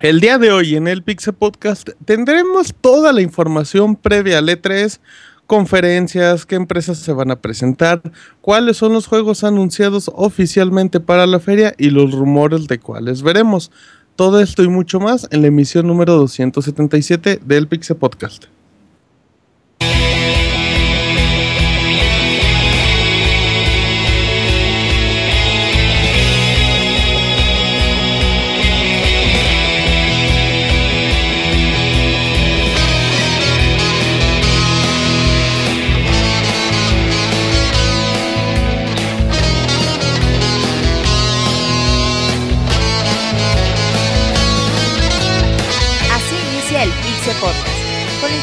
El día de hoy en el Pixel Podcast tendremos toda la información previa al E3, conferencias, qué empresas se van a presentar, cuáles son los juegos anunciados oficialmente para la feria y los rumores de cuáles veremos. Todo esto y mucho más en la emisión número 277 del Pixel Podcast.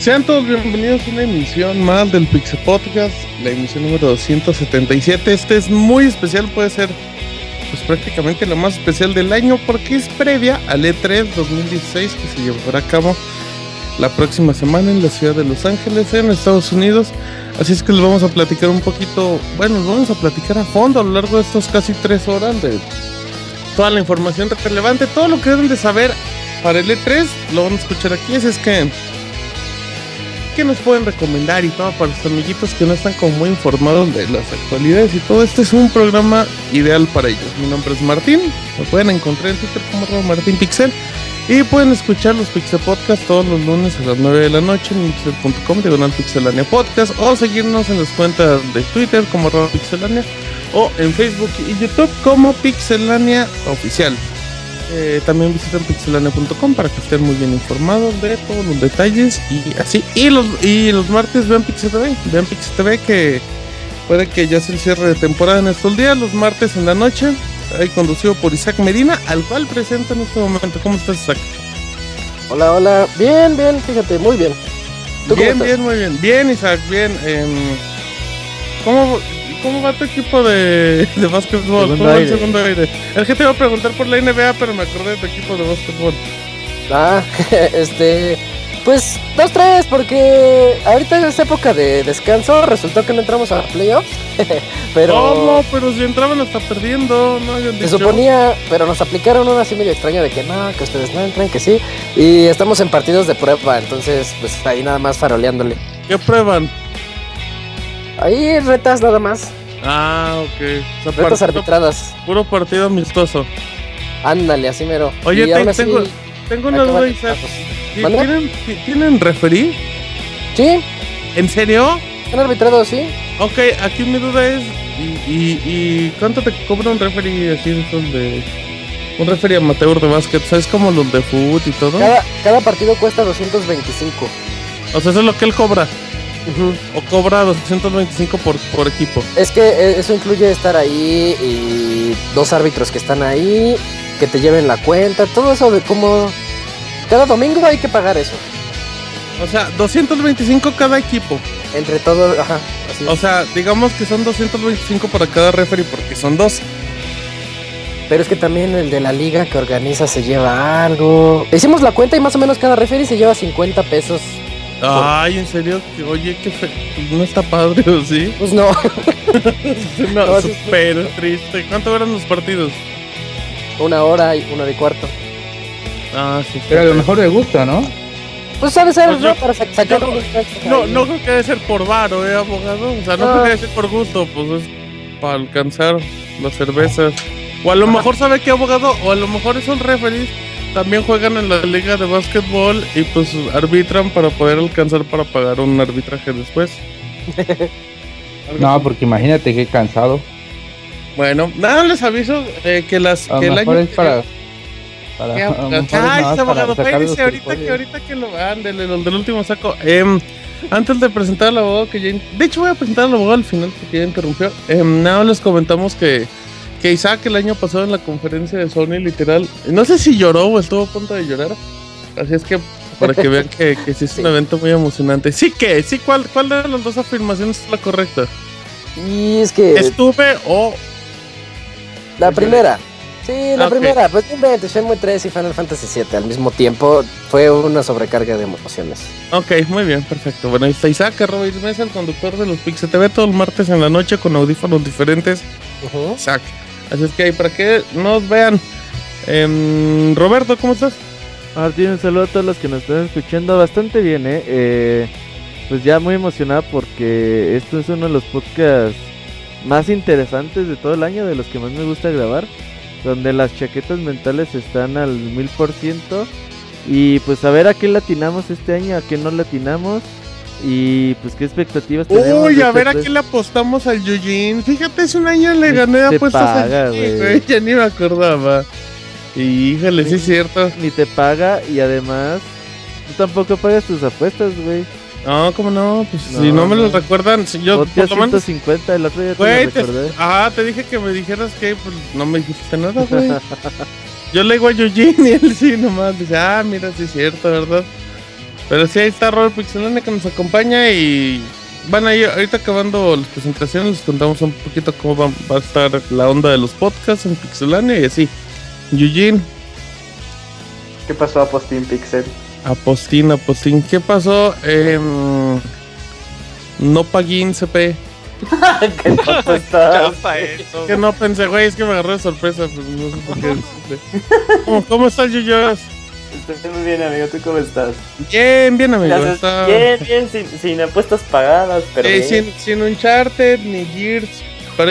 Sean todos bienvenidos a una emisión más del Pixel Podcast, la emisión número 277. Este es muy especial, puede ser pues prácticamente la más especial del año porque es previa al E E3 2016 que se llevará a cabo la próxima semana en la ciudad de Los Ángeles, en Estados Unidos. Así es que les vamos a platicar un poquito, bueno, les vamos a platicar a fondo a lo largo de estos casi tres horas de toda la información relevante, todo lo que deben de saber para el E3, lo van a escuchar aquí. Así es que que nos pueden recomendar y todo para los amiguitos que no están como muy informados de las actualidades y todo. Este es un programa ideal para ellos. Mi nombre es Martín, me pueden encontrar en Twitter como Martín Pixel y pueden escuchar los Pixel Podcast todos los lunes a las 9 de la noche en pixel.com diagonal pixelania podcast o seguirnos en las cuentas de Twitter como pixelania o en Facebook y YouTube como pixelania oficial. Eh, también visiten pixelania.com para que estén muy bien informados de todos los detalles y así. Y los, y los martes vean Pixel TV. Vean Pixel TV que puede que ya se el cierre de temporada en estos días. Los martes en la noche. Ahí conducido por Isaac Medina, al cual presento en este momento. ¿Cómo estás, Isaac? Hola, hola. Bien, bien, fíjate, muy bien. Bien, bien, muy bien. Bien, Isaac, bien. Eh, ¿Cómo, ¿Cómo va tu equipo de, de básquetbol? Segundo ¿Cómo va el segundo aire? El que te iba a preguntar por la NBA, pero me acordé de tu equipo de básquetbol. Ah, este. Pues dos, tres, porque ahorita en esta época de descanso resultó que no entramos a playoffs. pero. ¿Cómo? Pero si entraban hasta perdiendo, ¿no? Habían dicho. Se suponía, pero nos aplicaron una así medio extraña de que no, que ustedes no entran, que sí. Y estamos en partidos de prueba, entonces, pues ahí nada más faroleándole. ¿Qué prueban? Ahí retas nada más. Ah, ok. O sea, retas partido, arbitradas. Puro partido amistoso. Ándale, así mero. Oye, ten, así, tengo, tengo una duda, Isaac. ¿Tienen, ¿Tienen referí? pues, Sí. ¿En serio? Están arbitrados, sí. Ok, aquí mi duda es: ¿y, y, y cuánto te cobra un referí así de.? Un referí amateur de básquet, ¿sabes como los de fútbol y todo? Cada, cada partido cuesta 225. O sea, eso es lo que él cobra. Uh -huh. o cobra 225 por, por equipo. Es que eh, eso incluye estar ahí y dos árbitros que están ahí, que te lleven la cuenta, todo eso de cómo... Cada domingo hay que pagar eso. O sea, 225 cada equipo. Entre todos, ajá. Así o sea, digamos que son 225 para cada referee porque son dos. Pero es que también el de la liga que organiza se lleva algo. Hicimos la cuenta y más o menos cada referee se lleva 50 pesos Ay, en serio, oye, qué fe... no está padre, ¿o sí? Pues no. no, no súper sí. triste. ¿Cuánto eran los partidos? Una hora y una hora y cuarto. Ah, sí. Pero a lo mejor le gusta, ¿no? Pues sabe ser, pues ¿no? Para sacar yo, No, no creo que debe ser por varo, ¿eh, abogado? O sea, no, no, creo que debe ser por gusto, pues es para alcanzar las cervezas. O a lo mejor sabe que abogado, o a lo mejor es un referee también juegan en la liga de básquetbol y pues arbitran para poder alcanzar para pagar un arbitraje después. no, porque imagínate qué cansado. Bueno, nada, les aviso eh, que las a que el año es para para, que, para, ay, abogado, dice ahorita que ahorita que lo ándele, los del último saco. Eh, antes de presentar Em, al abogado que ya, de hecho voy a presentar al abogado al final porque ya interrumpió. Eh, nada, les comentamos que que Isaac el año pasado en la conferencia de Sony, literal, no sé si lloró o estuvo a punto de llorar. Así es que para que vean que, que sí es un Sí. evento muy emocionante. Sí que, sí, ¿cuál, cuál de las dos afirmaciones es la correcta? Y es que Estuve o... la primera. Sí, la Ah, ok. primera. Pues no inventes, Shenmue 3 y Final Fantasy VII al mismo tiempo fue una sobrecarga de emociones. Ok, muy bien, perfecto. Bueno, ahí está Isaac, arroba Ismael, el conductor de los Pixel TV, todo el martes en la noche con audífonos diferentes. Isaac. Así es que ahí para que nos vean. Em, Roberto, ¿cómo estás? Martín, un saludo a todos los que nos están escuchando bastante bien, ¿eh? Eh, Pues ya muy emocionada porque esto es uno de los podcasts más interesantes de todo el año, de los que más me gusta grabar, donde las chaquetas mentales están al mil por ciento. Y pues a ver a qué latinamos este año, a qué no latinamos y pues qué expectativas tenemos. Uy, de a ver, este aquí tres- le apostamos al Yujin. Fíjate, hace un año le Pues Se gané apuestas paga, al Yujin, güey. güey. Ya ni me acordaba. Híjole, sí es cierto. Ni te paga y además tú tampoco pagas tus apuestas, güey. No, ¿cómo no? Pues No, si no me no. lo recuerdan, si yo por Podcast lo menos... 150, el otro día te Güey, lo te- recordé. Ajá, te dije que me dijeras que pues, no me dijiste nada, güey. Yo le digo a Yujin y él sí nomás dice, ah, mira, sí es cierto, ¿verdad? Pero sí, ahí está Robert Pixelone que nos acompaña y van a ir, ahorita acabando las presentaciones, les contamos un poquito cómo va, va a estar la onda de los podcasts en Pixelania y así. Yujin, ¿Qué pasó a Postín Pixel? apostín, apostín, ¿qué pasó? Em, no paguín CP. ¿Qué tonto estás? Chapa eso. Que no pensé, güey, es que me agarró de sorpresa, pues no sé por qué decirte. ¿Cómo, cómo estás, Yuyos? Este Estoy muy bien, amigo. ¿Tú cómo estás? Bien, bien, amigo. Gracias. Está... Bien, bien, sin, sin apuestas pagadas, pero. Eh, bien. sin, sin Uncharted, ni Gears para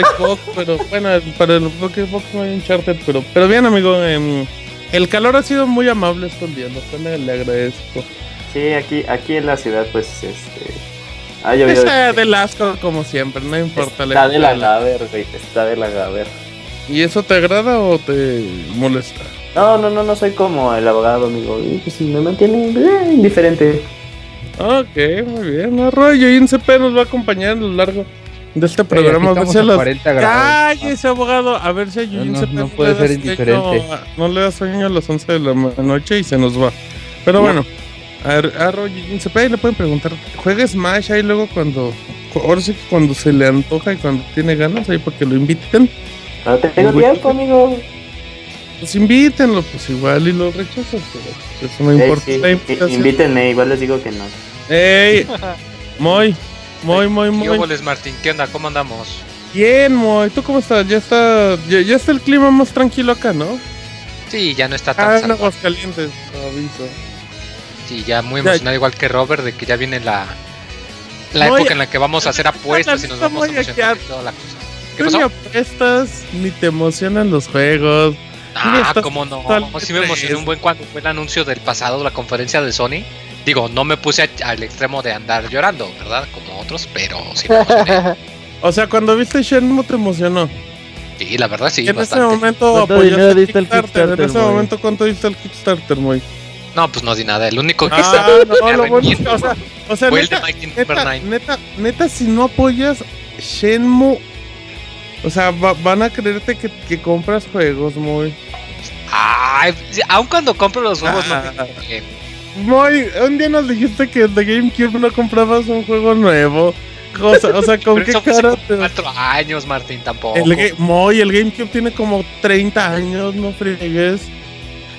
Xbox, pero bueno, para el para Xbox no hay Uncharted, pero, pero bien, amigo. em, el calor ha sido muy amable estos días, lo cual le, le agradezco. Sí, aquí, aquí en la ciudad, pues, este. Ha llovido. Está del asco, como siempre, no importa. le- Está de la Gaber, güey. Está de la Gaber. ¿Y eso te agrada o te molesta? No, no, no, no soy como el abogado, amigo. Y, pues, me mantiene eh, indiferente. Ok, muy bien. Arroyo y CP nos va a acompañar a lo largo de este Güey, aquí programa. A ver estamos si a a las 40 grados. Cállese, abogado. A ver si a Yujin no, se no puede ser indiferente. no le da sueño a las 11 de la ma- noche y se nos va. Pero No. bueno, a Arro Yujin se pega y le pueden preguntar. Juega Smash ahí luego cuando. cu- Ahora sí que cuando se le antoja y cuando tiene ganas ahí porque lo inviten. No tengo Güey. tiempo, amigo. Pues invítenlo, pues igual y lo rechazas. Pero eso no Eh, importa. sí, la i- invitación. Invítenme, igual les digo que no. ¡Ey! Moy, Moy, Moy, ¿Qué Moy. óboles, Martín? ¿Qué onda? ¿Cómo andamos? Bien, Moy. ¿Tú cómo estás? Ya está, ya, ya está el clima más tranquilo acá, ¿no? Sí, ya no está Ah, tan en salvaje. Aguascalientes, aviso. Sí, ya muy Ya- emocionado, igual que Robert, de que ya viene la, la Voy- época en la que vamos a hacer apuestas y nos Ahorita vamos a voy a emocionar y quedar- toda la cosa. ¿Qué Tú ni pasó? apuestas, ni te emocionan los juegos. ni Ah, estás cómo no. totalmente Sí me emocioné un buen cuando fue el anuncio del pasado, la conferencia de Sony. Digo, no me puse a- al extremo de andar llorando, ¿verdad? Como otros, pero sí me emocioné. O sea, cuando viste Shenmue te emocionó. Sí, la verdad Ah, sí, en ese bastante. momento ¿Cuánto apoyaste dinero diste al En Kickstarter, ese Moy? momento, ¿cuánto diste al Kickstarter, Moy? No, pues no di nada. El único que Ah, sabe no, me lo bueno es que, arrepiento. o sea, o sea fue el de neta, Mighty Number neta, 9. neta, neta, si no apoyas Shenmue, o sea, va- van a creerte que, que compras juegos, Moy. Ay, aun cuando compro los juegos, Ah. no tengo que- Moy, un día nos dijiste que de GameCube no comprabas un juego nuevo. O sea, o sea, ¿con Pero qué eso fue hace cara como te cuatro años, Martín, tampoco. El Ga- Moy, el GameCube tiene como 30 años, no friegues.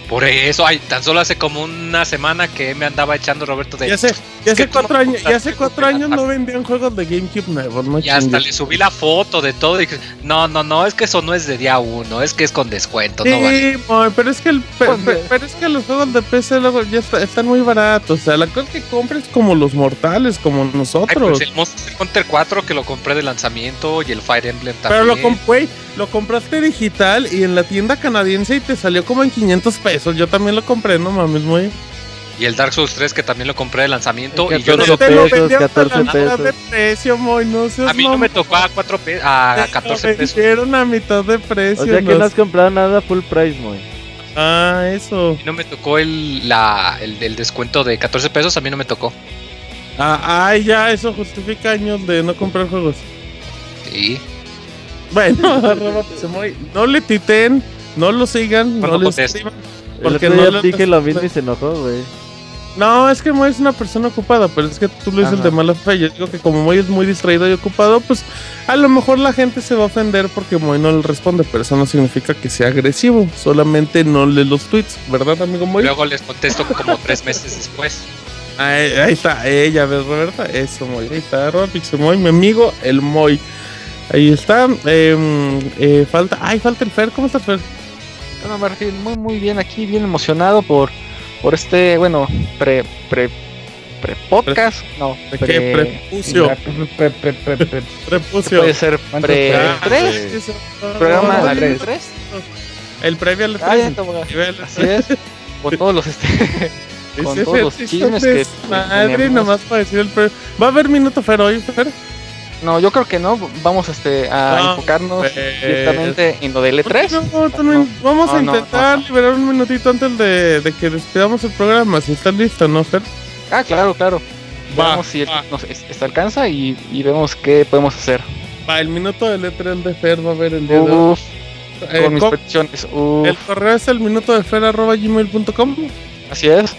Por eso, ay, tan solo hace como una semana que me andaba echando Roberto de... Ya hace, ya que hace tú cuatro no años, ya hace compraste cuatro juegos años de la no vendían juegos de GameCube nuevos, no Y hasta chingues. le subí la foto de todo y dije, no, no, no, es que eso no es de día uno, es que es con descuento, Sí, no vale. Moy, pero es que el, pe- Pues, pe- eh. pero es que los juegos de PC luego ya está- están muy baratos. O sea, la cosa que compres como los mortales, como Ay, pues nosotros. el Monster Hunter 4 que lo compré de lanzamiento y el Fire Emblem pero también. lo, comp- güey, lo compraste digital y en la tienda canadiense y te salió como en 500 pesos. Yo también lo compré, no mames, Moy. Y el Dark Souls 3 que también lo compré de lanzamiento El y yo no 14 lo Te lo pesos, vendieron a la 14 mitad de pesos. precio, Moy, no seas A mí no me mamón. tocó a, cuatro pe- a 14 Me pesos. hicieron a mitad de precio. O sea que no no has comprado nada full price, muy. Ah, eso. A mí no me tocó el, la, el, el descuento de 14 pesos, a mí no me tocó. Ah, ay, ya, eso justifica años de no comprar juegos. Sí. Bueno, arroba Pixemoy. No le titeen, no lo sigan, No no, lo le conteste. escriban. Porque Porque no no le lo- dije lo mismo y se enojó, güey. No, es que Moy es una persona ocupada, pero es que tú lo dices Ajá. de mala fe. Yo digo que como Moy es muy distraído y ocupado, pues a lo mejor la gente se va a ofender porque Moy no le responde, pero eso no significa que sea agresivo, solamente no lee los tweets, ¿verdad, amigo Moy? Luego les contesto como tres meses después. Ahí, Eh, ahí está, ella, ¿ves, Roberta? Eso, Moy. Ahí está, arroba Pixemoy, mi amigo, el Moy. Ahí está. em, eh, falta, ay, falta el Fer. ¿Cómo está el Fer? Bueno, Martín, muy, muy bien aquí, bien emocionado por, por este, bueno, pre, pre, pre podcast, no, ¿De qué? Prepucio. pre- pre- pre- pre- pre- Prepucio. puede ser ¿Cuánto? pre Ah, tres, sí, sí, sí. programa Ay, del tres, El previo al Ah, ya, 3. como- así es, con todos los este, con todos los chismes que- que Madre, tenemos. nomás para decir el previo. ¿Va a haber minuto Fer hoy, Fer? no, yo creo que no, vamos este a No, enfocarnos pues. directamente en lo del ¿Por qué E3, No, también vamos No, a no, intentar no, no. liberar un minutito antes de, de que despidamos el programa. Si están listos, ¿no, Fer? ah, claro, claro, Va, vamos si va. nos es- esto alcanza y, y vemos qué podemos hacer, Va, el minuto del E3 de Fer va a haber el día de hoy. Uf, Eh, con mis co- peticiones, uf, el correo es el minuto de Fer arroba gmail.com. así es.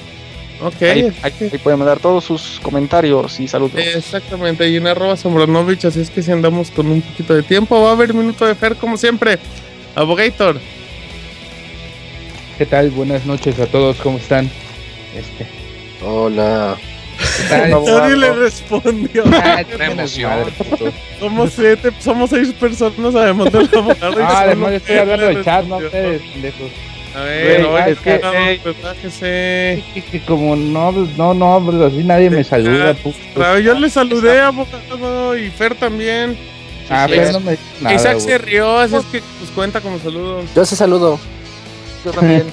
Ok. Ahí, ahí- ahí pueden mandar todos sus comentarios y saludos. Exactamente, y en arroba Sombranovich, así es que si andamos con un poquito de tiempo, va a haber minuto de Fer como siempre. Abogator, ¿Qué tal? Buenas noches a todos, ¿cómo están? Este, Hola. ¿qué tal? Vamos. nadie le respondió. Ah, Una emoción. madre, puto. Somos siete, somos seis personas además del abogado. y Ah, solo además estoy él hablando le del chat, no respondió. ustedes, pendejos. A ver, Güey, ahora es que- acá, eh. pues, bájese. Que- que Como no, no, no, pues así nadie Ah, me saluda, pues, puto. Claro, Yo le saludé abogado y Fer también. Ah, Sí, pero es- no me dice nada, Isaac se güey. rió, así es que pues cuenta como saludos. Yo sí saludo. Yo también.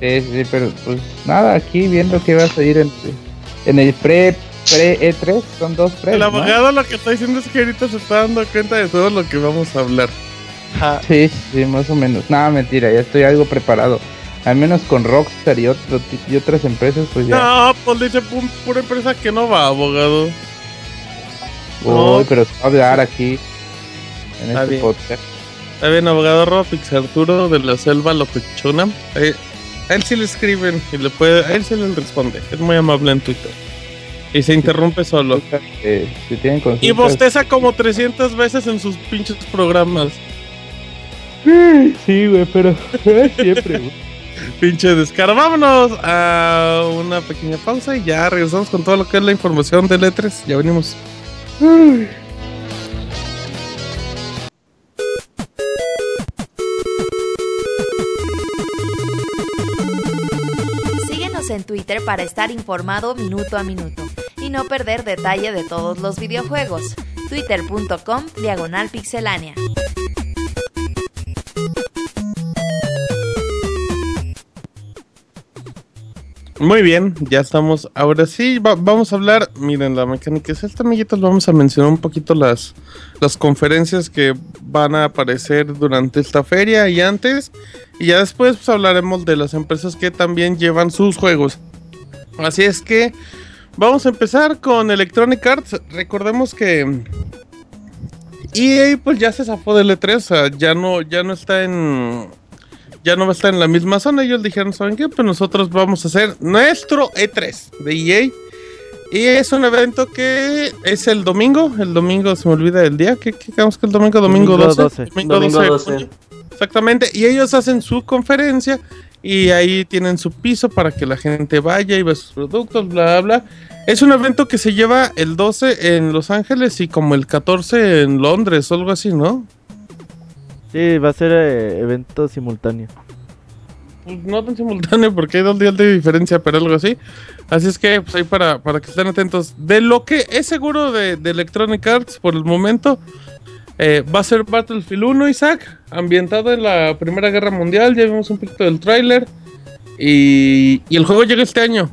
Sí, sí, pero pues nada, aquí viendo que va a salir en, en el pre, pre E3, son dos pre. El abogado lo que está diciendo es que ahorita se está dando cuenta de todo lo que vamos a hablar. Ajá. Sí, sí, más o menos. Nada, mentira, ya estoy algo preparado. Al menos con Rockstar y, otro, y otras empresas, pues ya. No, pues le dice pu- pura empresa que no va, abogado. Uy, no. pero se va a hablar aquí en Está este bien. podcast. Está bien, abogado Ropix Arturo de la Selva Locochona. Eh, a él sí le escriben y le puede, a él sí le responde. Es muy amable en Twitter. Y se interrumpe solo. Eh, si tienen consultas. Y bosteza como 300 veces en sus pinches programas. Sí, güey, pero siempre. güey. Pinche descaro. Vámonos a una pequeña pausa y ya regresamos con todo lo que es la información de E3. Ya venimos. Síguenos en Twitter para estar informado minuto a minuto y no perder detalle de todos los videojuegos. Twitter.com Diagonal Pixelánea. Muy bien, ya estamos. Ahora sí, va- vamos a hablar. Miren, la mecánica es esta, amiguitos. Vamos a mencionar un poquito las, las conferencias que van a aparecer durante esta feria y antes. Y ya después pues, hablaremos de las empresas que también llevan sus juegos. Así es que vamos a empezar con Electronic Arts. Recordemos que EA pues ya se zafó del E3. o sea, ya no, ya no está en ya no va a estar en la misma zona. Ellos dijeron, ¿saben qué? Pues nosotros vamos a hacer nuestro E3 de EA. Y es un evento que es el domingo. El domingo se me olvida el día. ¿Qué qué quedamos que el domingo? Domingo, Domingo 12. 12. Domingo de 12. junio. Exactamente. Y ellos hacen su conferencia y ahí tienen su piso para que la gente vaya y vea sus productos, bla, bla. Es un evento que se lleva el 12 en Los Ángeles y como el 14 en Londres o algo así, ¿no? Sí, va a ser eh, evento simultáneo. pues, no tan simultáneo porque hay dos días de diferencia, pero algo así. Así es que pues ahí para, para que estén atentos. De lo que es seguro de, de Electronic Arts por el momento, eh, va a ser Battlefield 1, Isaac, ambientado en la Primera Guerra Mundial. Ya vimos un poquito del tráiler. Y, y el juego llega este año.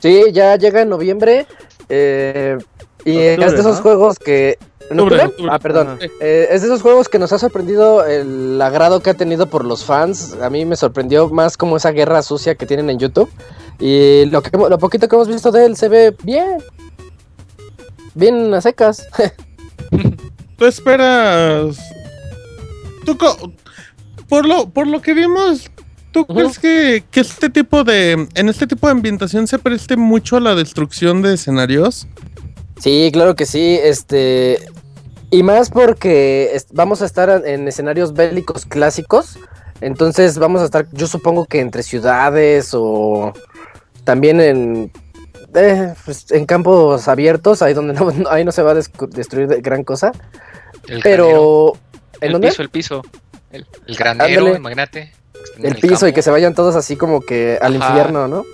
Sí, ya llega en noviembre. eh, y Octubre, es de esos ¿no? juegos que. ¿En Octubre, octubre? octubre. Ah, perdón. Ajá. Eh, es de esos juegos que nos ha sorprendido el agrado que ha tenido por los fans. A mí me sorprendió más como esa guerra sucia que tienen en YouTube. Y lo, que, hemo- lo poquito que hemos visto de él se ve bien. Bien a secas. ¿Tú, tú esperas. Tú co- por lo, por lo que vimos, ¿tú crees que, que este tipo de. en este tipo de ambientación se preste mucho a la destrucción de escenarios? Sí, claro que sí, este... Y más porque es- vamos a estar a- en escenarios bélicos clásicos, entonces vamos a estar, yo supongo que entre ciudades o también en, eh, pues, en campos abiertos, ahí donde no, no- ahí no se va a descu- destruir de- gran cosa, El granero, pero... ¿En El dónde? piso, el piso. el granero, ándale. imagínate. que estén en El piso y campo. que se vayan todos así como que al Ajá. infierno, ¿no?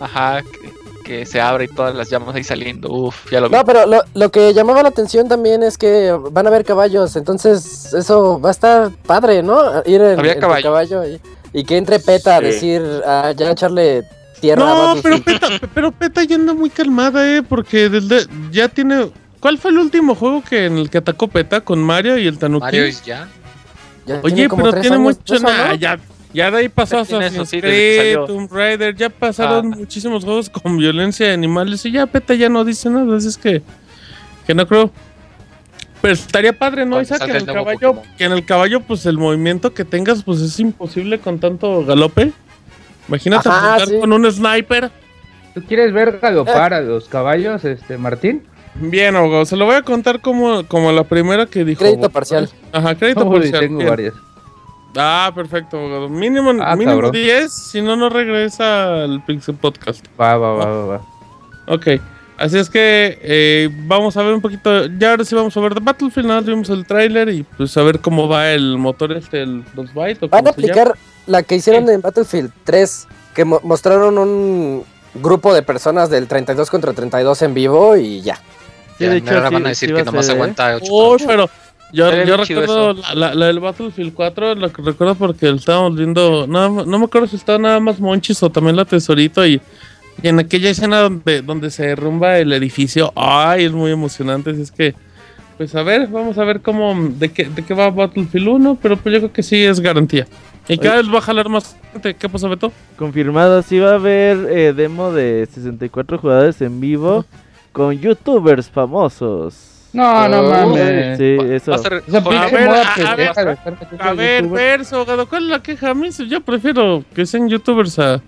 Ajá, que, que se abre y todas las llamas ahí saliendo. Uf, ya lo vi. No, pero lo, lo que llamaba la atención también es que van a haber caballos, entonces eso va a estar padre, ¿no? Ir en, Había en tu caballo. caballo y, y que entre Peta a Sí. decir, a ya echarle tierra a No, Battlefield. pero Peta, pero Peta ya anda muy calmada, eh, porque desde ya tiene. ¿Cuál fue el último juego que en el que atacó Peta con Mario y el Tanuki? Mario y ya. Ya Oye, tiene como pero tres tiene años mucho. de eso, nah, ¿no? ya, ya de ahí pasó Ya tiene Assassin's eso, sí, desde que Creed, salió. Tomb Raider. Ya pasaron Ah. muchísimos juegos con violencia de animales. Y ya Peta ya no dice nada. Así es que, que no creo. Pero estaría padre, ¿no? Cuando Isaac, que salga en el, el nuevo caballo, Pokémon. que en el caballo, pues el movimiento que tengas, pues es imposible con tanto galope. Imagínate Ajá, apuntar sí. con un sniper. ¿Tú quieres ver galopar a los caballos, este Martín? Bien, abogado, se lo voy a contar como, como la primera que dijo. Crédito abogado. parcial. Ajá, crédito Uy, parcial. tengo bien. varias. Ah, perfecto, abogado. Mínimo, Ah, mínimo cabrón. 10, si no, no regresa al Pixel Podcast. Va, va, va, va, va. Ok, así es que eh, vamos a ver un poquito. Ya ahora sí vamos a ver de Battlefield. Nada, más vimos el tráiler y pues a ver cómo va el motor este, el 2 byte. o Van a cómo se llama. aplicar la que hicieron en Battlefield 3, que mo- mostraron un grupo de personas del 32 contra 32 en vivo y ya. Sí, Ya de hecho, ahora sí- van a sí decir va que a nomás ser, ¿eh? aguanta 8 Uy, pero yo, Estaría yo bien chido recuerdo la, la- la del Battlefield 4, la que recuerdo porque estábamos viendo. No, no me acuerdo si estaba nada más Monchis o también la Tesorito y. y en aquella escena donde, donde se derrumba el edificio, ay, es muy emocionante, así es que, pues a ver, vamos a ver cómo, de qué, de qué va Battlefield 1, pero pues yo creo que sí es garantía. Y cada vez va a jalar más gente, ¿qué pasó Beto? Confirmado, sí va a haber eh, demo de 64 jugadores en vivo con youtubers famosos. No, no Uy, mames. Sí, Oh. Va- eso. va a ser- va- Esa a pinche ver, moda a- a pendeja ver, de estar metiendo A ver, youtubers. verso, abogado, ¿cuál es la queja? A mí se- yo prefiero que sean youtubers a...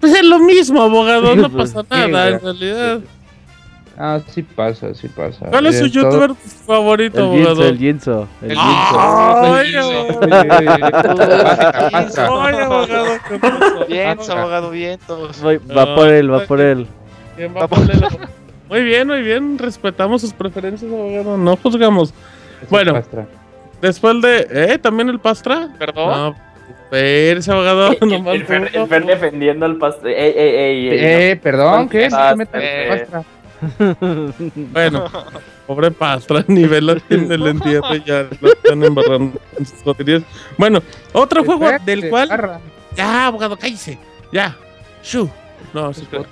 Pues es lo mismo, abogado, Sí, no pues, pasa sí, nada güey. en realidad. Ah, sí pasa, sí pasa. ¿Cuál es su Eh, todo- youtuber favorito, El Jinzo, abogado? Ah, el Jinzo. el El Ah, ¡Ay, Sí, sí. abogado! Pasa, pasa. ¡Ay, abogado! ¿qué pasó? Vientos, abogado, vientos. Jinzo. Voy- Va por él, va por él. Bien, va a ponerlo. Muy bien, muy bien, respetamos sus preferencias, abogado, no juzgamos. Bueno. Pasa. Después de... ¿Eh? ¿También el Pastra? Perdón. No, verse, abogado, El, nomás el Fer- uno. el Fer defendiendo al pastor. Ey, ey, ey, ey, Eh, perdón, ¿qué? No te Pasa, metas, eh. pasa. Bueno, pobre pastra, ni vela tiene el entierro y ya lo están embarrando en sus joterías. Bueno, otro juego Espérate, del cual. barra. Ya, abogado, cállese. Ya. Shu. No, sí, por-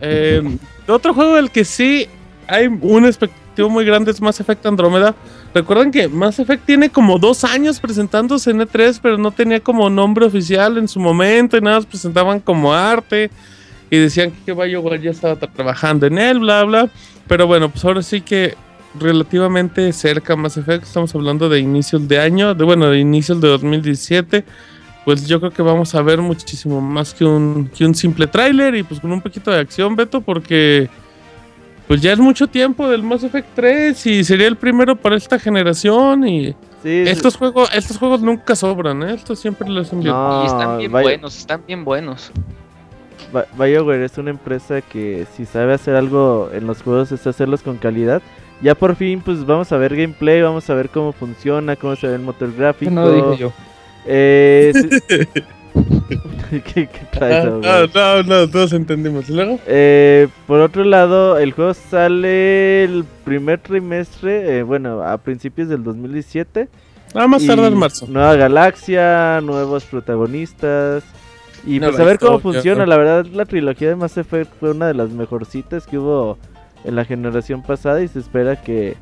Eh, Otro juego del que sí hay un expectativo muy grande es Mass Effect Andrómeda. Recuerden que Mass Effect tiene como dos años presentándose en E3, pero no tenía como nombre oficial en su momento y nada más presentaban como arte y decían que BioWare ya estaba tra- trabajando en él, bla, bla. Pero bueno, pues ahora sí que relativamente cerca Mass Effect, estamos hablando de inicios de año, de bueno, de inicios de 2017 pues yo creo que vamos a ver muchísimo más que un, que un simple tráiler y pues con un poquito de acción, Beto, porque pues ya es mucho tiempo del Mass Effect 3 y sería el primero para esta generación y Sí, sí. estos juegos, estos juegos nunca sobran, ¿eh? estos siempre los hacen bien. No, y Ah, están bien vaya- buenos, están bien buenos. Bi- BioWare es una empresa que si sabe hacer algo en los juegos es hacerlos con calidad. Ya por fin pues vamos a ver gameplay, vamos a ver cómo funciona, cómo se ve el motor gráfico. No dije yo. Eh, sí- ¿Qué, qué traes, Ah, abogado? no, no, no, todos entendimos. ¿Y luego? Eh, por otro lado, el juego sale el primer trimestre, eh, bueno, a principios del 2017. Nada Ah, más y tarda en marzo. Nueva galaxia, nuevos protagonistas. Y Nueva pues a ver cómo historia. funciona. La verdad, la trilogía de Mass Effect fue una de las mejorcitas que hubo en la generación pasada y se espera que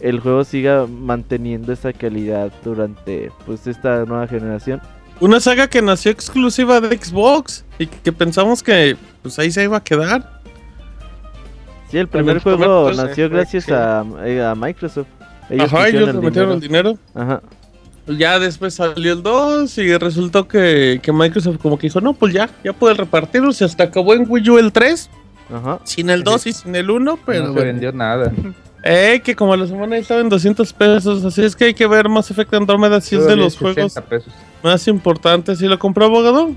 el juego siga manteniendo esa calidad durante pues esta nueva generación. Una saga que nació exclusiva de Xbox y que pensamos que pues ahí se iba a quedar. Sí, el primer También juego comentas, eh, nació fue- gracias sí. a, eh, a Microsoft. Ellos este, Ajá, ellos pusieron le el metieron el dinero. dinero. Ajá. Ya después salió el 2 y resultó que, que Microsoft como que dijo, no, pues ya, ya puede repartirlo. Se hasta acabó en Wii U el 3, Ajá. sin el 2 y sin el 1, pero... no se bueno. vendió nada. Eh, que como la semana estaba en 200 pesos, así es que hay que ver Mass Effect Andromeda si es de los 60 juegos pesos. más importantes. ¿Y lo compró abogado?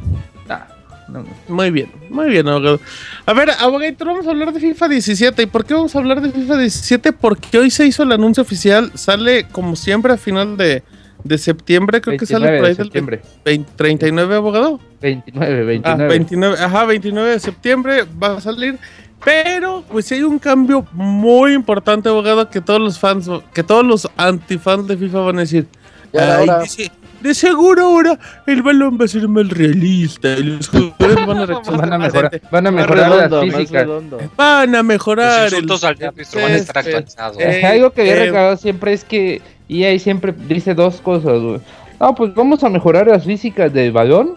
Nah, Ah, no, no. Muy bien, muy bien, abogado. A ver, abogado, vamos a hablar de FIFA 17. ¿Y por qué vamos a hablar de FIFA 17? Porque hoy se hizo el anuncio oficial. Sale, como siempre, a final de, de septiembre. Creo que sale 29 por ahí de del septiembre. 20 39, abogado. 29, Ah, 29. 29, ajá, 29 de septiembre va a salir. Pero, pues sí hay un cambio muy importante, abogado, que todos los fans, que todos los antifans de FIFA van a decir. Ya era "Ay, hora. de, se- de seguro ahora el balón va a ser más realista y los jugadores van a reaccionar. Van a mejorar, van a Más mejorar redondo, las más físicas. redondo. Van a mejorar. Los insultos al árbitro van a estar Este, actualizados. eh, Ajá, algo que había eh, recalcado siempre es que EA siempre dice dos cosas, güey. No, pues vamos a mejorar las físicas del balón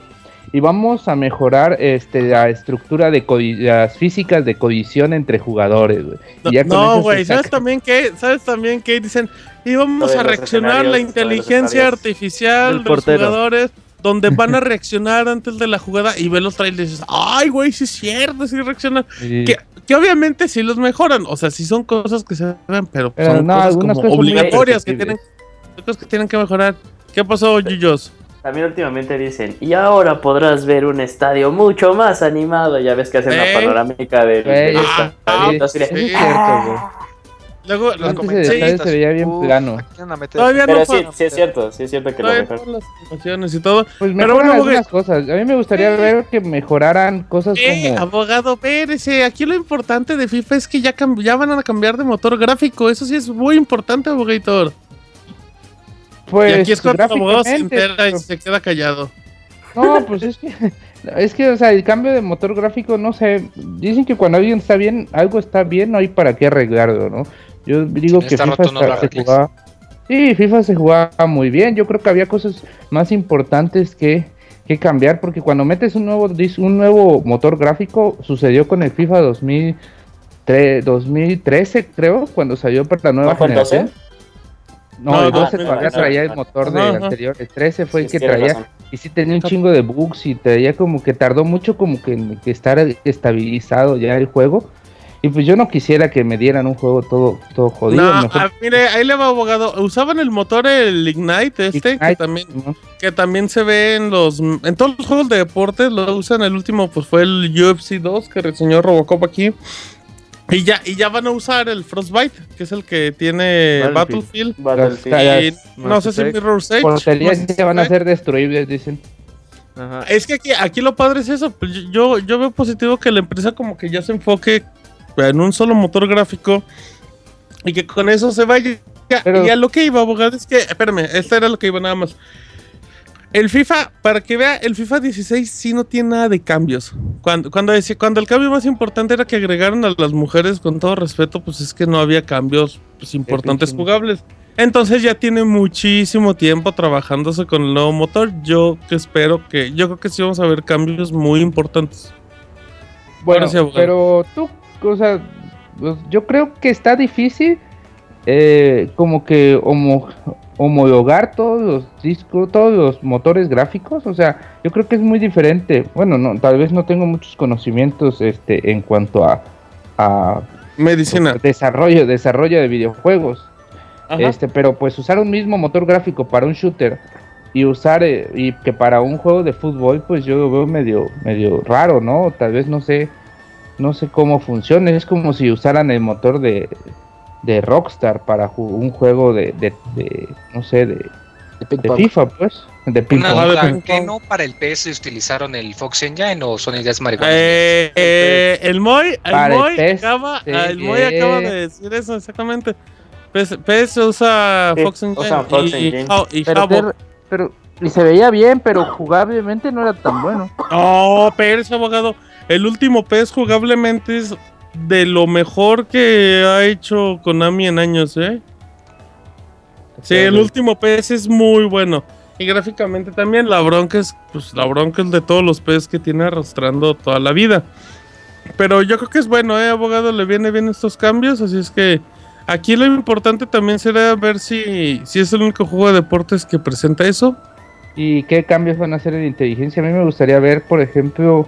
y vamos a mejorar este la estructura de codi- las físicas de colisión entre jugadores, güey. No, Y ya con eso No, se güey, ¿sabes saca. también que ¿Sabes también que Dicen, y vamos Lo de a los reaccionar la escenarios, lo de los inteligencia escenarios. artificial Del de los portero. jugadores, donde van a reaccionar antes de la jugada y ve los trailers y dices, ay, güey, sí es cierto, sí reaccionan. Y- Que, que obviamente sí los mejoran, o sea, sí son cosas que se ven, pero Pero son Eh, no, cosas algunas como cosas muy obligatorias que tienen, perceptibles. cosas que tienen que mejorar. ¿Qué pasó, Yuyos? También últimamente dicen, y ahora podrás ver un estadio mucho más animado. Ya ves que hacen ¿Eh? la panorámica del... Güey, del Ah, estadio, así de- Eso ¿Eh? es cierto, güey. Luego, los Antes el sí, estadio se veía bien Uf, plano. aquí van a meter- todavía no Pero sí, fueron- sí es cierto, sí es cierto que lo todavía no mejor. fueron las animaciones y todo. Pues Pero mejoran bueno, güey. algunas cosas. A mí me gustaría Sí. ver que mejoraran cosas Eh, como abogado Pérez, eh, aquí lo importante de FIFA es que ya, cam- ya van a cambiar de motor gráfico. Eso sí es muy importante, abogator. pues y aquí es cuando el abogado se gráficamente, entera y pero- se queda callado. No, pues es que, es que, o sea, el cambio de motor gráfico, no sé, dicen que cuando alguien está bien, algo está bien, no hay para qué arreglarlo, ¿no? Yo digo Si que está FIFA roto, no lo está- se arregles. jugaba, sí, FIFA se jugaba muy bien, yo creo que había cosas más importantes que, que cambiar, porque cuando metes un nuevo, dis- un nuevo motor gráfico, sucedió con el FIFA 2003, 2013, creo, cuando salió para la nueva ¿No fue el 12? generación. No, No, el 12 no, todavía no, traía el no. motor Ajá, del ajá. anterior, el 13 fue el Sí, que tienes traía razón. y sí tenía un chingo de bugs y traía como que tardó mucho como que en que estar estabilizado ya el juego. Y pues yo no quisiera que me dieran un juego todo, todo jodido. no, mejor- ah, mire, ahí le va, abogado. Usaban el motor, el Ignite este, que Ignite, también ¿no? que también se ve en los en todos los juegos de deportes lo usan el último pues fue el UFC 2 que reseñó Robocop aquí y ya y ya van a usar el Frostbite que es el que tiene Battlefield, Battlefield. Battlefield. Ah, ya, y no Mass sé si Effect. Mirror's Edge Porterías no sé si que van a Effect. ser destruibles, dicen. Ajá. es que aquí, aquí lo padre es eso pues, yo yo veo positivo que la empresa como que ya se enfoque en un solo motor gráfico y que con eso se vaya. Pero- y a lo que iba, abogado, es que, espérame, esta era lo que iba nada más. El FIFA, para que vea, el FIFA 16 sí no tiene nada de cambios. Cuando, cuando, decía- cuando el cambio más importante era que agregaron a las mujeres, con todo respeto, pues es que no había cambios pues, importantes Definitivamente. jugables. Entonces ya tiene muchísimo tiempo trabajándose con el nuevo motor. Yo que espero que, yo creo que sí vamos a ver cambios muy importantes. Bueno, sí, abogado. pero tú, o sea, pues, yo creo que está difícil eh, como que homo- homologar todos los discos, todos los motores gráficos. O sea, yo creo que es muy diferente. Bueno, no, tal vez no tengo muchos conocimientos este, en cuanto a, a Medicina. desarrollo, desarrollo de videojuegos. Ajá. Este, pero pues usar un mismo motor gráfico para un shooter y usar eh, y que para un juego de fútbol, pues yo lo veo medio medio raro, ¿no? Tal vez no sé no sé cómo funciona, es como si usaran el motor de, de Rockstar para ju- un juego de, de- de, no sé, de, De ping de pong. FIFA, pues, de ping Una Ajá, pong. de duda, ping ¿qué pong. no para el PS utilizaron el Fox Engine o son ideas marihuanas? Eh, eh, el Moy, el Para el Moy PES, acaba, ah, sí, eh. el Moy acaba de decir eso exactamente. PES, PES usa Sí, Fox Engine usan Fox y, y- Engine. oh, y Pero, Jabo. te- pero- y se veía bien, pero jugablemente no era tan bueno. No, Pérez, Oh, abogado. El último PES jugablemente es de lo mejor que ha hecho Konami en años, ¿eh? Sí, el último PES es muy bueno. Y gráficamente también la bronca es, pues la bronca es de todos los PES que tiene arrastrando toda la vida. Pero yo creo que es bueno, ¿eh, abogado? Le viene bien estos cambios, así es que Aquí lo importante también será ver si, si es el único juego de deportes que presenta eso. ¿Y qué cambios van a hacer en inteligencia? A mí me gustaría ver, por ejemplo,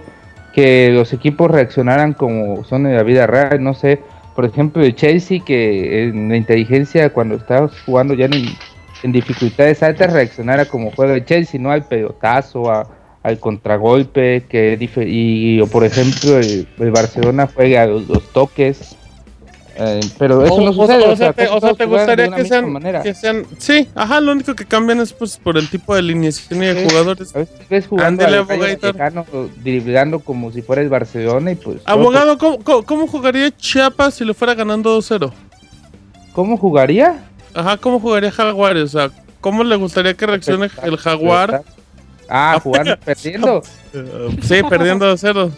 que los equipos reaccionaran como son en la vida real. No sé, por ejemplo, el Chelsea, que en la inteligencia, cuando estaba jugando ya en, en dificultades altas, reaccionara como juega el Chelsea, no al pelotazo, a- al contragolpe. que dife- y, o, por ejemplo, el, el Barcelona juega a los, los toques. Eh, pero eso O- no o- sucede. o sea, te, o sea, todos te juegan gustaría de una que misma sean, manera. que sean- Sí, ajá, lo único que cambian es pues por el tipo de alineación y de Sí. jugadores. A veces ves jugando Ándele, al Rayo abogadito. Vallecano, driblando como si fuera el Barcelona y pues... Abogado, ¿cómo, cómo, cómo jugaría Chiapas si lo fuera ganando 2-0? ¿Cómo jugaría? Ajá, ¿cómo jugaría Jaguares? O sea, ¿cómo le gustaría que reaccione el Jaguar? Ah, jugando, perdiendo. Eh, sí, perdiendo 2-0.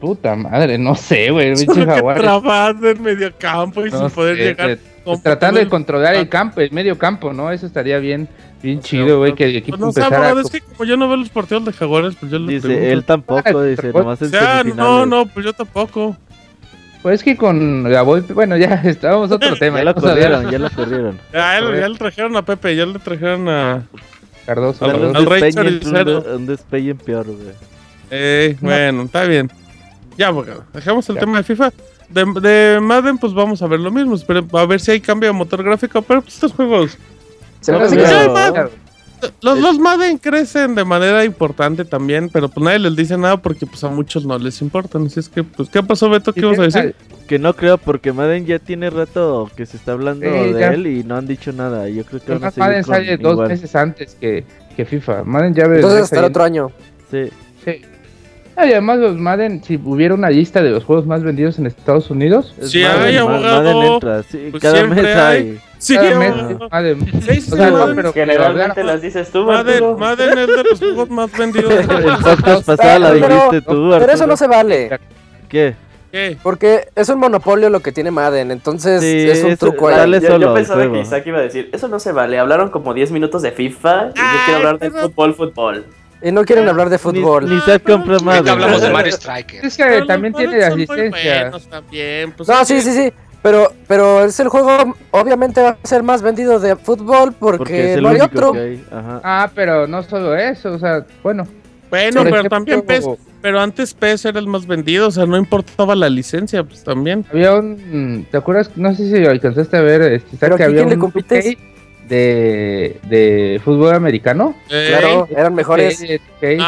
Puta madre, no sé, güey. el pinche Solo que Jaguar. trabado en medio campo y No sin poder sé, llegar. güey, con- tratando de controlar Ah. el campo, el medio campo, ¿no? Eso estaría bien, bien O sea, chido, güey, no- que el equipo Pues No sé, empezara... abogado, a es que como yo no veo los partidos de Jaguares, pues yo lo Dice, pregunto. él tampoco, Ah, dice, pero- nomás O en sea, no, semifinales. no, pues yo tampoco. Pues es que con la Volpe, bueno, ya estábamos otro tema. Ya lo vamos a corrieron, ya lo corrieron. Ah, Ya, él- ya le trajeron a Pepe, ya le trajeron a. ver, Cardoso, Al- Dale Cardoso. un al rey despeñe, choricero. un- Un despeñe peor, güey. Eh, bueno, está bien. Ya, abogado. Dejamos el tema de FIFA. De, de Madden, pues vamos a ver lo mismo. Pero a ver si hay cambio de motor gráfico. Pero pues, estos juegos. Se me No, hace que pero- se- Ay, madre. Los, los Madden crecen de manera importante también. Pero pues nadie les dice nada porque pues a muchos no les importan. Así es que, pues, ¿qué pasó, Beto? ¿Qué ibas a decir? Que no creo, porque Madden ya tiene rato que se está hablando Sí, de ya. él y no han dicho nada. Yo creo que van a Además, seguir Madden con sale dos igual. meses antes que, que FIFA. Madden ya ve. Entonces ya hasta el salió- otro año. Sí. Sí. Ah, y además los Madden, si hubiera una lista de los juegos más vendidos en Estados Unidos, Es Sí, Madden, hay, Ma- abogado. Madden entra, sí, Pues cada siempre mes hay. hay. Sí, cada mes abogado. es Madden. Sí, sí, O sea, no, Madden. pero- Generalmente pero- las dices tú, Madden, Arturo. Madden es de los juegos más vendidos. El podcast pasado la Pero- dijiste tú, Pero eso Arturo. no se vale, ¿Qué? ¿Qué? porque es un monopolio lo que tiene Madden, entonces Sí, es un es- truco Dale ahí. dale yo, solo yo al pensaba juego. que Isaac iba a decir, eso no se vale, hablaron como 10 minutos de FIFA y yo Ay, quiero hablar de pero- fútbol, fútbol. Y no quieren hablar de Ni, fútbol. ni se compra Ahorita hablamos de Madden. Mario Striker. Es que Pero los también Madden tiene la son muy licencia. buenos también, pues, No, sí, sí, sí. Pero, pero es el juego, obviamente va a ser más vendido de fútbol porque, Porque es el no hay único otro. que hay. Ajá. Ah, pero no solo eso, o sea, bueno. Bueno, por pero ejemplo, también PES, pero antes PES era el más vendido, o sea, no importaba la licencia, pues también. Había un. mm, ¿Te acuerdas? No sé si lo alcanzaste a ver, este, Pero ¿sabes aquí, que había ¿quién le un compites? 2K de, de fútbol americano? Claro, Ey, eran mejores. Sí, Sí, 2K, eh,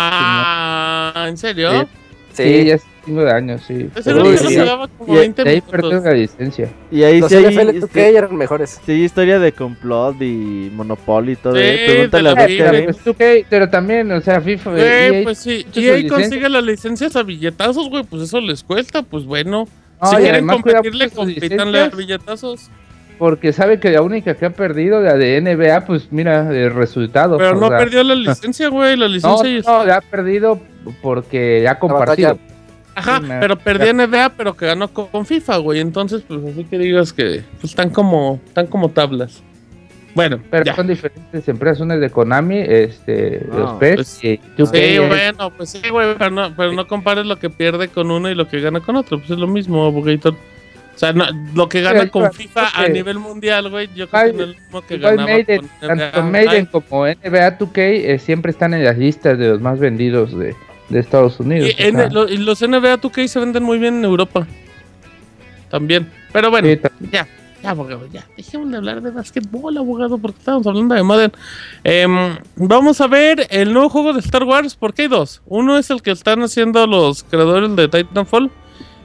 Ah, ¿en serio? Sí. sí, ya es un chingo de años, sí. E Ese Pero güey sí, solo sí. jugaba como Y- 20 de ahí perdió minutos. la licencia. Y ahí los sí hay, NFL 2K sí- eran mejores. sí hay historia de complot y monopolio y todo. Sí, ¿eh? Pregúntale de a la Beca, vida, ¿eh? Pero, pues, 2K, pero también, o sea, FIFA. E Güey, EA, pues sí. muchas Y ahí licencias. consigue las licencias a billetazos, güey, pues eso les cuesta, pues bueno. no, si y quieren además cuida competirle, mucho sus compitanle a licencias, billetazos. Porque sabe que la única que ha perdido, la de NBA, pues mira, el resultado. pues, Pero o no sea, perdió la licencia, güey, la No, licencia. y- no, la ha perdido porque la ha compartido. Ajá, Sí, me- pero perdí en NBA, pero que ganó con, con FIFA, güey. Entonces, pues así que digas que pues, están como están como tablas. Bueno, Pero ya. son diferentes empresas, una es de Konami, este, No, los PES pues, y 2K, Sí, eh, bueno, pues sí, güey, pero no, pero no compares lo que pierde con uno y lo que gana con otro. Pues es lo mismo, Abogator. O sea, no- lo que gana Mira, yo con creo FIFA a que- nivel mundial, güey, yo creo que no es lo mismo que igual ganaba Maiden, con NBA. tanto Maiden como NBA 2K eh, siempre están en las listas de los más vendidos de, de Estados Unidos. Y, o en- sea, lo- y los NBA 2K se venden muy bien en Europa. También. Pero bueno, sí, ta- Ya, ya, abogado, ya. Dejemos de hablar de básquetbol, abogado, porque estábamos hablando de Madden. Em, vamos a ver el nuevo juego de Star Wars, porque hay dos. Uno es el que están haciendo los creadores de Titanfall.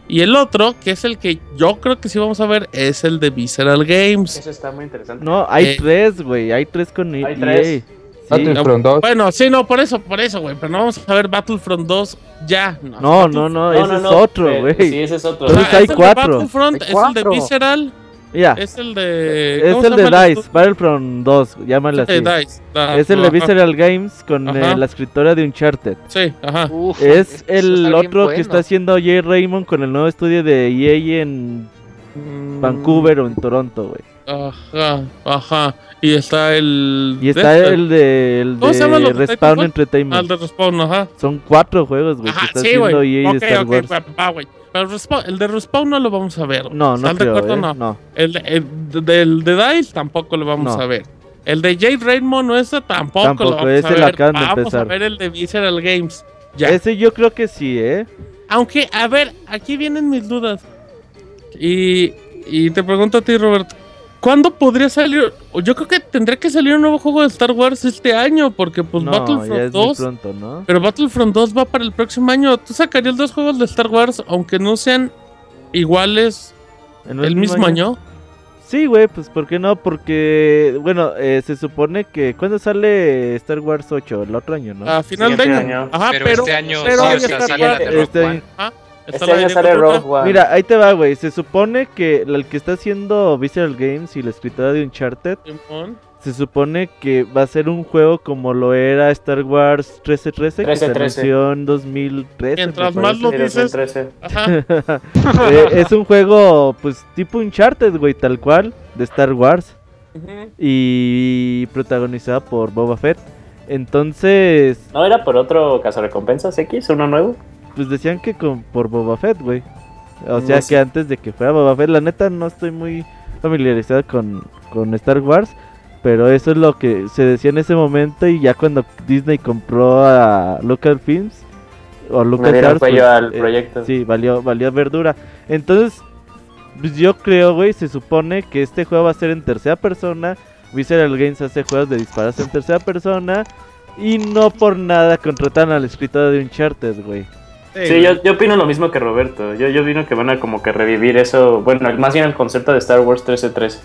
Y el otro, que es el que yo creo que sí vamos a ver, es el de Visceral Games. Eso está muy interesante. No, hay Eh. tres, güey. Hay tres con E Hay EA. tres. Sí. Battlefront 2. Bueno, sí, no, por eso, por eso, güey. Pero no vamos a ver Battlefront 2 ya. No, No, no, no, ese es otro, eh, güey. Sí, ese es otro. O sea, Entonces es hay el de cuatro. Battlefront, Hay es el de cuatro. Visceral, Mira, es el de. es ¿cómo el se de llama el Dice, Battlefront 2, llámale así. estudio? De Dice, da- Es el de ajá, Visceral Games con eh, Ajá. la escritora de Uncharted. Sí, ajá. Uf, Es eso el está bien otro que bueno. está haciendo Jay Raymond con el nuevo estudio de EA E en Mm, Vancouver o en Toronto, güey. Ajá, ajá. Y está el. Y está de- este. el de, el ¿Cómo se llaman de los de Respawn Titanfall? Ah, el Entertainment. de Respawn, ajá. Son cuatro juegos, güey, que Ajá, está sí, güey. haciendo EA E de Ok, Star ok, Wars. va- va, güey. Pero Respawn- el de Respawn no lo vamos a ver. güey. No, no ¿Están de creo, acuerdo o eh, no? no. El, el de- del de Dice tampoco lo vamos No. a ver. El de Jade Raymond, no, ese tampoco, Tampoco, lo vamos ese a lo ver. acaban de vamos empezar. a ver el de Visceral Games. Ya. Ese yo creo que sí, ¿eh? Aunque, a ver, aquí vienen mis dudas. Y, y te pregunto a ti, Roberto. ¿Cuándo podría salir? Yo creo que tendría que salir un nuevo juego de Star Wars este año, porque pues no, ya Battlefront es muy 2 pronto, ¿no? Pero Battlefront 2 va para el próximo año. ¿Tú sacarías dos juegos de Star Wars, aunque no sean iguales En el mismo año? Sí, güey, pues ¿por qué no? Porque, bueno, eh, se supone que... ¿Cuándo sale Star Wars 8? El otro año, ¿no? A final de Siguiente año. año. Ajá, pero, pero, este año pero sí hay o sea, Star sale la de Wars, Rogue este- One. ajá, Ah, está Este la año de sale Diego Luna. Rogue One. Mira, ahí te va, güey. Se supone que el que está haciendo Visceral Games y la escritora de Uncharted, Simón. se supone que va a ser un juego como lo era Star Wars 1313, que se 1313. anunció en 2013. Mientras me más parece. lo Sí, dices. 2013. Ajá. Eh, es un juego, pues, tipo Uncharted, güey, tal cual, de Star Wars. Ujú. Y protagonizada por Boba Fett. Entonces, ¿No era por otro caso recompensas X? ¿Uno nuevo? pues decían que con, por Boba Fett, güey. O sea que No sé. antes de que fuera Boba Fett, la neta no estoy muy familiarizado con, con Star Wars, pero eso es lo que se decía en ese momento y ya cuando Disney compró a Lucasfilms o Me dieron LucasArts, cuello pues, al eh, proyecto. sí, valió, valió verdura. Entonces, pues yo creo, güey, se supone que este juego va a ser en tercera persona. Visceral Games hace juegos de dispararse en tercera persona. Y no por nada contratan al escritor de Uncharted, güey. Sí, yo, yo opino lo mismo que Roberto. Yo, yo opino que van a como que revivir eso. Bueno, más bien el concepto de Star Wars 1313.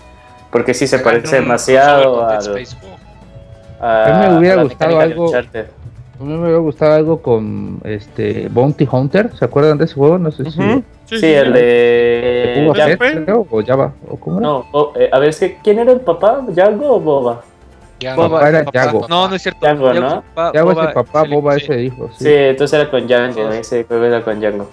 Porque sí se Hagan parece un demasiado crossover con al- Dead Space. Oh, a. A mí me hubiera a la gustado mecánica de algo- Uncharted. A mí me hubiera gustado algo con este Bounty Hunter. ¿Se acuerdan de ese juego? No sé si. Ujú. Sí, el de. ¿Hubo ¿Ya Fett, fue? creo, o Java, o cómo era? No, Bo- eh, a ver, es que ¿quién era el papá? ¿Yago o Boba? Ya, Boba papá, era papá, Yago. papá. No, no es cierto. Django, Yago ¿no? es el papá, Yago es Boba el papá, es el- Boba sí. es el hijo. Sí, Sí. entonces era con Django, Sí. ese juego era con Django.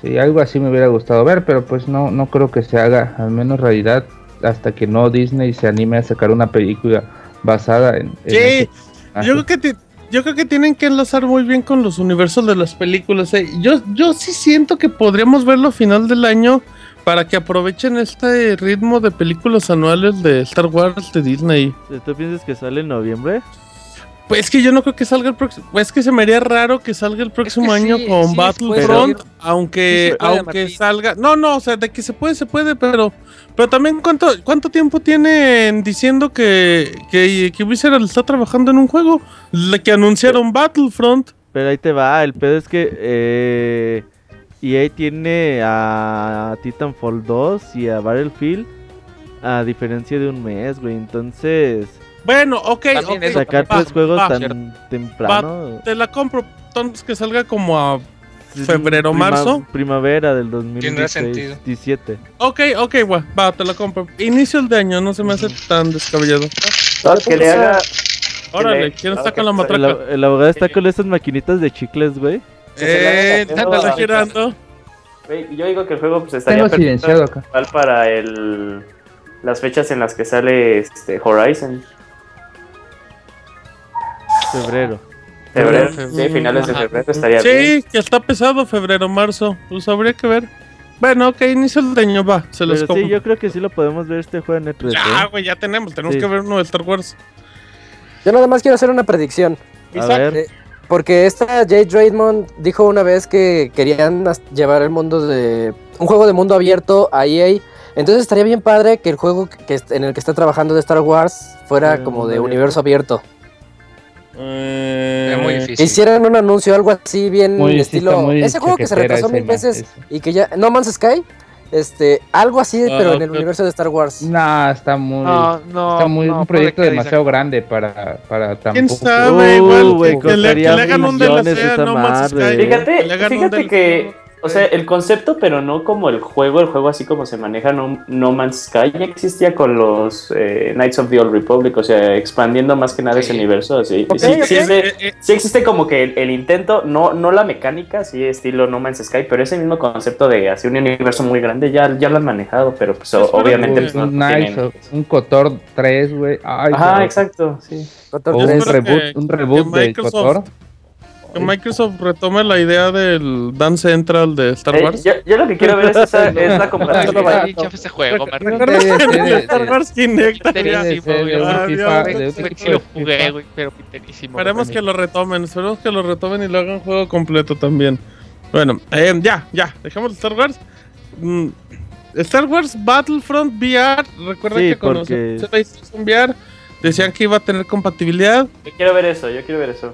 Sí, algo así me hubiera gustado ver, pero pues no, no creo que se haga, al menos realidad, hasta que no Disney se anime a sacar una película basada en. en Sí, ese yo personaje. creo que ti- yo creo que tienen que enlazar muy bien con los universos de las películas. eh. Yo, yo sí siento que podríamos verlo a final del año para que aprovechen este ritmo de películas anuales de Star Wars de Disney. Eh, ¿Tú piensas que sale en noviembre? Pues es que yo no creo que salga el próximo. Es que se me haría raro que salga el próximo sí, año con sí les Battlefront. puede Sí Aunque, se puede, Eh, aunque Martín. salga. No, no, o sea, de que se puede, se puede, pero. Pero también, ¿cuánto, cuánto tiempo tienen diciendo que, que, que Visceral está trabajando en un juego? Le que anunciaron Battlefront. Pero ahí te va, el pedo es que eh, EA tiene a Titanfall 2 y a Battlefield a diferencia de un mes, güey. Entonces, Bueno, ok, También ok, eso sacar va, tres juegos va, tan cierto. temprano. Te la compro. Entonces que salga como a. es febrero, prima- marzo. Primavera del Tendrá sentido. 2017. Ok, ok, va, va, te la compro. Inicios de año, no se me hace tan descabellado. No, que le haga. Órale, le- ¿quién no, está que con la se- El, matraca? ab- el abogado está con esas maquinitas de chicles, güey. Eh, Que se la haga está haciendo girando. Güey, Yo digo que el juego pues estaría Tengo perfecto silenciado acá. igual para el las fechas en las que sale este Horizon. Febrero. Febrero, Febrero, sí, finales de ajá. febrero estaría bien. Sí, que está pesado febrero, marzo. Pues habría que ver. Bueno, ok, inicios de año, va, se los Pero compro. sí, yo creo que sí lo podemos ver este juego en E3. Ya, ¿eh? güey, ya tenemos, tenemos Sí. que ver uno de Star Wars. Yo nada más quiero hacer una predicción. A Isaac, ver, Eh, Porque esta Jade Raymond dijo una vez que querían as- llevar el mundo de un juego de mundo abierto a EA. Entonces estaría bien padre que el juego que est- en el que está trabajando de Star Wars fuera Eh, Fuera como mundo de abierto. universo abierto. eh, Es Eh, muy Que difícil. hicieran un anuncio, algo así bien Muy- sí está estilo. muy ese juego que se chaquetera retrasó esa mil veces imagen, y que ya. No Man's Sky. Este, algo así, Ah, pero en el ok. universo de Star Wars. Nah, está muy. No, Ah, no. está muy, no, un puede proyecto que demasiado grande para, para tampoco. ¿Quién sabe? Uh, igual güey, que, le, que le costaría hagan un millones DLC a esa No Man's madre. Sky. Fíjate, Que le hagan un fíjate DLC. que O sea, el concepto, pero no como el juego, el juego así como se maneja No, no Man's Sky, ya existía con los eh, Knights of the Old Republic, o sea, expandiendo más que nada ese Sí. universo. Así. Ok, sí, sí ok. es de- Eh, eh, sí existe como que el, el intento, no, no la mecánica, sí estilo No Man's Sky, pero ese mismo concepto de así un universo muy grande, ya, ya lo han manejado, pero pues o- fueron obviamente pues, no un, Knights tienen- of- un Cotor 3, güey. Ay, Ajá, no. exacto, sí. Cotor O un tres. Espero reboot, que- un reboot que de Microsoft- Cotor. Que Microsoft retome la idea del Dance Central de Star Eh, Wars. yo, yo lo que quiero ver es, esa, es la Ay, comparativa. ay, chafa ese juego, me Recuerda- recuerda. de- de- de- Star Wars Kinect. de- de- ya. de- de un Adiós. FIFA- Güey, de un güey, tipo sí lo de jugué, FIFA. güey, pero piterísimo. Esperemos que lo retomen, esperemos que lo retomen y lo hagan juego completo también. Bueno, eh, ya, ya, dejamos Star Wars. Mm, Star Wars Battlefront VR, recuerda Sí, que cuando porque- se hizo la instrucción VR decían que iba a tener compatibilidad. Yo quiero ver eso, yo quiero ver eso.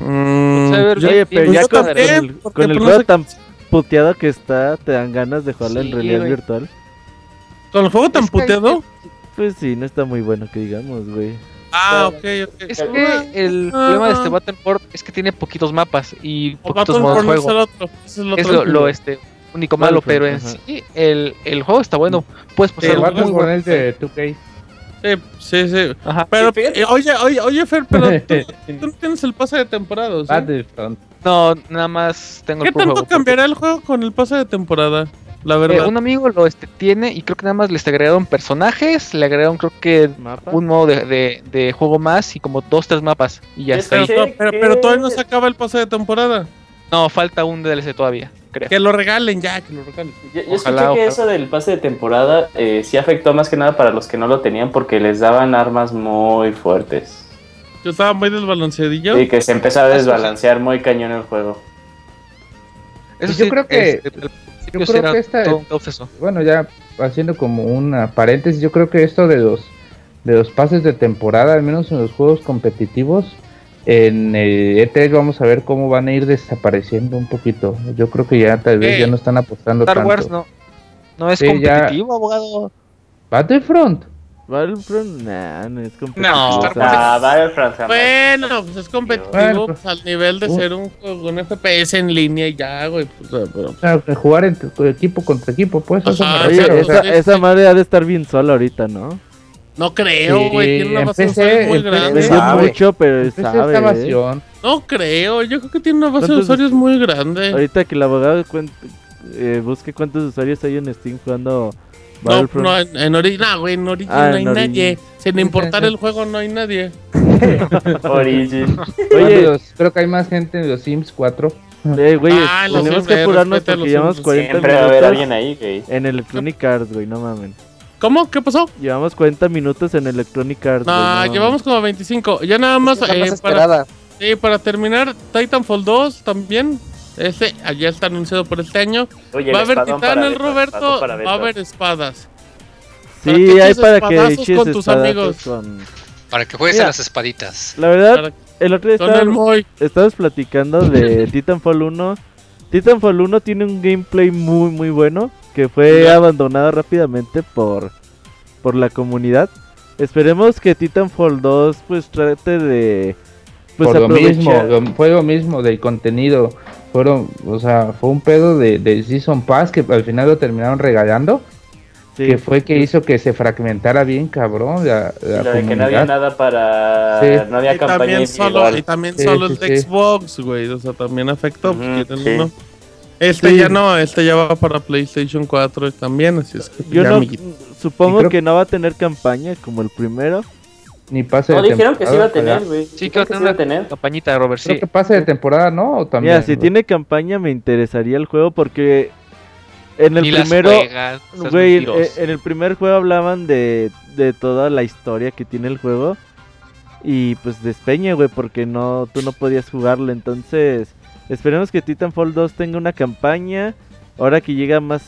Mm, Se ve Yo- Oye, pero pues ya yo con, también, con el, porque con el pues no juego sé- tan puteado que está, te dan ganas de jugarlo en Sí, realidad güey. virtual. Con el juego tan Es que- puteado. Pues sí, no está muy bueno que digamos, güey. Ah, ok, ok. Ah. Es que el problema de este Battleboard es que tiene poquitos mapas y O poquitos modos de Battlefront es el juego. otro. ese Es, el Es otro. lo, lo, este único malo, pero en Battlefront, sí el, el juego está bueno. Puedes pasar El un muy Battlefront buen- es de 2K. Sí, sí, sí. Ajá. Pero, eh, oye, oye, oye, Fer, pero tú, tú no tienes el pase de temporada, ¿sí? Battlefront. No, nada más tengo ¿Qué el puro tanto juego, porque- cambiará el juego con el pase de temporada? La verdad. Eh, un amigo lo este, tiene y creo que nada más les agregaron personajes, le agregaron creo que ¿Mapa? un modo de, de- de juego más y como dos, tres mapas y ya Yo está. pero, ahí. escuché to- pero- que- pero todavía no se acaba el pase de temporada. No, falta un DLC todavía, creo. Que lo regalen ya, que lo regalen. Yo, yo escuché Ojalá, que ojalá. eso del pase de temporada eh, sí afectó más que nada para los que no lo tenían porque les daban armas muy fuertes. Yo estaba muy desbalanceadillo. Y que se empezaba a desbalancear muy cañón el juego. Eso Yo creo que- este, al principio sí creo era que esta- todo un caos eso. Bueno, ya haciendo como una paréntesis, yo creo que esto de los de los pases de temporada, al menos en los juegos competitivos, en eh, el E3 vamos a ver cómo van a ir desapareciendo un poquito. Yo creo que ya tal vez Eh, ya no están apostando Star tanto. Wars no, no es Sí, ya. competitivo, abogado. Battlefront. Battlefront, nah, no es competitivo. No, o sea, Ah, Battlefront jamás. Bueno, pues es competitivo Bueno, pues, al nivel de uh. ser un, juego- un FPS en línea y ya, güey. pues, o sea, pero- ah, Claro, que jugar entre tu equipo contra equipo, pues eso Ajá, me sí, refiero, Oye, o sea, esa, esa madre ha de estar bien sola ahorita, ¿no? Pues, no creo, Sí, güey. Tiene una base de empecé- usuarios muy empecé- grande. Vendió sabe. mucho, pero esa está sabe. ¿eh? vacío. No creo, yo creo que tiene una base de ¿Cuántos- usuarios muy grande. Ahorita que el abogado cuen- eh, busque cuántos usuarios hay en Steam jugando No, Battlefront. no, en, en Origin, ah, güey, en Origin Ah, no en hay Origin. nadie. Sin importar el juego, no hay nadie. Origin. Oye, Amigos, creo que hay más gente en los Sims 4. eh, güey, Ah, los tenemos que hombres, apurarnos respeta a los porque llevamos hombres. 40 Siempre va a haber alguien minutos ahí, güey. en Electronic Arts, güey, no mamen. ¿Cómo? ¿Qué pasó? Llevamos 40 minutos en Electronic Arts. güey, No, mamen. llevamos como 25. Ya nada más, Es la eh, más para, esperada. sí, para terminar, Titanfall 2 también. Este, allá está anunciado por este año. Oye, va a el haber espadón para titanes, Beto, Roberto. espadón para Va a Beto. haber espadas. para que Sí, hay eches para que espadazos eches con tus espadazos amigos. con- Para que juegues Mira. a las espaditas. La verdad, Para- el otro día Con el estábamos- Moy. estabas platicando de Titanfall 1. Titanfall 1 tiene un gameplay muy muy bueno que fue Ya. abandonado rápidamente por por la comunidad. Esperemos que Titanfall 2 pues trate de pues por lo mismo, aprovechar- lo- fue lo mismo del contenido. Fueron, o sea, fue un pedo de, de Season Pass que al final lo terminaron regalando. sí. Que fue que hizo que se fragmentara bien, cabrón. La, Y la lo de que no había comunidad. nada para. Sí. No había Y campaña también solo, y individual. también Sí, solo sí, el de sí. Xbox, güey. O sea, también afectó. Ujú, porque sí. no- Este Sí. ya no, este ya va para PlayStation 4 también. Así es que Yo ya, no amiguito. supongo Y creo- que no va a tener campaña como el primero. Ni pase No de Ah, dijeron que sí iba temporada, a tener, ojalá. güey. Sí, Dijeron creo que que sí iba a una tener. campañita, Robert, pues Creo sí. que pase de temporada, ¿no? O también. Mira, si tiene campaña me interesaría el juego porque en el Ni las primero juegas, seas Güey, en- eh, mentiroso. en el primer juego hablaban de, de toda la historia que tiene el juego. Y pues despeña, güey, porque no, tú no podías jugarlo. Entonces, esperemos que Titanfall 2 tenga una campaña. Ahora que llega a más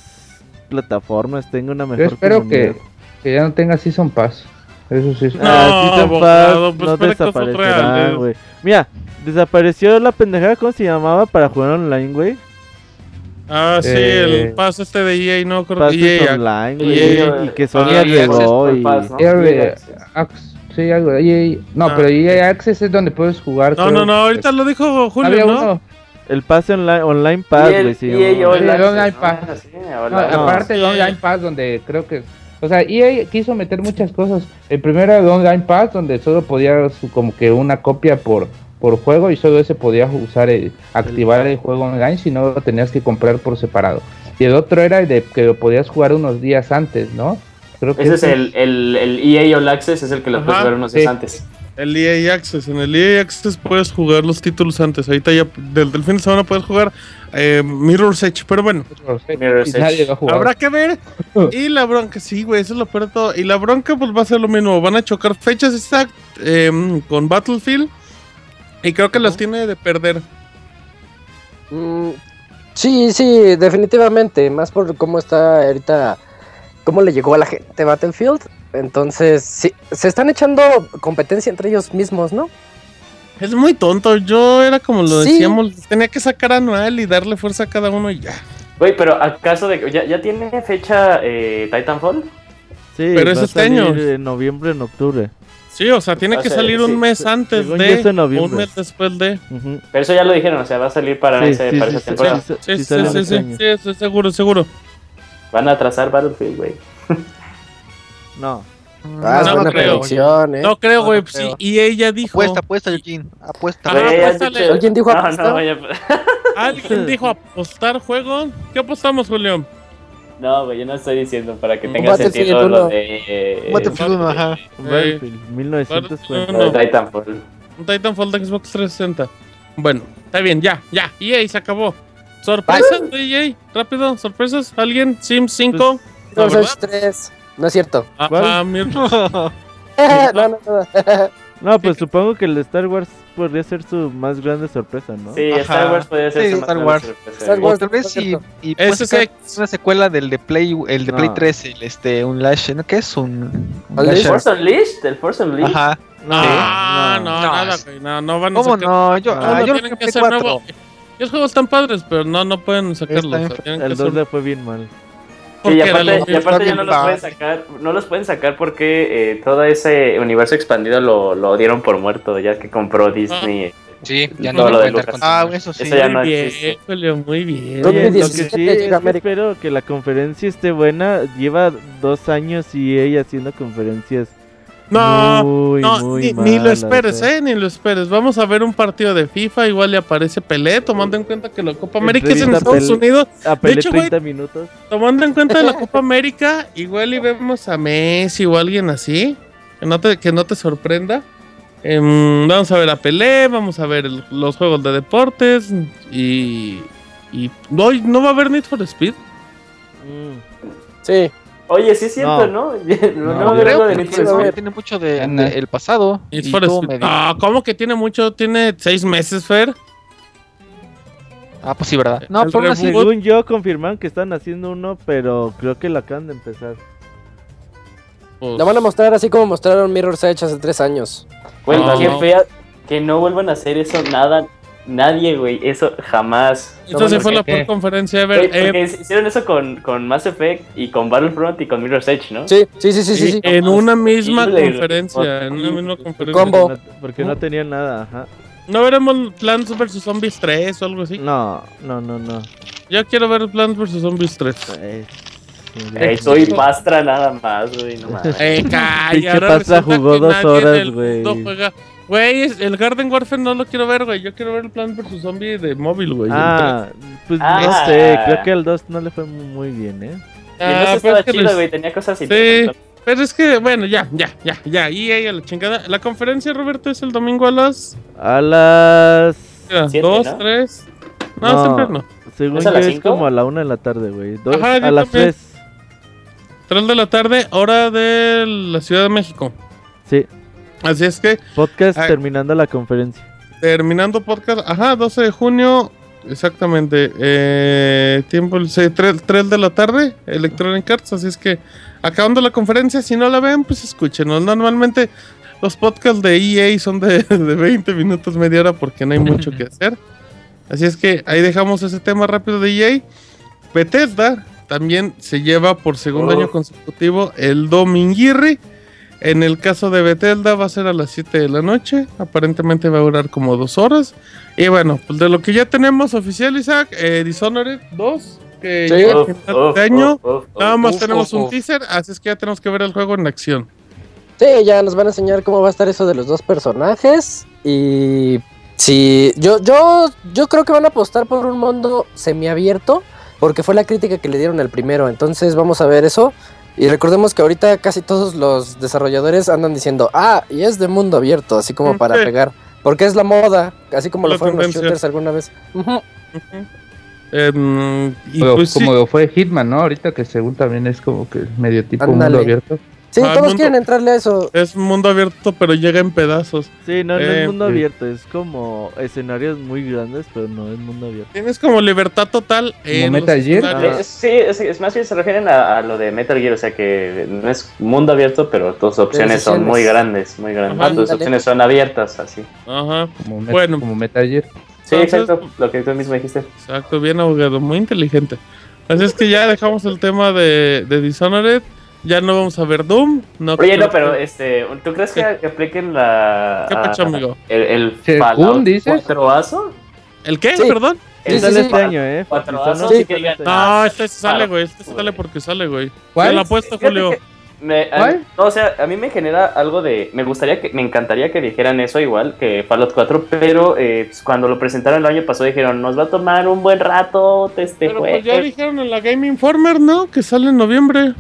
plataformas, tenga una Yo mejor espero que, comunidad. que ya no tenga Season Pass. Eso sí. No, Ah, Titanfall abogado, pues no espera que son desaparecerá, reales. güey. Mira, desapareció la pendejada, ¿cómo se llamaba? Para jugar online, güey. Ah, sí, Eh, el paso este de EA, no creo Pases que E EA. online, Y- güey. Y, que Sony Ah, y arregló. Access y- All Pass, ¿no? Ya, güey. Y Access. Ax- sí, algo. EA. no, Ah. pero EA Access es donde puedes jugar. No, creo. no, no, ahorita lo dijo Julio, Había ¿no? uno. El pase online, online pass, Y el- güey. sí, y no, el no. Sí, Online, Online ¿no? Pass. Así, No, hola. aparte de Online Pass, donde creo que. O sea, EA quiso meter muchas cosas. El primero era el Online Pass, donde solo podía su- como que una copia por, por juego y solo ese podía usar, el- activar el juego online, si no lo tenías que comprar por separado. Y el otro era el de que lo podías jugar unos días antes, ¿no? Creo que Ese es ese- el, el, el EA All Access, es el que lo Ajá, puedes ver unos sí. días antes. El EA Access. En el EA Access puedes jugar los títulos antes. Ahorita ya del, del fin de semana puedes jugar eh, Mirror's Edge. Pero bueno, Mirror's Y nadie lo ha jugado. habrá que ver. Y la bronca, sí, güey, eso es lo peor de todo. Y la bronca, pues va a ser lo mismo. Van a chocar fechas exactas em, con Battlefield. Y creo que las tiene de perder. Mm, sí, sí, definitivamente. Más por cómo está ahorita, cómo le llegó a la gente Battlefield. Entonces, sí, se están echando competencia entre ellos mismos, ¿no? Es muy tonto. Yo era como lo Sí. decíamos, tenía que sacar anual y darle fuerza a cada uno y ya. Güey, pero acaso de que. ¿Ya, ya tiene fecha eh, Titanfall? Sí, Pero va eso a este año. salir En noviembre, en octubre. Sí, o sea, tiene O que sea, salir sí. un mes antes Según yo de. es en noviembre. Un mes después de. Ujú. Pero eso ya lo dijeron, o sea, va a salir para, Sí, ese, sí, para sí, esa sí, temporada. sí, Sí, sí, sale sí, sí, este año. sí, sí, seguro, seguro. Van a atrasar Battlefield, güey. No. Ah, es no buena creo. predicción, ¿eh? No creo, No, güey. pues, no sí, creo. y ella dijo. Apuesta, apuesta, Eugene. Apuesta. Ajá. Güey, has apuéstale. dicho- Ah, ¿Alguien dijo No, pues. apuesta? no, ya- Alguien dijo apostar juego. ¿Qué apostamos, Julio? no, güey, yo no estoy diciendo para que Un tenga Battlefield sentido uno. lo de. eh, Battlefield uno, ajá. Battlefield, 1940. lo de uno. Titanfall. Un Titanfall de Xbox 360. Bueno, está bien, ya, ya. EA se acabó. Sorpresas de EA. Rápido, sorpresas. ¿Alguien? Sim 5. No, ¿verdad? sois Pues, tres. No es cierto. Ah, ¿cuál? ah, mira. no, no, no. No, pues supongo que el de Star Wars podría ser su más grande sorpresa, ¿no? Sí, Ajá. Star Wars podría ser Sí, su Star más Wars. grande sorpresa, Star güey. O Wars. tal vez si y Ese puedes sacar es- una secuela del de Play, el de No. Play 3, el este, un Lash, ¿no? ¿Qué es un, un Unleashed. ¿El Lash? Force Unleashed? ¿El Force Unleashed? Ajá. No, no, no, nada, es- güey. No, no van a ¿Cómo sacar. no? Yo, No, ah, yo no lo tienen compré que hacer 4. nuevo. Los juegos están padres, pero no, no pueden sacarlos. Está o sea, tienen que El hacer- 2 le fue bien mal. porque Sí, y era aparte, lo y aparte ya bien no los pueden padre. sacar, no los pueden sacar porque eh, todo ese universo expandido lo, lo dieron por muerto, ya que Ah. compró Disney. eh, Sí, ya Todo no lo lo de a contar Lucas. con Ah, eso sí. Eso ya no Muy bien, existe. Julio, muy bien. Oye, Oye, lo que 17 sí es que América. espero que la conferencia esté buena. Lleva dos años y ella haciendo conferencias. No, muy, no, muy ni, ni lo malas, esperes, eh, ni lo esperes. Vamos a ver un partido de FIFA, igual le aparece Pelé, tomando en cuenta que la Copa América es en Entrevista a Estados Pelé. Unidos, Ah, A Pelé hecho, güey- 30 minutos. tomando en cuenta la Copa América, igual y vemos a Messi o alguien así, que no te, que no te sorprenda. Em, vamos a ver a Pelé, vamos a ver el- los juegos de deportes y... y no, y no va a haber Need for Speed. Mm, Sí. Oye, sí es cierto, ¿no? No. No, No, no, creo algo Creo de que Need for tiene- Speed. tiene mucho de, de el pasado. Need y for todo Speed. medio- Ah, ¿cómo que tiene mucho? Tiene seis meses, Fer. Ah, pues sí, ¿verdad? No, El pero aún así. reboot. Según yo, confirmaron que están haciendo uno, pero creo que lo acaban de empezar. Pues, La van a mostrar así como mostraron Mirror's Edge hace tres años. Güey, No, qué Ah, no. fea que no vuelvan a hacer eso nada, nadie, güey, eso jamás. Esta sí No, fue la ¿qué? peor conferencia Güey, ever. Eh, porque hicieron eso con, con Mass Effect y con Battlefront y con Mirror's Edge, ¿no? Sí, sí, sí, sí, sí. sí. en una misma Híjole, conferencia. En una misma conferencia. Combo. Porque no- Porque no tenían nada, ajá. No veremos Plants vs Zombies 3 o algo así. No, no, no, no. Yo quiero ver Plants vs Zombies 3. Eh, sí, Eh, soy pastra nada más, güey, no mames. Eh, calla. Pinche ahora Pasta resulta jugó que dos nadie horas, en el güey. mundo juega. Güey, es- el Garden Warfare no lo quiero ver, güey. Yo quiero ver el Plants vs Zombies de móvil, güey. Ah, pues Ah. no sé, creo que al 2 no le fue mu- muy bien, ¿eh? Y no Ah, se pero estaba es que chido, les- güey, tenía cosas Sí. interesantes. Pero es que, bueno, ya, ya, ya, ya. Y ahí a la chingada. La conferencia, Roberto, es el domingo a las A las... mira, Siete, dos, ¿no? tres. No, No. siempre no. Según ¿Es a yo las es cinco? como a la 1 de la tarde, güey. Dos- Ajá, yo A las también. 3. 3 de la tarde, hora de la Ciudad de México. Sí, Así es que, podcast Ah. terminando la conferencia. terminando podcast, ajá, 12 de junio, exactamente, eh, tiempo, 3, de la tarde, Electronic Arts, así es que, acabando la conferencia, si no la ven, pues escúchenos, normalmente los podcasts de EA son de, de 20 minutos, media hora, porque no hay mucho que hacer, así es que ahí dejamos ese tema rápido de E EA, Bethesda también se lleva por segundo Oh. año consecutivo el Dominguirri, En el caso de Betelda va a ser a las 7 de la noche. Aparentemente va a durar como dos horas. Y bueno, pues de lo que ya tenemos oficial, Isaac, eh, Dishonored 2, que Sí. llega a Uf, final uf, de año. uf, uf, uf. Nada más Uf, tenemos uf, un uf. teaser, así es que ya tenemos que ver el juego en acción. Sí, ya nos van a enseñar cómo va a estar eso de los dos personajes. Y sí, yo, yo, yo creo que van a apostar por un mundo semiabierto, porque fue la crítica que le dieron al primero. Entonces vamos a ver eso. Y recordemos que ahorita casi todos los desarrolladores andan diciendo, ah, y es de mundo abierto, así como para Sí. pegar. Porque es la moda, así como La lo fueron los tendencia. shooters alguna vez. Ujú. Em, y Pero pues sí, como fue Hitman, ¿no? Ahorita que según también es como que medio tipo Ándale. mundo abierto. Sí, Ah, todos mundo- quieren entrarle a eso. es mundo abierto, pero llega en pedazos. Sí, no, no Eh, es mundo sí. abierto, es como escenarios muy grandes, pero no es mundo abierto. Tienes como libertad total en los Metal Gear. escenarios. Ah. Es- Sí, es, es más bien se refieren a, a lo de Metal Gear, o sea que no es mundo abierto, pero tus opciones son decisiones. muy grandes, muy grandes. Ajá, tus ándale. opciones son abiertas, así. Ajá. Como, met- Bueno. como Metal Gear. Sí, Entonces- exacto, lo que tú mismo dijiste. Exacto, bien abogado, muy inteligente. Así es que ya dejamos el tema de, de Dishonored. Ya no vamos a ver Doom. No Oye, creo no, pero que- este, ¿tú crees que, que apliquen la... ¿Qué a- pacho, amigo? El, el ¿Según Fallout dices? 4-azo? ¿El qué? Sí. Perdón. Sí, Sí, sí, El sale sí. este año, ¿eh? Cuatro Porque son vasos, los sí, que que salen No, Ah, este sí sale, claro, güey. Este sí güey. sale porque sale, güey. Te lo ¿Cuál? apuesto, Fíjate Julio. que me- a- ¿Cuál? no, o sea, a mí me genera algo de. Me gustaría que. Me encantaría que dijeran eso igual que Fallout 4, pero eh, pues, cuando lo presentaron el año pasado dijeron, nos va a tomar un buen rato este Pero juego. pues ya dijeron en la Game Informer, ¿no? Que sale en noviembre.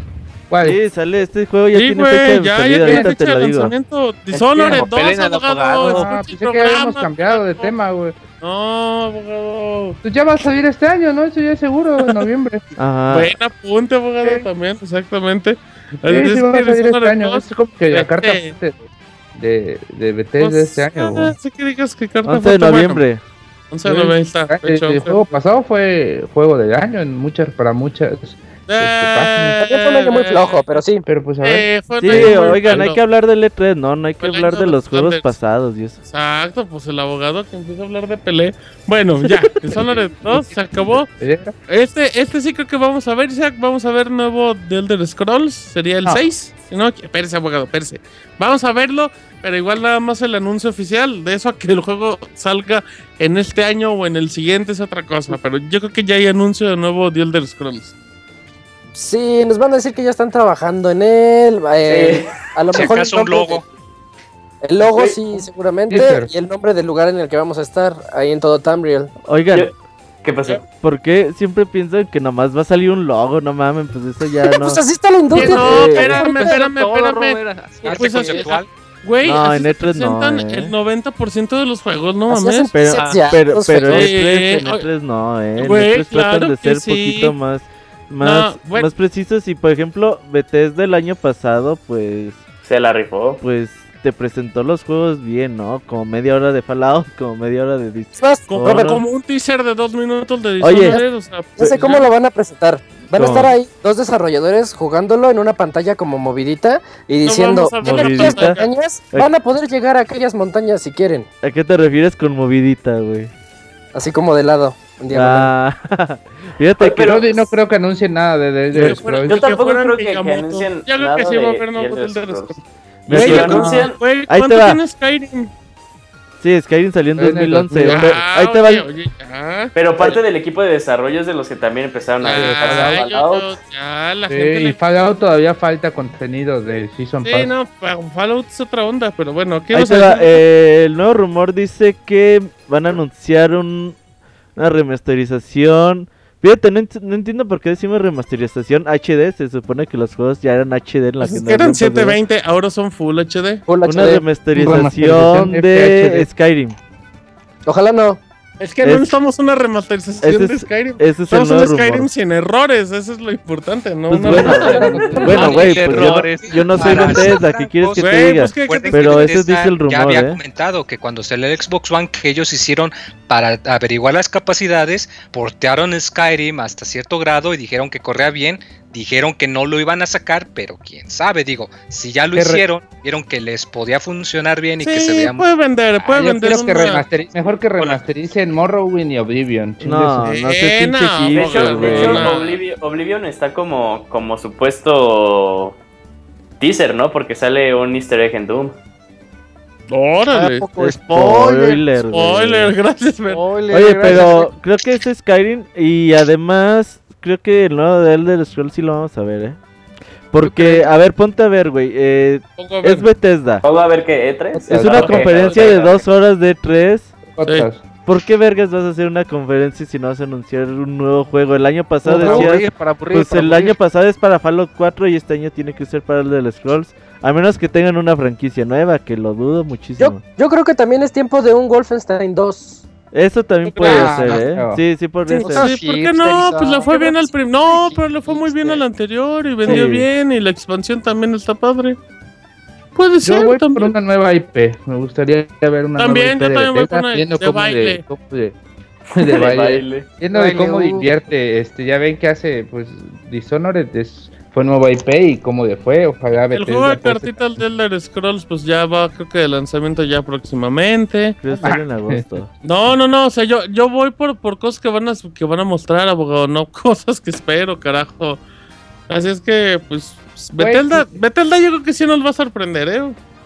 ¿Cuál? Sí, sale este juego, ya Sí, tiene fecha güey. de Ya, salida, ya tiene ahorita fecha te de lo digo. lanzamiento. Dishonored 2, pelen al abogado. abogado. Ah, escucha pensé el que habíamos programa. cambiado de tema, güey. No, abogado. Pues ya va a salir este año, ¿no? Eso ya es seguro, en noviembre. Ajá. Buen apunte, abogado, también, exactamente. Así Ah. Sí, es sí, va que a salir este Dishonored este, año. 2, Es como que la carta este, Vete. fuerte de, de Bethesda pues, este año, ah, güey. sé que digas que carta 11 de fuerte, bueno. noviembre. 11 de noviembre, ahí está. Ah, El, fecha el 11. juego pasado fue juego del año en muchas, para muchas. Eh, pues, También fue un año muy flojo, pero sí. Pero pues a ver. Eh, fue un Sí, año muy oigan, hay malo. que hablar del E3, no, no hay que Fue el hablar año de de los los juegos Thunders. pasados y eso. Exacto, pues el abogado que empieza a hablar de Pelé. Bueno, ya, Dishonored 2 se acabó. eh, Este, este sí creo que vamos a ver, Isaac. Vamos a ver nuevo de Elder Scrolls. Sería el No. 6. Si no, que- espérese, abogado, espérese. Vamos a verlo, pero igual nada más el anuncio oficial. De eso a que el juego salga en este año o en el siguiente es otra cosa. Pero yo creo que ya hay anuncio de nuevo de Elder Scrolls. Sí, nos van a decir que ya están trabajando en él. eh, A lo Si mejor acaso el un nombre- logo. El logo Sí. sí, seguramente. Teasers. Y el nombre del lugar en el que vamos a estar, ahí en todo Tamriel. Oigan, Yo- ¿Qué pasó? ¿por qué siempre piensan que nomás va a salir un logo? No mamen, pues eso ya no. Pues así está la No, industria. espérame, espérame, espérame. Arte Pues, conceptual. Güey, No, así en se E3 no, presentan eh. el 90% de los juegos, no Así hacen mames. Pero- presencia, pero, los pero feos. el Sí, E3, en oye. E3 no, eh. En eh, Güey, E3 tratan claro de que ser sí. poquito más, más, No, bueno. más precisos. Y por ejemplo, Bethesda del año pasado, pues, Se la rifó. pues te presentó los juegos bien, ¿no? Como media hora de Fallout, como media hora de Dis- Es más, Como, Ahora- Robert, como un teaser de dos minutos de Oye. Dishonored, o sea, pues, no sé cómo lo van a presentar. Van a No. estar ahí dos desarrolladores jugándolo en una pantalla como movidita y diciendo, vamos a ver "Ven aquí a las movidita". montañas, Eh. van a poder llegar a aquellas montañas si quieren. ¿A qué te refieres con movidita, güey? Así como de lado, en diagonal. Ah, fíjate Oye, que pero- no, no creo que anuncien nada de, de, de Yo fuera- Scrolls. Yo que tampoco fueran creo que, que Miyamoto. anuncien. Yo creo nada que sí va a de haber Pues, una Elder Elder Scrolls. Scrolls. me Güey, suena- yo no. anuncian- güey, Ahí te ¿cuánto va. tiene Skyrim? Sí, Skyrim salió en En el 2011. 2000. pero Ah, ahí te va oye, el- oye, ya. Pero parte del equipo de desarrollo es de los que también empezaron a Ya, desarrollar yo- Fallout. yo- ya, la Sí, gente y le- Fallout todavía falta contenido de Season Sí, Pass. no, fa- Fallout es otra onda, pero bueno, ¿qué Ahí vas te a va, decir? eh, el nuevo rumor dice que van a anunciar un- una remasterización. Fíjate, no, ent- no entiendo por qué decimos remasterización HD. Se supone que los juegos ya eran HD en la Pues es generación que eran pasada. 720, ahora son Full HD. Full Una HD. remasterización Remasterización de FHD. Skyrim. Ojalá no. Es que no Es- necesitamos una remasterización ese de es- Skyrim. Ese es el Estamos un nuevo Skyrim rumor. sin errores, eso es lo importante, ¿no? Pues Una bueno, remasterización. bueno, güey, pues yo, errores. yo no soy Para Bethesda, hacer ¿qué quieres que Güey, te diga? pues, ¿qué- qué Recuerden te- Pero que ese Bethesda dice el rumor, Ya había ¿eh? comentado que cuando salió el Xbox One que ellos hicieron para averiguar las capacidades, portearon Skyrim hasta cierto grado y dijeron que corría bien. Dijeron que no lo iban a sacar, pero quién sabe, digo, si ya lo Que re- hicieron, vieron que les podía funcionar bien y que se Sí, pues, veía puede vender, puede Ah, yo vender creo que una- remasteriz- mejor que remastericen Morrowind y Oblivion. chingue No, Pues no su- Sí, sé, pinche no, De hipster, Ojalá, hecho, de güey. hecho ojalá. Oblivion, Oblivion está como, como supuesto teaser, ¿no? Porque sale un easter egg en Doom. Órale. Ah, poco spoiler. güey. Spoiler, gracias, Fer. spoiler, Oye, gracias, pero creo que este es Skyrim y además creo que el nuevo de Elder Scrolls sí lo vamos a ver, ¿eh? Porque, a ver, ponte a ver, güey. eh, Pongo a ver. es Bethesda. ¿Vamos a ver E qué? ¿E3? Es Bethesda, una ok, conferencia de dos horas de tres. Podcast. ¿Por qué vergas vas a hacer una conferencia si no vas a anunciar un nuevo juego? El año pasado para decías... aburrir, para aburrir, Pues para el aburrir. año pasado es para Fallout 4 y este año tiene que ser para el del Scrolls. A menos que tengan una franquicia nueva, que lo dudo muchísimo. Yo, yo creo que también es tiempo de un Wolfenstein 2. Eso también Yo puede creo- ser, ¿eh? no. Sí, sí podría Sí, ser. Ah, no, Sí, ¿por qué Hipster, no? Isa. Pues le fue bien al prim... No, pero le fue muy bien Hipster. al anterior y vendió Sí. bien y la expansión también está padre. Puede Yo ser voy por también. una nueva IP. Me gustaría ver una También, yo nueva IP. también voy Bethesda, por una viendo de cómo baile. cómo de- de De baile. baile. Viendo de Baile, cómo uh. divierte. Este, ya ven que hace, pues, Dishonored es, fue nueva IP y cómo le fue. Ojalá El Bethesda pues, juego de pueda- cartitas de Elder Scrolls, pues ya va, creo que de lanzamiento ya próximamente. Creo que sale en agosto. No, no, no, o sea, yo, yo voy por, por cosas que van, a, que van a mostrar, abogado, no cosas que espero, carajo. Así es que, pues, Güey, Betelda, pues- Betelda yo creo que sí nos va a sorprender, ¿eh?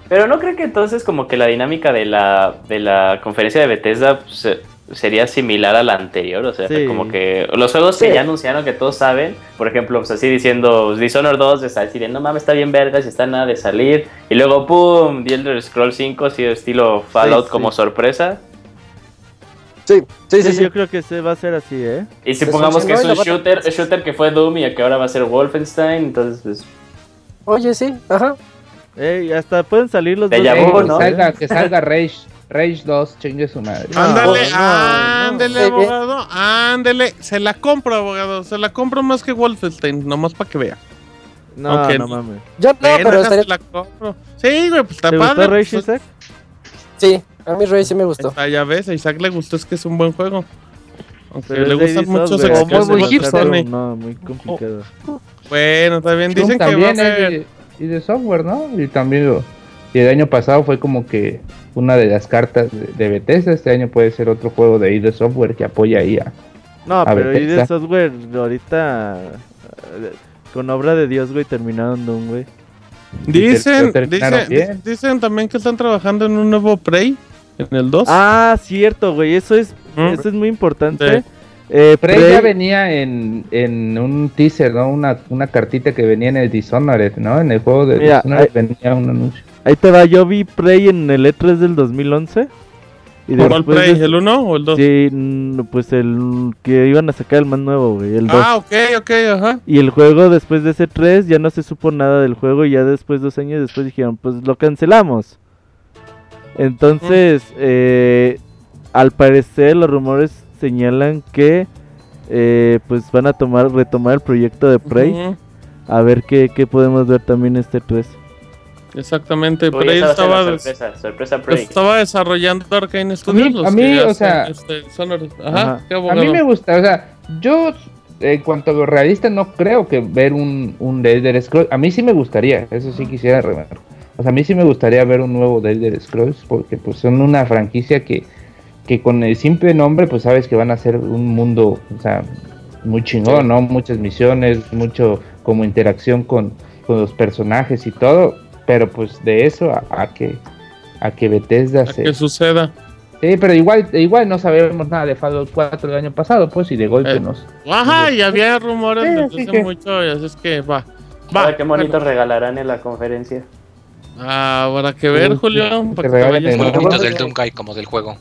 Pero no creo que entonces como que la dinámica de la, de la conferencia de Bethesda pues, se- sería similar a la anterior. O sea, Sí. como que los juegos que ya anunciaron que todos saben, por ejemplo, pues así diciendo pues, Dishonored 2, de salir, no mames, está bien verga, si está nada de salir. Y luego, ¡pum! The Elder Scrolls 5, así de estilo Fallout sí. como sorpresa. Sí, sí, Sí, yo creo que se va a ser así, ¿eh? Y si Es un pongamos que es chingón, un la verdad. shooter, shooter que fue Doom y que ahora va a ser Wolfenstein, entonces pues... Oye, sí, ajá. Ey, hasta pueden salir los De dos ya Eh, Vu, juegos, que ¿no? ¿eh? salga, que salga Rage. Rage 2, chingue su madre. Ándale, no, ándale, no. abogado, ándale. Se la compro, abogado, se la compro más que Wolfenstein, nomás para que vea. No, Ok. no mames. Yo no, Ven, pero acá estaría... se la compro. Sí, güey, pues está ¿Te gustó padre. Rage pues, Isaac? Sí, a mí Rey sí me ahí gustó. está, ya ves, a Isaac le gustó, es que es un buen juego. Aunque Pero le es de gustan Ubisoft, muchos güey, exclusivos Como muy de alcanzar hipster, Sony. un- No, muy complicado. Bueno, también Doom dicen que va a Ah, también ser... es de- y de software, ¿no? Y también lo- y el año pasado fue como que una de las cartas de, de Bethesda. Este año puede ser otro juego de ID Software que apoya ahí a No, A pero ver, ID está. Software ahorita... eh, Con obra de Dios, güey, terminaron Doom, güey. Dicen, Lo terminaron dicen, bien. dicen también que están trabajando en un nuevo Prey, en el 2. Ah, cierto, güey, eso es Ujú. Eso es muy importante. Sí. Eh, Prey Prey- ya venía en, en un teaser, ¿no? Una, una cartita que venía en el Dishonored, ¿no? En el juego de Mira, Dishonored venía un anuncio. ahí te va, yo vi Prey en el E3 del 2011. Y ¿Cuál después Prey? de- ¿El 1 o el 2? Sí, mm, pues el que iban a sacar el más nuevo, güey, el 2. ah, ok, ok, ajá. Y el juego después de ese 3 ya no se supo nada del juego y ya después, dos años después dijeron, pues lo cancelamos. Entonces, eh, al parecer los rumores señalan que eh, pues van a tomar retomar el proyecto de Prey. Ujú, A ver qué, qué podemos ver también este 3. Exactamente, Uy, Prey esa va a ser la estaba, des- sorpresa, sorpresa Prey. estaba desarrollando Arcane Studios. mí- los a que mí, o hacen, sea- este, Sonor- ajá, Ajá. qué A mí abogado. me gusta, o sea, yo en cuanto a lo realista no creo que ver un, un The Elder Scrolls, a mí sí me gustaría, eso sí quisiera remarcar. O sea, a mí sí me gustaría ver un nuevo The Elder Scrolls porque pues son una franquicia que, que con el simple nombre pues sabes que van a ser un mundo, o sea, muy chingón, ¿no? Muchas misiones, mucho como interacción con, con los personajes y todo, pero pues de eso a, a que a que Bethesda A que suceda. Sí, pero igual, igual no sabemos nada de Fallout 4 del año pasado, pues, y de golpe Eh, nos... Ajá, y había rumores Sí, desde así hace que- mucho, y así es que va. Va, Ahora qué bonitos regalarán en la conferencia. Ah, habrá que ver, Sí, Julio. que para que te regalen vayas el Muy a- Pero bonitos bueno, del ya. Doom Guy como del juego.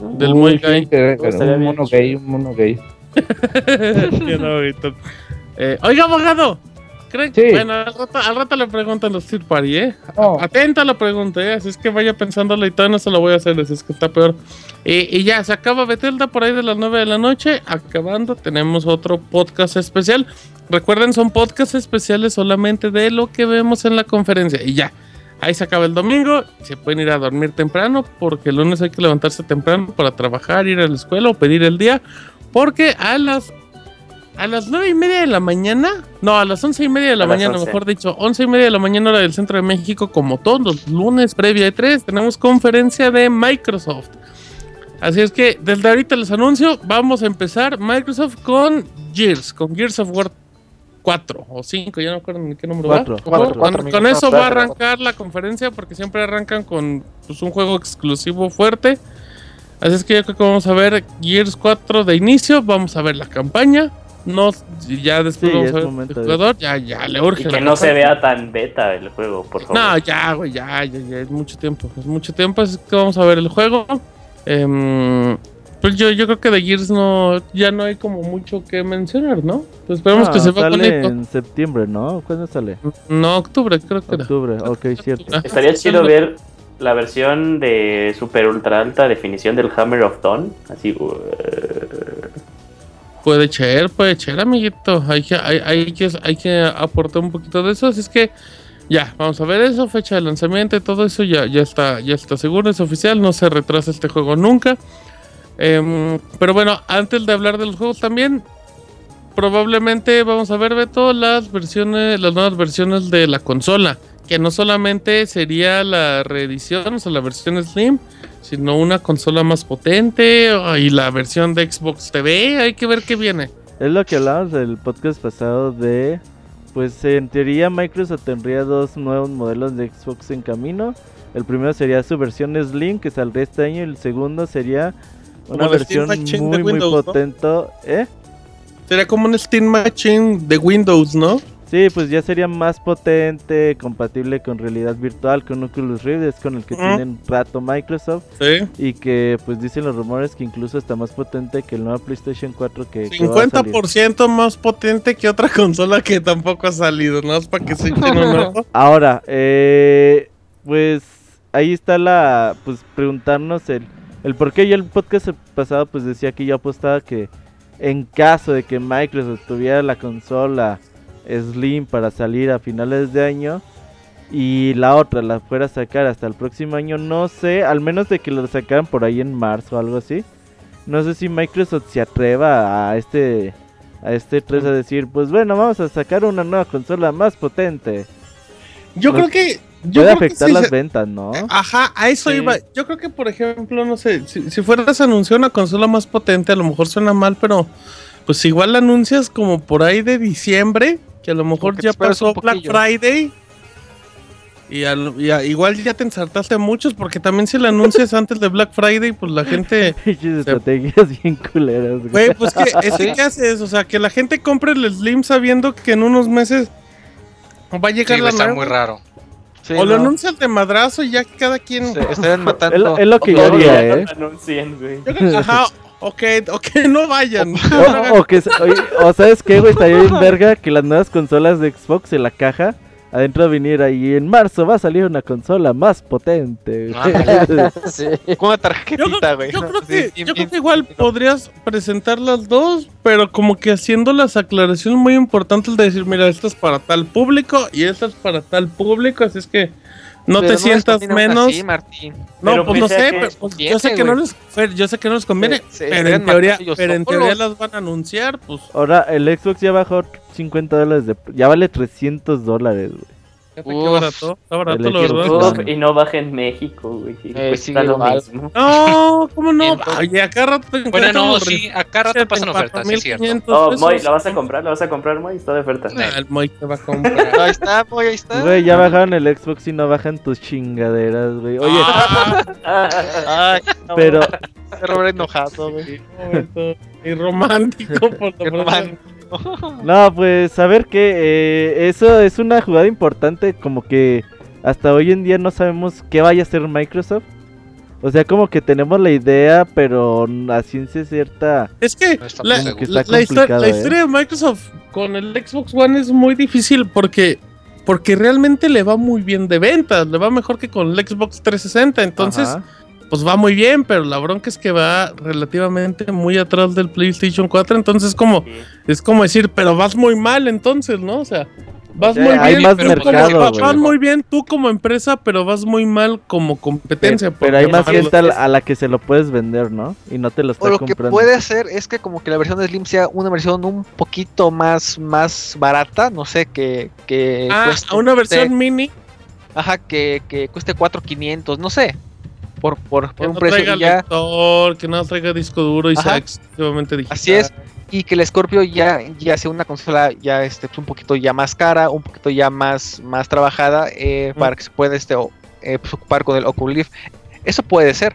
Del muy Uh, gay. pero Estaría un bien mono chido. gay, un mono gay. Bien ahorita. Eh, oiga, abogado. ¿Creen que Sí. Bueno, al rato, al rato le preguntan los Steel Party, ¿eh? No, Atenta a la pregunta, ¿eh? Así es que vaya pensándolo y todavía no se lo voy a hacer, así es que está peor. Y, y ya, se acaba Betelda por ahí de las 9 de la noche. Acabando, tenemos otro podcast especial. Recuerden, son podcasts especiales solamente de lo que vemos en la conferencia. Y ya, ahí se acaba el domingo. Se pueden ir a dormir temprano porque el lunes hay que levantarse temprano para trabajar, ir a la escuela o pedir el día. Porque a las a las nueve y media de la mañana, no, a las once y media de la A las mañana, 11. mejor dicho, once y media de la mañana hora del centro de México, como todos los lunes previa de 3 tenemos conferencia de Microsoft. Así es que desde ahorita les anuncio, vamos a empezar Microsoft con Gears, con Gears of War 4 o 5, ya no me acuerdo ni qué número Cuatro, va. cuatro. Con- Cuatro, con, amigo. eso Cuatro, va a cuatro. arrancar la conferencia porque siempre arrancan con pues, un juego exclusivo fuerte. Así es que yo creo que vamos a ver Gears 4 de inicio, vamos a ver la campaña. No, ya después Sí, vamos es a ver momento el de- jugador, ya, ya le urge. Y la que no se campaña. vea tan beta el juego, por favor. No, ya, güey, ya, ya, ya, es mucho tiempo. Es mucho tiempo, así que vamos a ver el juego. Em, pues yo, yo creo que de Gears no, ya no hay como mucho que mencionar, ¿no? Pues esperemos Ah, que se va con sale eco. en septiembre, ¿no? ¿Cuándo sale? No, octubre, creo que era. Ah. Octubre, ok, cierto. Ajá. Estaría chido ver la versión de super ultra alta definición del Hammer of Dawn. Así. uh, Puede ser, puede ser, amiguito. Hay que, hay, hay que, hay que aportar un poquito de eso. Así es que ya, vamos a ver eso, fecha de lanzamiento, y todo eso ya, ya está, ya está seguro, es oficial, no se retrasa este juego nunca. Em, pero bueno, antes de hablar de los juegos también, probablemente vamos a ver Beto las versiones, las nuevas versiones de la consola. Que no solamente sería la reedición, o sea, la versión Slim, sino una consola más potente o- y la versión de Xbox TV. Hay que ver qué viene. Es lo que hablábamos del podcast pasado de... Pues en teoría Microsoft tendría dos nuevos modelos de Xbox en camino. El primero sería su versión Slim que saldría este año y el segundo sería una Como la Steam versión Machine de muy muy Windows, ¿no? potente. ¿Eh? Sería como un Steam Machine de Windows, ¿no? Sí, pues ya sería más potente, compatible con realidad virtual, con Oculus Rift, es con el que Ujú. tienen rato Microsoft Sí. y que pues dicen los rumores que incluso está más potente que el nuevo PlayStation 4 que, que va a salir. 50% más potente que otra consola que tampoco ha salido, ¿no? Es para que se echen un ojo. Ahora, eh, pues ahí está la, pues preguntarnos el, el por qué yo el podcast pasado pues decía que yo apostaba que en caso de que Microsoft tuviera la consola Slim para salir a finales de año y la otra la fuera a sacar hasta el próximo año, no sé, al menos de que lo sacaran por ahí en marzo o algo así, no sé si Microsoft se atreva a este... A este 3 a decir, pues bueno, vamos a sacar una nueva consola más potente. Yo Pues, creo que. Yo Puede creo que afectar sí las se- Ah, ventas, ¿no? Ajá, a eso Sí. iba. Yo creo que, por ejemplo, no sé, si, si fueras a anunciar una consola más potente, a lo mejor suena mal, pero pues igual la anuncias como por ahí de diciembre, que a lo mejor que te ya esperas un pasó Black poquillo. Friday. Y, al- y a- igual ya te ensartaste a muchos, porque también si la anuncias antes de Black Friday, pues la gente. Pinches estrategias bien culeras, güey. Güey, pues que, es que ¿qué haces? O sea, que la gente compre el Slim sabiendo que en unos meses va a Sí, llegar güey, la está nueva. muy raro. Sí, o lo no, anuncias de madrazo y ya cada quien. se estarían Es lo- matando. es lo que yo todo haría, ya ¿eh? lo anuncian, güey. Yo creo que, ajá, o que, o que no vayan. O, o que, se- oye, o sabes qué, güey, estaría bien verga que las nuevas consolas de Xbox en la caja adentro viniera ahí en marzo va a salir una consola más potente. Ah, güey. Sí. Con una Yo, tarjetita, creo- güey. yo creo Sí, que, bien, yo creo bien. que igual podrías presentar las dos, pero como que haciendo las aclaraciones muy importantes de decir, mira, esta es para tal público y esta es para tal público, así es que no Pero te es sientas también aún menos. así, Martín. no, Pero pues no pese a sé, que pero, pues, yo sé conviene, que no güey. les, Fer, yo sé que no les conviene, Se- se pero, en deberían teoría, matar ellos pero en solos. teoría las van a anunciar, pues. Ahora el Xbox ya bajó 50 dólares, de, ya vale 300 dólares, güey. Fíjate qué Uf, barato, está barato, el la equipo. verdad. Bueno. Uf, y no baja en México, güey. sí, Eh, cuesta sí, lo igual. mismo. No, ¿cómo no? Entonces- Oye, acá rato te Bueno, no, encuentras sí, acá rato pasan ofertas, sí es cierto. 4,500 Oh, pesos. Moy, ¿la vas a comprar? ¿La vas a comprar, Moy? Está de oferta. Ah, el Moy te va a comprar. Ahí está, güey, ahí está. Güey, Ah. ya bajaron el Xbox y no bajan tus chingaderas, güey. Oye, Ah, Ah, ah, ah. Ay, no, pero se Robert enojado, güey. y romántico por Qué lo menos. No, pues a ver qué. eh, eso es una jugada importante, como que hasta hoy en día no sabemos qué vaya a hacer Microsoft. O sea, como que tenemos la idea, pero a ciencia cierta. Es que No está la, muy seguro. Está la- la historia, complicado, la ¿eh? historia de Microsoft con el Xbox One es muy difícil porque porque realmente le va muy bien de ventas, le va mejor que con el Xbox 360, entonces Ajá. pues va muy bien, pero la bronca es que va relativamente muy atrás del PlayStation 4, entonces como Sí. es como decir, pero vas muy mal entonces, ¿no? O sea, vas Ya muy hay bien, más tú como- mercado, vas, güey. vas muy bien tú como empresa, pero vas muy mal como competencia. Pero hay porque más no- gente a la, a la que se lo puedes vender, ¿no? Y no te lo O está lo que comprando. puede hacer es que como que la versión de Slim sea una versión un poquito más, más barata, no sé, que, que Ah, cueste- a una versión mini Ajá, que, que cueste 4.500, no sé. Por, por, que por no un precio traiga y ya. lector, que no traiga disco duro y Ajá. sea excesivamente digital. Así es. y que el Scorpio ya, ya sea una consola ya este, pues, un poquito ya más cara, un poquito ya más, más trabajada eh, para que se pueda este, o- eh, pues, ocupar con el Oculus Rift. Eso puede ser.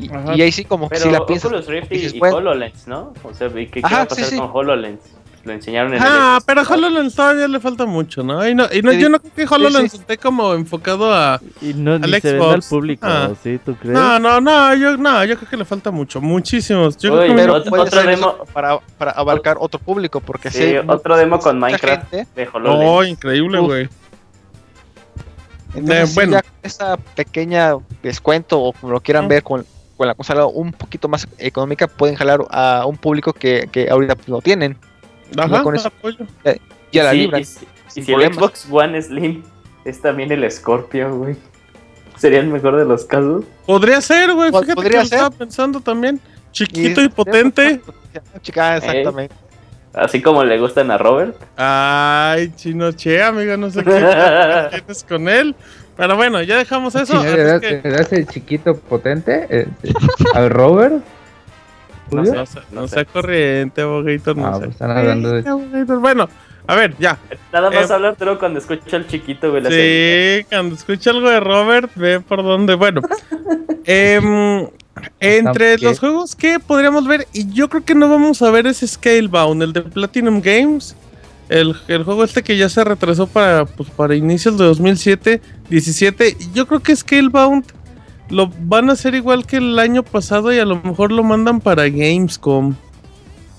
Y, Ajá. y ahí sí como que Pero si la piensas... Oculus Rift y, dices, y bueno. HoloLens, ¿no? O sea, ¿y qué, qué Ajá, va a pasar sí, sí. con HoloLens? Lo enseñaron en Ah, el... pero HoloLens todavía le falta mucho, ¿no? Y, no, y no- Sí. yo no creo que HoloLens Sí, sí. esté como enfocado a... Y no ni Al se vende al Xbox. público, Ah. ¿sí? ¿Tú crees? No, no, no, yo, no, yo creo que le falta mucho, muchísimos. Yo Uy, creo que pero- no- Ot- puede otro ser eso demo- para, para abarcar otro público, porque Sí, si hay otro demo con mucha Minecraft gente, de HoloLens. No, Oh, increíble, Uf. güey. Entonces, Eh, sí, bueno. ya con esa pequeña descuento o como lo quieran Ah. ver con, con la consola un poquito más económica, pueden jalar a un público que, que ahorita pues, no tienen. Ajá, con eso- Ah, apoyo. Ya la Sí, libran. Y, si- y sin si el problema. Xbox One Slim es también el Scorpio, güey. Sería el mejor de los casos. Podría ser, güey. Pod- Fíjate que podría lo estaba ser. pensando también. Chiquito y potente. Chica, exactamente. Así como le gustan a Robert. Ay, chino che, amigo, no sé qué tienes con él. Pero bueno, ya dejamos eso. Sí, le das- antes que- le das el chiquito potente eh, al Robert. No Julio. No, sea- No no sé. sea corriente, abogator, no Ah, sea pues están hablando de- corriente, abogator. Bueno, a ver, ya. Nada más Eh, hablar pero cuando escucho al chiquito, güey. la serie. Sí, cuando escucha algo de Robert, ve por dónde. Bueno, Em, entre ¿Qué? los juegos que podríamos ver, y yo creo que no vamos a ver es Scalebound, el de Platinum Games. El, el juego este que ya se retrasó para, pues, para inicios de 2007, 17. y Yo creo que Scalebound lo van a hacer igual que el año pasado y a lo mejor lo mandan para Gamescom.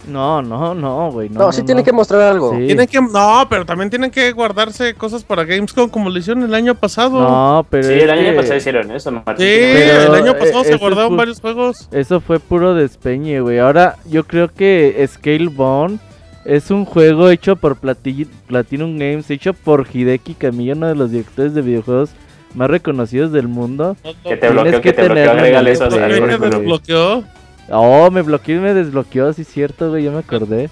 No, no, no, güey. No, No, sí tiene que mostrar algo. Sí. Tienen que, no, pero también tienen que guardarse cosas para Gamescom como lo hicieron el año pasado. No, pero. Sí, es el año que pasado hicieron eso, Martín. Sí, Pero, el año pasado eh, se eso guardaron es ju- varios juegos. Eso fue puro despeñe, güey. Ahora yo creo que Scalebound es un juego hecho por Plati- Platinum Games, hecho por Hideki Kamiya, uno de los directores de videojuegos más reconocidos del mundo. Que te bloqueó, Tienes que que te bloqueó. tenerlo Agrégale en eso. el al- bloqueo. Creo que al- Bloqueo. desbloqueó. Oh, me bloqueó y me desbloqueó, sí es cierto, güey, ya me acordé.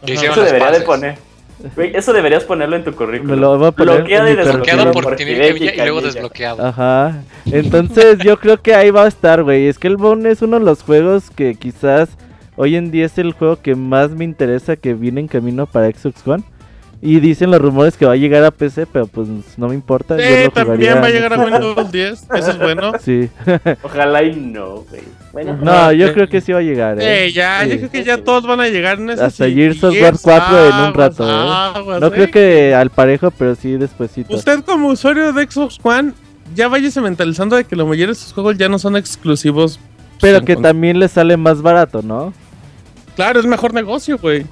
Ya Ajá. hicieron Eso las debería de paces. poner. Güey, eso deberías ponerlo en tu Me currículum. lo voy a poner Bloqueado en mi y perfil. Ah, desbloqueado Bloqueado por Porque Timmy Hideki Kamiya y luego Kamiya. desbloqueado. Ajá. Entonces yo creo que ahí va a estar, güey. Es que el Bone es uno de los juegos que quizás hoy en día es el juego que más me interesa que viene en camino para Xbox One. Y dicen los rumores que va a llegar a PC, pero pues no me importa. yo Sí, lo también jugaría va a en llegar a Xbox One. Windows 10. Eso es bueno. Sí. Ojalá y no, güey. Bueno, No, yo Ah, Sí. creo que sí va a llegar, eh. Eh, ya, yo Sí. creo que ya todos van a llegar en ese Hasta sí, Gears of War Gears, 4 en un aguas, rato, ¿eh? aguas, No ¿eh? creo que al parejo, pero sí despuesito. Usted como usuario de Xbox One, ya váyase mentalizando de que la mayoría de sus juegos ya no son exclusivos. Pero sin que con- también le sale más barato, ¿no? Claro, es mejor negocio, güey.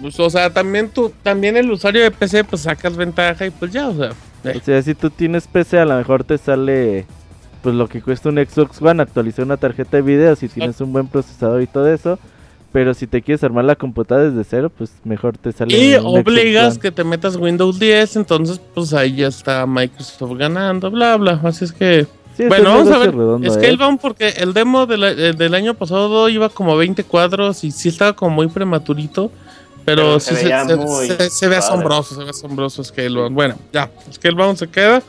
Pues, o sea, también tú, también el usuario de PC, pues sacas ventaja y pues ya, o sea. eh. O sea, si tú tienes PC, a lo mejor te sale pues lo que cuesta un Xbox One, actualizar una tarjeta de video si tienes un buen procesador y todo eso. Pero si te quieres armar la computadora desde cero, pues mejor te sale. Y un Xbox obligas One. que te metas Windows 10, entonces pues ahí ya está Microsoft ganando, bla, bla. Así es que... Sí, es bueno, un vamos a ver. negocio redondo, ¿eh? Scalebound porque el demo de la- eh, del año pasado iba como a 20 cuadros y sí estaba como muy prematurito, pero, Pero se sí se, veía se- muy se- se padre. ve asombroso, se ve asombroso Scalebound. Bueno, ya, Scalebound se queda.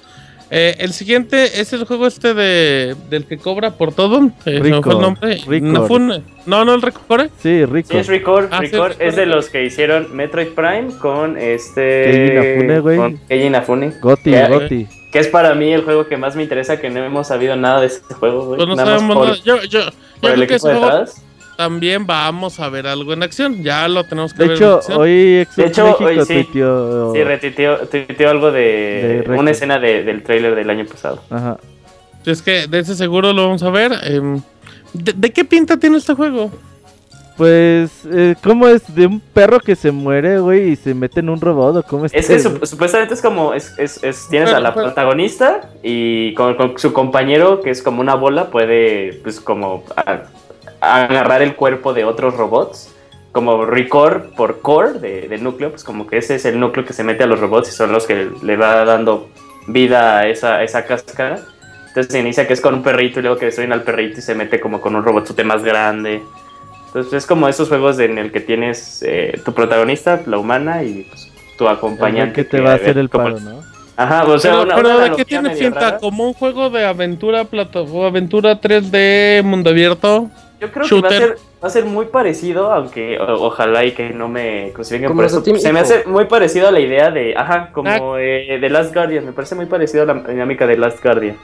Eh, el siguiente es el juego este de del que cobra por todo. eh, se me fue Record, el nombre. Record. No, fue un- no, no, el Record. Sí, rico. Sí, es Record. Ah, sí, Record Record. es de los que hicieron Metroid Prime con Keiji este. Inafune, güey. Con Keiji Inafune. Goti, Ya, Goti. Que es para mí el juego que más me interesa, que no hemos sabido nada de este juego, güey. Pues no nada más sabemos por, nada. Yo, yo, yo por el creo que equipo ese de juego atrás. también vamos a ver algo en acción. Ya lo tenemos que De ver en hecho, acción. hoy Xbox De hecho, México hoy sí. tuiteó- Sí, retuiteó, tuiteó algo De de, Record. una escena de- del tráiler del año pasado. Ajá. Si Es que de ese seguro lo vamos a ver. em, ¿de, de qué pinta tiene este juego? Pues, eh, ¿cómo es? De un perro que se muere, güey, y se mete en un robot, ¿o ¿cómo está? Es que sup- supuestamente es como, es, es- es- tienes Pero- a la pero- protagonista y con, con su compañero, que es como una bola, puede pues como a- a agarrar el cuerpo de otros robots, como Record por core de, de núcleo, pues como que ese es el núcleo que se mete a los robots y son los que le va dando vida a esa, a esa cáscara. Entonces se inicia que es con un perrito y luego que destruyen al perrito y se mete como con un robotzote más grande. Entonces es como esos juegos en el que tienes eh, tu protagonista, la humana, y pues, tu El acompañante. que te va a hacer el como- paro, ¿no? Ajá, pues, o sea, pero, una- pero una ¿de qué analogía tiene medio pinta? rara. ¿Como un juego de aventura plata o aventura 3D mundo abierto? Yo creo que va Shooter. a ser Va a ser muy parecido, aunque o- ojalá y que no me crucifiquen Como por los de eso. Team Se me Ico. hace muy parecido a la idea de, ajá, como Ah. eh, de Last Guardian. Me parece muy parecido a la dinámica de Last Guardian.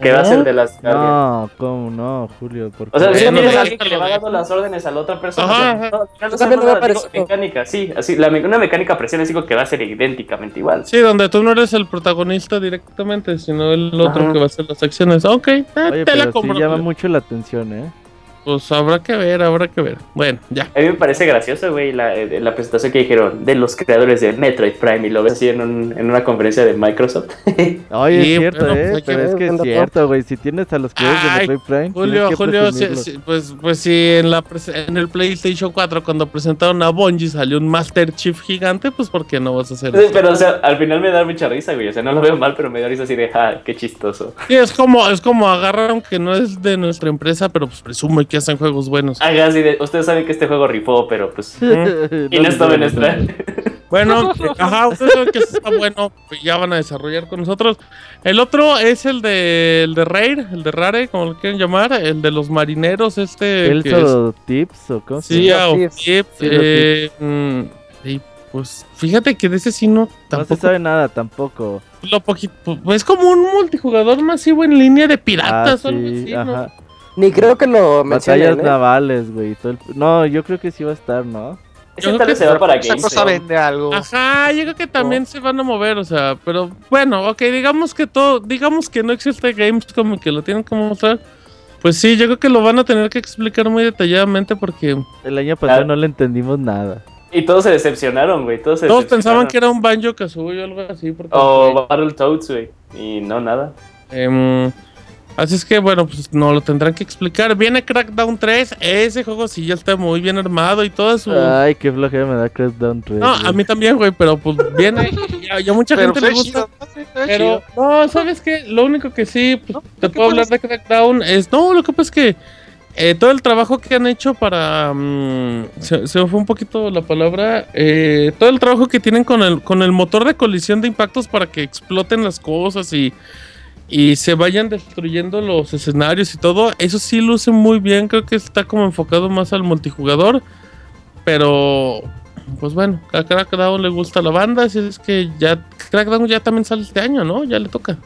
Que va a ser de Last Guardian. ¿Eh? Ah. No, ¿cómo no, Julio? ¿Por O sea, qué? si Bueno, tienes ya a alguien que le lo va de- dando las órdenes a la otra persona. Ajá, o sea, ajá. no, al final no También son me nada, digo, parece. mecánica, sí, así, la, me- una mecánica de presión es digo que va a ser idénticamente igual. Sí, donde tú no eres el protagonista directamente, sino el otro Ajá. que va a hacer las acciones. Ok, eh, Oye, te pero la sí compro. llama mucho la atención, ¿eh? Pues habrá que ver, habrá que ver. Bueno, ya. A mí me parece gracioso, güey, la, eh, la presentación que dijeron de los creadores de Metroid Prime y lo ves así en, un- en una conferencia de Microsoft. Oye, Sí, es cierto, pero, pues, ¿eh? hay que Pero es ver que es cuando cierto, güey. Si tienes a los que eres de Ay, Metroid Prime, tienes Julio, que Julio, sí, presumirlos. sí, pues, pues sí, en, la prese- en el PlayStation 4 cuando presentaron a Bungie salió un Master Chief gigante, pues ¿por qué no vas a hacer Sí, eso? pero, o sea, al final me da mucha risa, güey. O sea, no lo veo mal, pero me da risa así de, ah, qué chistoso. Sí, es como, es como agarraron que no es de nuestra empresa, pero pues presume que hacen juegos buenos. Haga así de, ustedes saben que este juego rifó, pero pues. Y no No, estaba no, en no, nuestra. no. Bueno, ajá, ustedes saben que eso está bueno, pues ya van a desarrollar con nosotros. El otro es el de, el de Raid, el de Rare, como lo quieren llamar, el de los marineros, este. que es- Elso Tips o cómo se Sí, llama? a Los Ophir, Thieves. Sí, los eh, mm, y pues fíjate que de ese sí no No se tampoco. sabe nada Ah, tampoco. lo poquito, es como un multijugador masivo en línea de Ah, piratas o algo sí, así, ¿no? ajá. Ni creo que lo Batallas mencionen. ¿eh? navales, güey. y todo el- No, yo creo que sí va a estar, ¿no? Ese Yo creo tal que vez se va para Esa Games. cosa vende algo. Ajá, yo creo que también se van a mover, o sea, pero bueno, ok, digamos que todo, digamos que no existe Gamescom y que lo tienen que mostrar. Pues sí, yo creo que lo van a tener que explicar muy detalladamente porque El año pasado Ah. no le entendimos nada. Y todos se decepcionaron, güey. Todos, se todos pensaban decepcionaron. que era un banjo kazooie o algo así. Porque, O Battletoads, güey. Y no, nada. Em, así es que bueno, pues no lo tendrán que explicar. Viene Crackdown 3, ese juego sí ya está muy bien armado y todo su... Ay, qué flojera me da Crackdown 3. no, a güey. mí también, güey, pero pues viene... Ya, ya mucha Pero gente se le ve gusta. chido, ¿no? Sí, se ve Pero, chido. no, ¿sabes qué? Lo único que sí pues, No, ¿qué te puedo hablar pones? de Crackdown es. No, lo que pasa es que eh, todo el trabajo que han hecho para. mm, se, se me fue un poquito la palabra. eh, todo el trabajo que tienen con el, con el motor de colisión de impactos para que exploten las cosas y. Y se vayan destruyendo los escenarios y todo. Eso sí luce muy bien. Creo que está como enfocado más al multijugador. Pero pues bueno, a Crackdown le gusta la banda, así es que ya Crackdown ya también sale este año, ¿no? Ya le toca.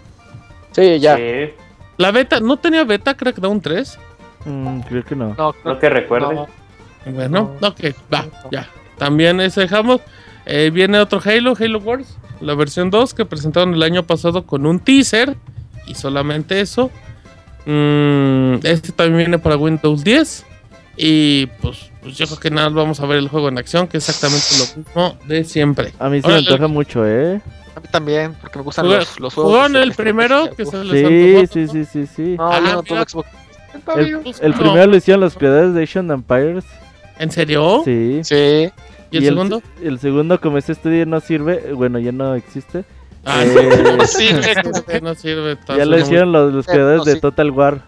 Sí, ya. Sí, La beta, ¿no tenía beta Crackdown 3? Mm, creo que no. No, no creo que que recuerde. no. Bueno, ok, va, ya. También ese dejamos. Eh, viene otro Halo, Halo Wars, la versión 2 que presentaron el año pasado con un teaser y solamente eso. Mm, este también viene para Windows 10 y pues, pues yo creo que nada, más vamos a ver el juego en acción, que es exactamente lo mismo de siempre. A mí se Órale. me antoja mucho, ¿eh? A mí también, porque me gustan Jugar- los, los juegos. ¿Jugaron de- el de- primero de- que se les Sí, antojó? sí, sí, sí, sí. No, Ah, yo no tuve mira. Xbox. El, pues, el no. primero lo hicieron los creadores de Asian Empires. ¿En serio? Sí. Sí. ¿Y el segundo? El segundo, como este estudio no sirve, bueno, ya no existe. Ah, eh, Sí, no, no sirve. está- ya lo suena hicieron los, los Eh, creadores no, de sí. Total War.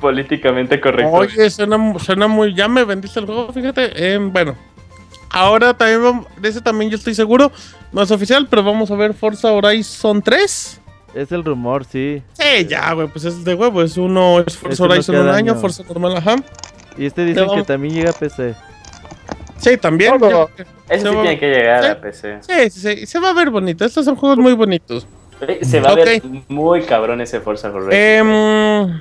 Políticamente muy- correcto. Oye, suena, mu- suena muy. Ya me vendiste el juego, fíjate. Eh, bueno, ahora también. vam- De ese también yo estoy seguro. No es oficial, pero vamos a ver Forza Horizon 3. Es el rumor, sí. Sí, ya, güey, pues es de huevo. Es uno, es Forza Es uno Horizon un cada año, año. Forza normal, ajá. Y este dicen que vamos. también llega a PC. Sí, también. Todo. Ese se sí va- tiene que llegar sí. a PC. Sí, sí, sí, se va a ver bonito. Estos son juegos muy bonitos. Eh, Se va a Ok. ver muy cabrón ese Forza Horizon. Em,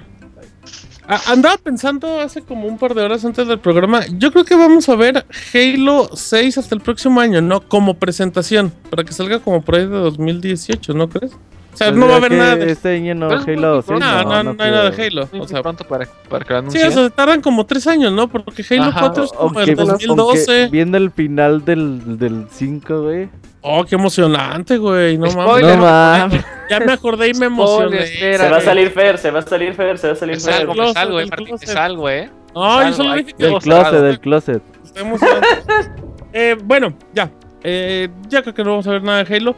a- andaba pensando hace como un par de horas antes del programa. Yo creo que vamos a ver Halo 6 hasta el próximo año, ¿no? Como presentación, para que salga como por ahí de 2018, ¿no crees? O sea, Pues no va a mira haber que nada de Este año no, Pero es muy Halo muy 6 No, no, no, hay creo. nada de Halo. Muy, O muy sea, pronto para, para que lo sí, anuncien. o sea, tardan como tres años, ¿no? Porque Halo Ajá. 4 es como el Aunque- pues, aunque 2012. viendo el final del, del 5, güey. Oh, qué emocionante, güey. No mames. Spoiler. No mames. Ya me acordé y me emocioné. Spoiler, se va a espérate. salir Fer, se va a salir Fer, se va a salir Es Fer. algo, closet, es algo, eh, del Martín, es closet. algo, eh. No, yo solo Algo, dije que Del Todo closet, cerrado. del closet. Está emocionante. Eh, bueno, ya. Eh, ya creo que no vamos a ver nada de Halo.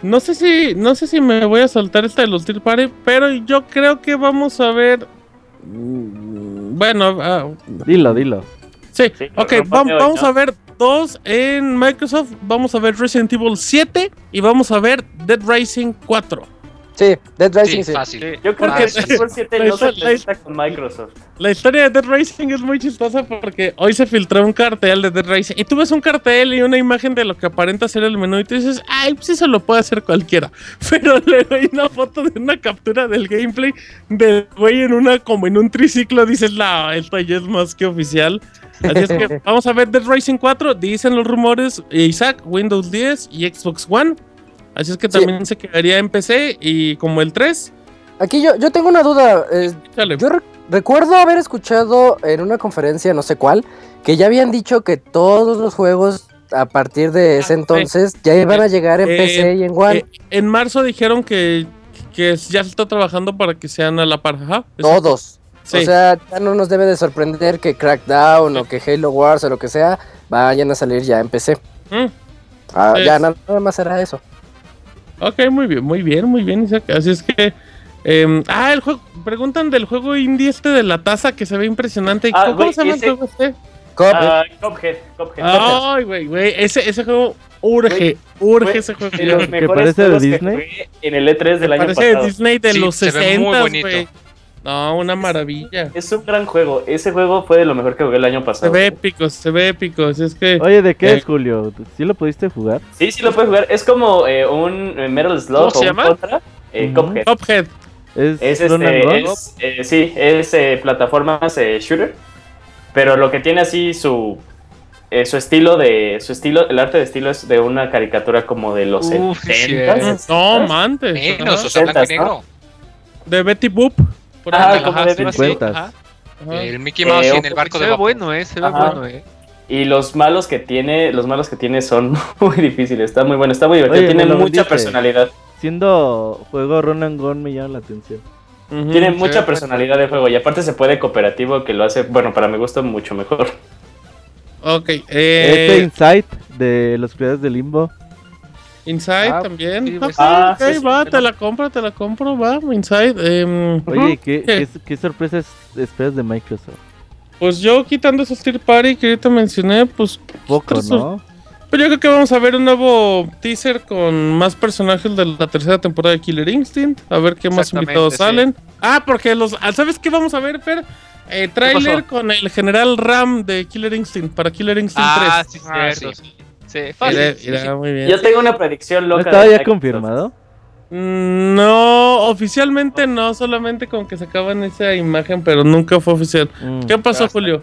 No sé si, no sé si me voy a saltar esta de los Tier Party, pero yo creo que vamos a ver. Mm, Bueno, ah, Dilo, dilo. sí. Sí, Ok, rompan vam- de hoy, vamos ¿no? a ver dos en Microsoft. Vamos a ver Resident Evil 7 y vamos a ver Dead Rising 4. Sí, Sí, Dead Rising Sí, sí. fácil. Yo creo Ah, que el sí. Resident 7 La no se historia- la presenta con Microsoft. La historia de Dead Racing es muy chistosa porque hoy se filtró un cartel de Dead Racing y tú ves un cartel y una imagen de lo que aparenta ser el menú y tú dices, ay, pues eso lo puede hacer cualquiera. Pero le doy una foto de una captura del gameplay del güey en una como en un triciclo, dices, no, esto ya es más que oficial. Así es que vamos a ver Dead Racing 4, dicen los rumores, Isaac, Windows 10 y Xbox One. Así es que Sí. también se quedaría en PC y como el 3, Aquí yo, yo tengo una duda. eh, chale. yo re- recuerdo haber escuchado en una conferencia, no sé cuál, que ya habían dicho que todos los juegos a partir de ese Ah, sí. entonces ya iban a llegar en eh, PC y en One. eh, en marzo dijeron que, que ya se está trabajando para que sean a la par. Ajá. todos. Sí. O sea, ya no nos debe de sorprender que Crackdown o que Halo Wars o lo que sea vayan a salir ya en PC. Mm, Ah, Sí. Ya na- nada más era eso. ok, muy bien, muy bien, muy bien, Isaac. Así es que. em, ah, el juego. Preguntan del juego indie este de la taza que se ve impresionante. Ah, ¿Cómo, güey, cómo se llama ese- el juego este? Cop, Ah, Cuphead, Cuphead. Ay, güey, güey. Ese, ese juego urge, urge güey, ese juego. De los que mejores parece de juegos que Disney. jugué en el E3 del año Parece pasado. Disney de Sí, los se ve muy 60, bonito. güey. No, una maravilla. Es un gran juego. Ese juego fue de lo mejor que jugué el año Se pasado. ve épico, se ve épico. Así es que. Oye, ¿de qué Eh. es, Julio? ¿Sí lo pudiste jugar? Sí, sí lo puedes jugar. Es como eh, un eh, Metal Slug ¿Cómo se o un llama? Contra. Eh, Ujú. Cuphead. Cuphead. ¿Es, Es Run and este, Gun? es, eh, sí, es eh, plataformas eh, shooter, pero lo que tiene así su eh, su estilo de su estilo, el arte de estilo es de una caricatura como de los Uf, sí, eh. 70s, No, 60s. mantes. Menos, ajá. o sea, blanco y Setas, negro. De Betty Boop. Por Ah, ejemplo. como Ajá, de sí, Betty sí. Boop. Ajá. Ajá. El Mickey Mouse Eh, y en ojo, el barco se de ve vapor. bueno, eh, se ve Ajá. bueno, eh. y los malos que tiene, los malos que tiene son muy difíciles, está muy bueno, está muy divertido, Oye, tiene me lo mucha vendiste. personalidad, Siendo juego Run and Gun me llama la atención. Ujú. tiene se pues. mucha ve personalidad de juego y aparte se puede cooperativo que lo hace, bueno, para mi gusto mucho mejor. Ok, Este eh, Insight de los creadores de Limbo. Inside Ah, también. sí, Ok, güey. Ah, ok, sí, sí, va, sí, te no. la compro, te la compro, va, Inside. em, Oye, ¿qué, ¿Qué? qué, qué sorpresas esperas de Microsoft? pues yo quitando esos Tier Party que ahorita mencioné, pues. Poco, otras sor- ¿no? Pero yo creo que vamos a ver un nuevo teaser con más personajes de la tercera temporada de Killer Instinct. A ver qué más Exactamente, invitados sí. salen. Ah, porque los. ah, ¿Sabes qué vamos a ver, Fer? Eh, trailer con el general Ram de Killer Instinct para Killer Instinct Ah, sí, Ah, cierto. sí. Sí, Sí, 3. fácil. Era- era muy bien. Yo tengo una predicción ¿No loca. estaba de ya Microsoft. confirmado? Mm, No, oficialmente no, solamente como que sacaban esa imagen, pero nunca fue oficial. Mm. ¿Qué pasó, Ya está. Julio?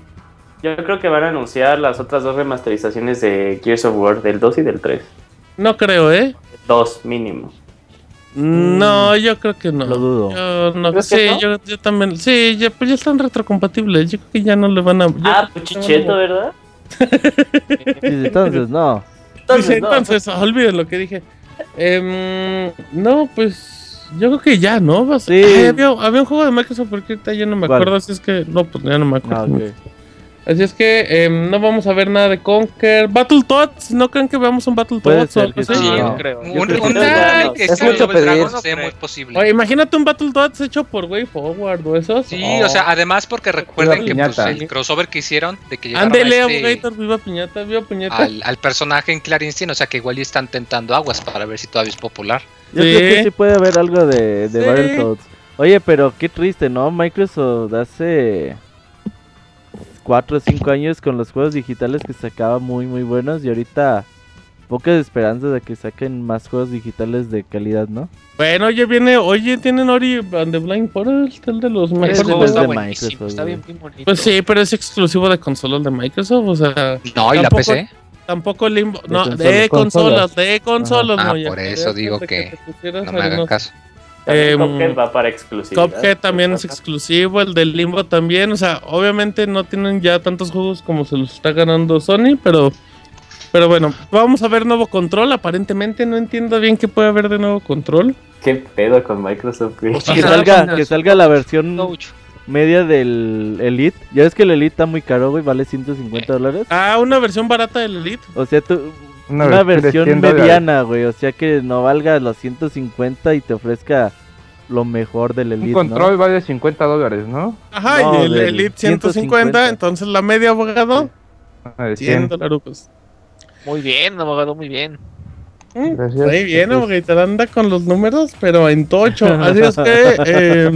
Yo creo que van a anunciar las otras dos remasterizaciones de Gears of War, del 2 y del 3. No creo, ¿eh? Dos mínimo. No, yo creo que no. Mm. Lo dudo. Yo no, ¿Crees sí, que no? Yo, yo también. Sí, ya, pues ya están retrocompatibles. Yo creo que ya no le van a. yo Ah, creo pues que no le chicheto, van a- ¿verdad? Sí, Entonces, no. Dice, Entonces, no. Entonces, olviden lo que dije. Em, no, pues yo creo que ya, ¿no? Vas- Sí. Ay, había, había un juego de Microsoft porque ahorita ya no me ¿Cuál? acuerdo, así es que. No, pues ya no me acuerdo. Ah, ok. Así es que em, no vamos a ver nada de Conker. Battletoads, ¿no creen que veamos un Puede Battletoads? o ser algo que así? sí. Sí, No. yo creo. Yo Un, creo que un no, Dark no, no. Sky Es mucho Double Dragon pedir. no sé, creo. muy posible. Oye, imagínate un Battletoads hecho por Way Forward o eso. sí, Oh. o sea, además porque recuerden que pues, piñata. el crossover que hicieron de que llegaron Ándele, a un este- Gator, viva piñata, viva piñata. al, al personaje en Clarinstin, o sea que igual y están tentando aguas para ver si todavía es popular. Yo Sí. creo que sí puede haber algo de, de Sí. Battletoads. Oye, pero qué triste, ¿no? Microsoft hace 4 o 5 años con los juegos digitales que sacaba muy, muy buenos y ahorita pocas esperanzas de que saquen más juegos digitales de calidad, ¿no? Bueno, oye, viene, oye, tienen Ori and the Blind Forest, el de los Mejor Ese juego juego no es mejores. está de buenísimo. Microsoft. Está bien, muy bonito. Pues sí, pero es exclusivo de consolas de Microsoft, o sea, No, y la Tampoco- PC. tampoco Limbo, no, consolas, de consolas, consolas. de consolas, Ajá. no, Ah, ya, por ya eso digo antes que te pusieras No me a hagan unos- caso. También Em, Cuphead va para exclusividad. Cuphead también es exclusivo, el del Limbo también, o sea, obviamente no tienen ya tantos juegos como se los está ganando Sony, pero pero bueno, vamos a ver nuevo control, aparentemente no entiendo bien qué puede haber de nuevo control. Qué pedo con Microsoft. güey? Que Ajá. salga, Ajá. que salga la versión Touch. media del Elite. Ya ves que el Elite está muy caro, güey, vale Eh. 150 dólares. Ah, una versión barata del Elite. O sea, tú, Una una, versión de versión 100 dólares. mediana, güey. O sea, que no valga los 150 y te ofrezca lo mejor del Elite, Un ¿no? control vale 50 dólares, ¿no? Ajá, No, y el del Elite 150, 150. entonces la media abogado Ah, de 100. 100 dolarucos. Muy bien, abogado, muy bien. Gracias. Ahí viene, porque te anda con los números, pero en tocho. Así es que. eh,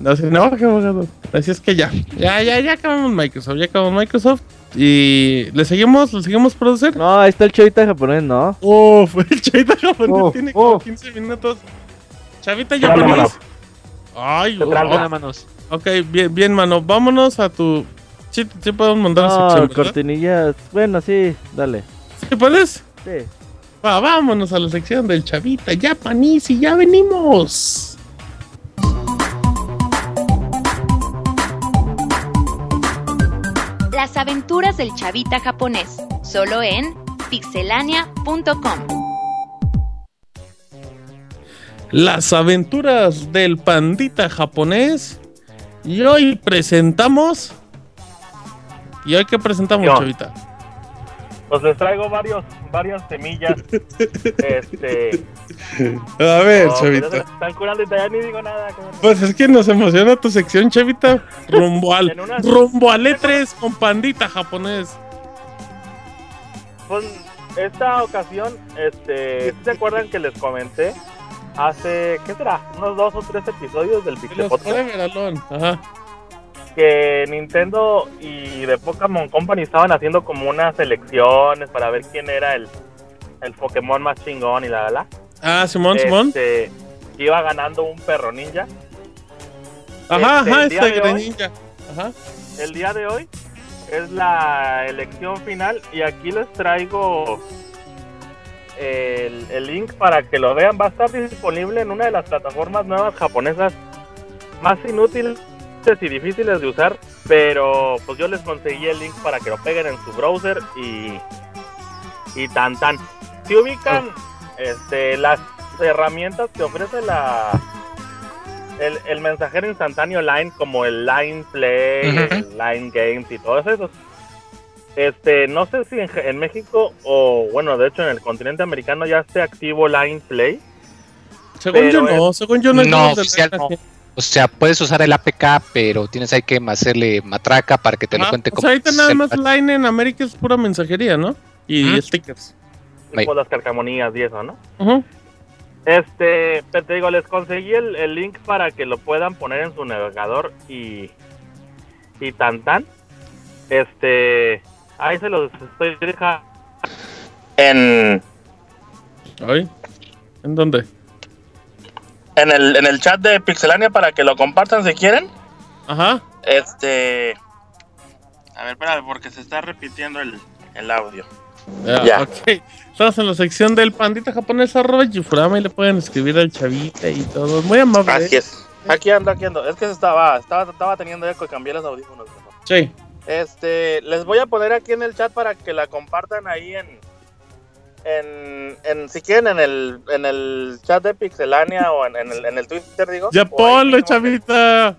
no se enoje, abogado. Así es que ya. Ya, ya, ya acabamos Microsoft. Ya acabamos Microsoft. Y le seguimos, le seguimos producer. No, ahí está el chavita japonés, ¿no? Uf, el chavita japonés Oh, Uf, tiene como uf. 15 minutos. Chavita Te trabo la japonés. Ay, Te wow. trabo Hola, manos. Ok, bien, bien, mano. Vámonos a tu. Sí, sí podemos mandar No, sección. ¿verdad? cortinillas. Bueno, sí, dale. ¿Sí puedes? Sí. Va, vámonos a la sección del chavita, ya panís y ya venimos. Las aventuras del chavita japonés, solo en pixelania.com. Las aventuras del pandita japonés. Y hoy presentamos. ¿Y hoy qué presentamos, Yo. chavita? Pues les traigo varios, varias semillas. este. A ver, no, pero ya se chavita. las están curando y todavía ni digo nada. cabrón. Pues es que nos emociona tu sección, chavita. Rumbo al, En una- rumbo al E3 con pandita japonés. Pues, esta ocasión, este. ¿sí ¿Se acuerdan que les comenté? Hace, ¿qué será? Unos dos o tres episodios del Pixel Los Podcast. Forever Alone. Ajá. que Nintendo y de Pokémon Company estaban haciendo como unas elecciones para ver quién era el, el Pokémon más chingón y la la la. Ah, Simón, Simón. Este, iba ganando un perro ninja. Ajá, este, ajá, el día esta de hoy- greñilla. Ajá. El día de hoy es la elección final y aquí les traigo el, el link para que lo vean. Va a estar disponible en una de las plataformas nuevas japonesas más inútiles y difíciles de usar, pero pues yo les conseguí el link para que lo peguen en su browser y, y tan tan. Si ubican este, las herramientas que ofrece la el, el mensajero instantáneo Line, como el Line Play, Ujú. el Line Games y todos esos. Este, no sé si en, en México o bueno, de hecho en el continente americano ya esté activo Line Play. Según Pero yo no, según yo no. No, algunos de oficial las- no. O sea, puedes usar el APK, pero tienes ahí que hacerle matraca para que te lo Ajá, cuente o sea, Ah, pues ahorita es nada el- más Line en América es pura mensajería, ¿no? Y Ujú. stickers. Ahí. Por las carcamonías y eso, ¿no? Ajá. Este, pero te digo, les conseguí el, el link para que lo puedan poner en su navegador y. y tan tan. Este. Ahí se los estoy dejando. En, Ay, ¿En dónde? en, el, en el chat de Pixelania para que lo compartan si quieren. Ajá. Este. A ver, espérame, porque se está repitiendo el, el audio. Ya. Ya. Ok. Estamos en la sección del pandita japonés arroba Yufurama y le pueden escribir al chavita y todo. Muy amable. ¿eh? Así es. Aquí ando, aquí ando. Es que se estaba, estaba, estaba teniendo eco y cambié los audífonos. mejor. Sí. Este, les voy a poner aquí en el chat para que la compartan ahí en, en, en- si quieren, en el, en el chat de Pixelania o en, en el, en el Twitter, digo. Ya o ahí ponlo, mismo. chavita.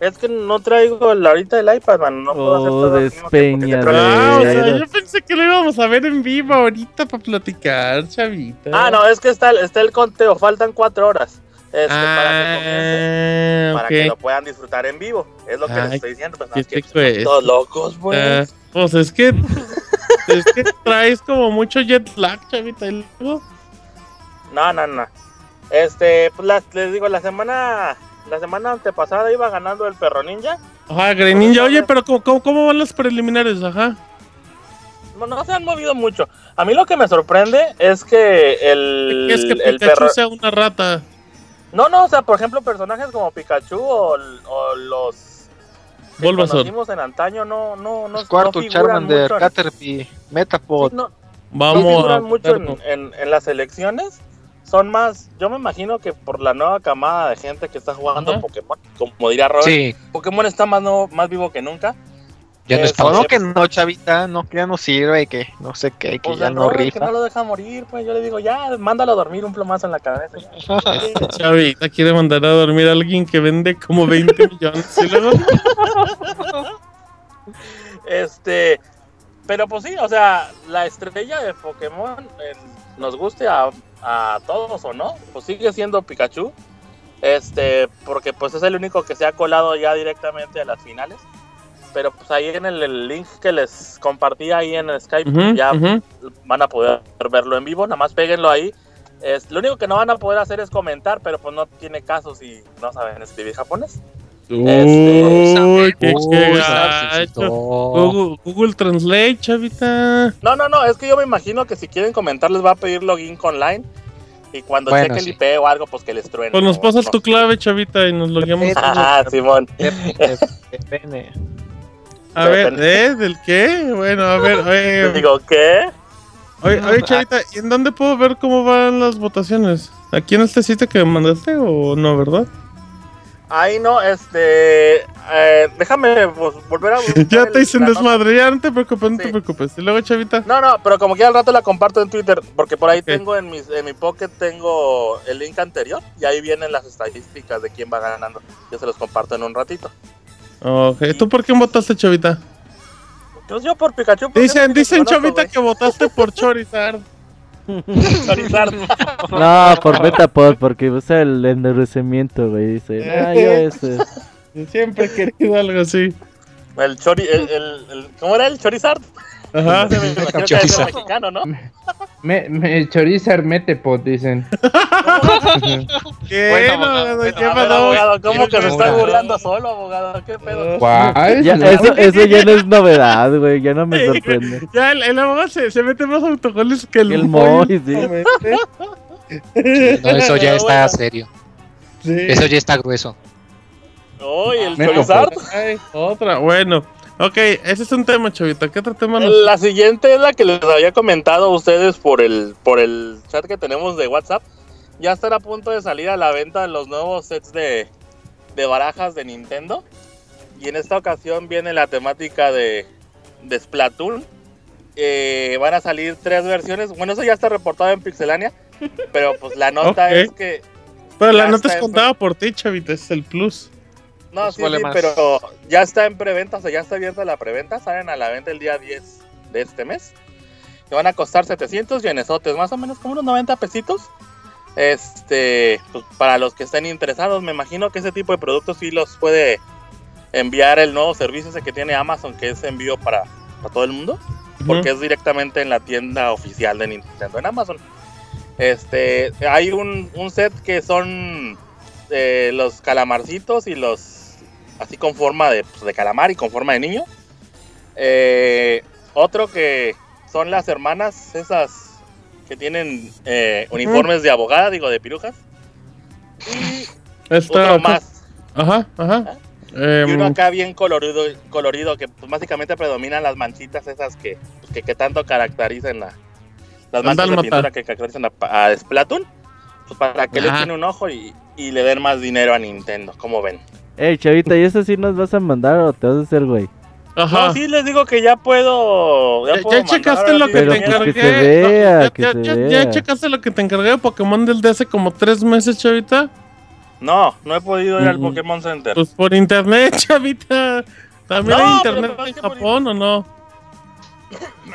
Es que no traigo el- ahorita el iPad, man. No puedo hacer Oh, todo al mismo tiempo que te traigo. Ah, o sea, Pero- yo pensé que lo íbamos a ver en vivo ahorita para platicar, chavita. Ah, no, es que está, el- está el conteo, faltan cuatro horas. Este, para que comiencen, Ah, para ok. que lo puedan disfrutar en vivo. Es lo que les Ay, estoy diciendo. pues, no, ¿Qué es que te cuesta? todos locos, güey. Ah, pues es que es que traes como mucho jet lag, chavita. y luego- No, no, no. Este, pues las- les digo, la semana la semana antepasada iba ganando el perro ninja. Ajá, Greninja, oye, pero ¿cómo, cómo, cómo van las preliminares? Ajá. No, no se han movido mucho. A mí lo que me sorprende es que el, es que el Pikachu perro... sea una rata. No, no, o sea, por ejemplo, personajes como Pikachu o, l- o los que Bulbasaur. conocimos en antaño no, no, no, no Cuarto figuran Charmander, mucho en- Caterpie, Metapod. Sí, no, no Vamos a. figuran mucho en, verlo. en- en las elecciones. Son más, yo me imagino que por la nueva camada de gente que está jugando Ajá. Pokémon, como dirá Robert, Sí, Pokémon está más, nuevo- más vivo que nunca. ya no Eh, es O para no que no, chavita, no que ya no sirve y que no sé qué, y que O ya sea, no no, es que rifa. no lo deja morir, pues yo le digo, ya, mándalo a dormir un plomazo en la cabeza. ya. Chavita quiere mandar a dormir a alguien que vende como 20 millones. Y luego, este, pero pues sí, o sea, la estrella de Pokémon, eh, nos guste a, a todos o no, pues sigue siendo Pikachu. Este, porque pues es el único que se ha colado ya directamente a las finales. Pero pues ahí en el, el link que les compartí ahí en el Skype Ujú, ya ujú. van a poder verlo en vivo. Nada más péguenlo ahí. Es, lo único que no van a poder hacer es comentar, pero pues no tiene caso si no saben escribir japonés. Este, Uy, qué Uy, qué Sarcito. gacho. Google, Google Translate, chavita. No, no, no, es que yo me imagino que si quieren comentar les va a pedir login con Line y cuando Bueno, chequen sí. el IP o algo, pues que les truene. Pues nos o- pasas no tu clave, chavita, y nos lo guiamos. Ah, Simón. A ver, ¿eh? ¿Del qué? Bueno, a ver, oye. Digo, ¿qué? Oye, oye, Chavita, ¿y en dónde puedo ver cómo van las votaciones? ¿Aquí en este sitio que me mandaste o no, verdad? Ahí no, este. eh, déjame pues, volver a. buscar Ya el- te dicen la nota. desmadre, ya no te preocupes, no te preocupes. Y luego, Chavita. No, no, pero como que al rato la comparto en Twitter, porque por ahí tengo en, mis, en mi pocket tengo el link anterior y ahí vienen las estadísticas de quién va ganando. Yo se los comparto en un ratito. Ok, ¿tú por qué votaste, Chavita? Entonces yo por Pikachu. ¿por qué Dicen, no? dicen, Conozco, Chavita, que votaste por Chorizard. Chorizard. No, por Metapod, porque usa el endurecimiento, güey. Dice, ah, yo ese. Siempre he querido algo así. El chori, el, el- el- ¿Cómo era el Chorizard? Ajá. Me imagino que debe ser mexicano, ¿no? Me, me chorizar metepot, dicen. ¿Qué? Bueno, No, abogado, no, ¿qué A ver, pasó? abogado, ¿cómo que se está Abogado. burlando solo, abogado? ¿Qué Oh, pedo? ¿Cuál? Ya, eso, eso ya no es novedad, güey. Ya no me sorprende. Ya, el, el abogado se, se mete más autogoles que el, El Moy, sí. No, eso ya Pero está bueno. serio. Sí. Eso ya está grueso. Uy, el Neto, Chorizard. Ay, otra, bueno. Ok, ese es un tema, Chavita. ¿Qué otro tema nos- La siguiente es la que les había comentado a ustedes por el, por el chat que tenemos de WhatsApp. Ya están a punto de salir a la venta los nuevos sets de, de barajas de Nintendo. Y en esta ocasión viene la temática de, de Splatoon. Eh, van a salir tres versiones. Bueno, eso ya está reportado en Pixelania. Pero pues la nota Ok. es que Pero la Ya nota es está, pues. contada por ti, Chavita, ese es el plus. No, Pues sí, vale sí, más. pero ya está en preventa, o sea, ya está abierta la preventa. Salen a la venta el día 10 de este mes. Y van a costar 700 yenesotes, más o menos como unos 90 pesitos. Este, pues, para los que estén interesados, me imagino que ese tipo de productos sí los puede enviar el nuevo servicio ese que tiene Amazon, que es envío para, para todo el mundo, porque es directamente en la tienda oficial de Nintendo en Amazon. Este, hay un, un set que son eh, los calamarcitos y los así con forma de, pues, de calamar y con forma de niño. Eh, otro que son las hermanas, esas que tienen eh, uniformes de abogada, digo, de pirujas. Esta, Otro más. Ah. Ajá, ajá. Y uno Em, acá bien colorido, colorido que pues, básicamente predominan las manchitas esas que, pues, que, que tanto caracterizan la, las manchas de Dálmata. pintura que caracterizan a, a Splatoon. Pues para que le Ajá. echen un ojo y, y le den más dinero a Nintendo, como ven. Ey, chavita, ¿y eso sí nos vas a mandar o te vas a hacer, güey? Ajá. No, sí les digo que ya puedo. Ya, ya, puedo ya checaste mandar lo que Pero te pues que encargué. se vea, No, ya- que ya- se ya- vea. ya checaste lo que te encargué de Pokémon del de hace como tres meses, Chavita. No, no he podido ir al Mm. Pokémon Center. Pues por internet, Chavita. También No, hay pero internet pues, es en que por Japón o no.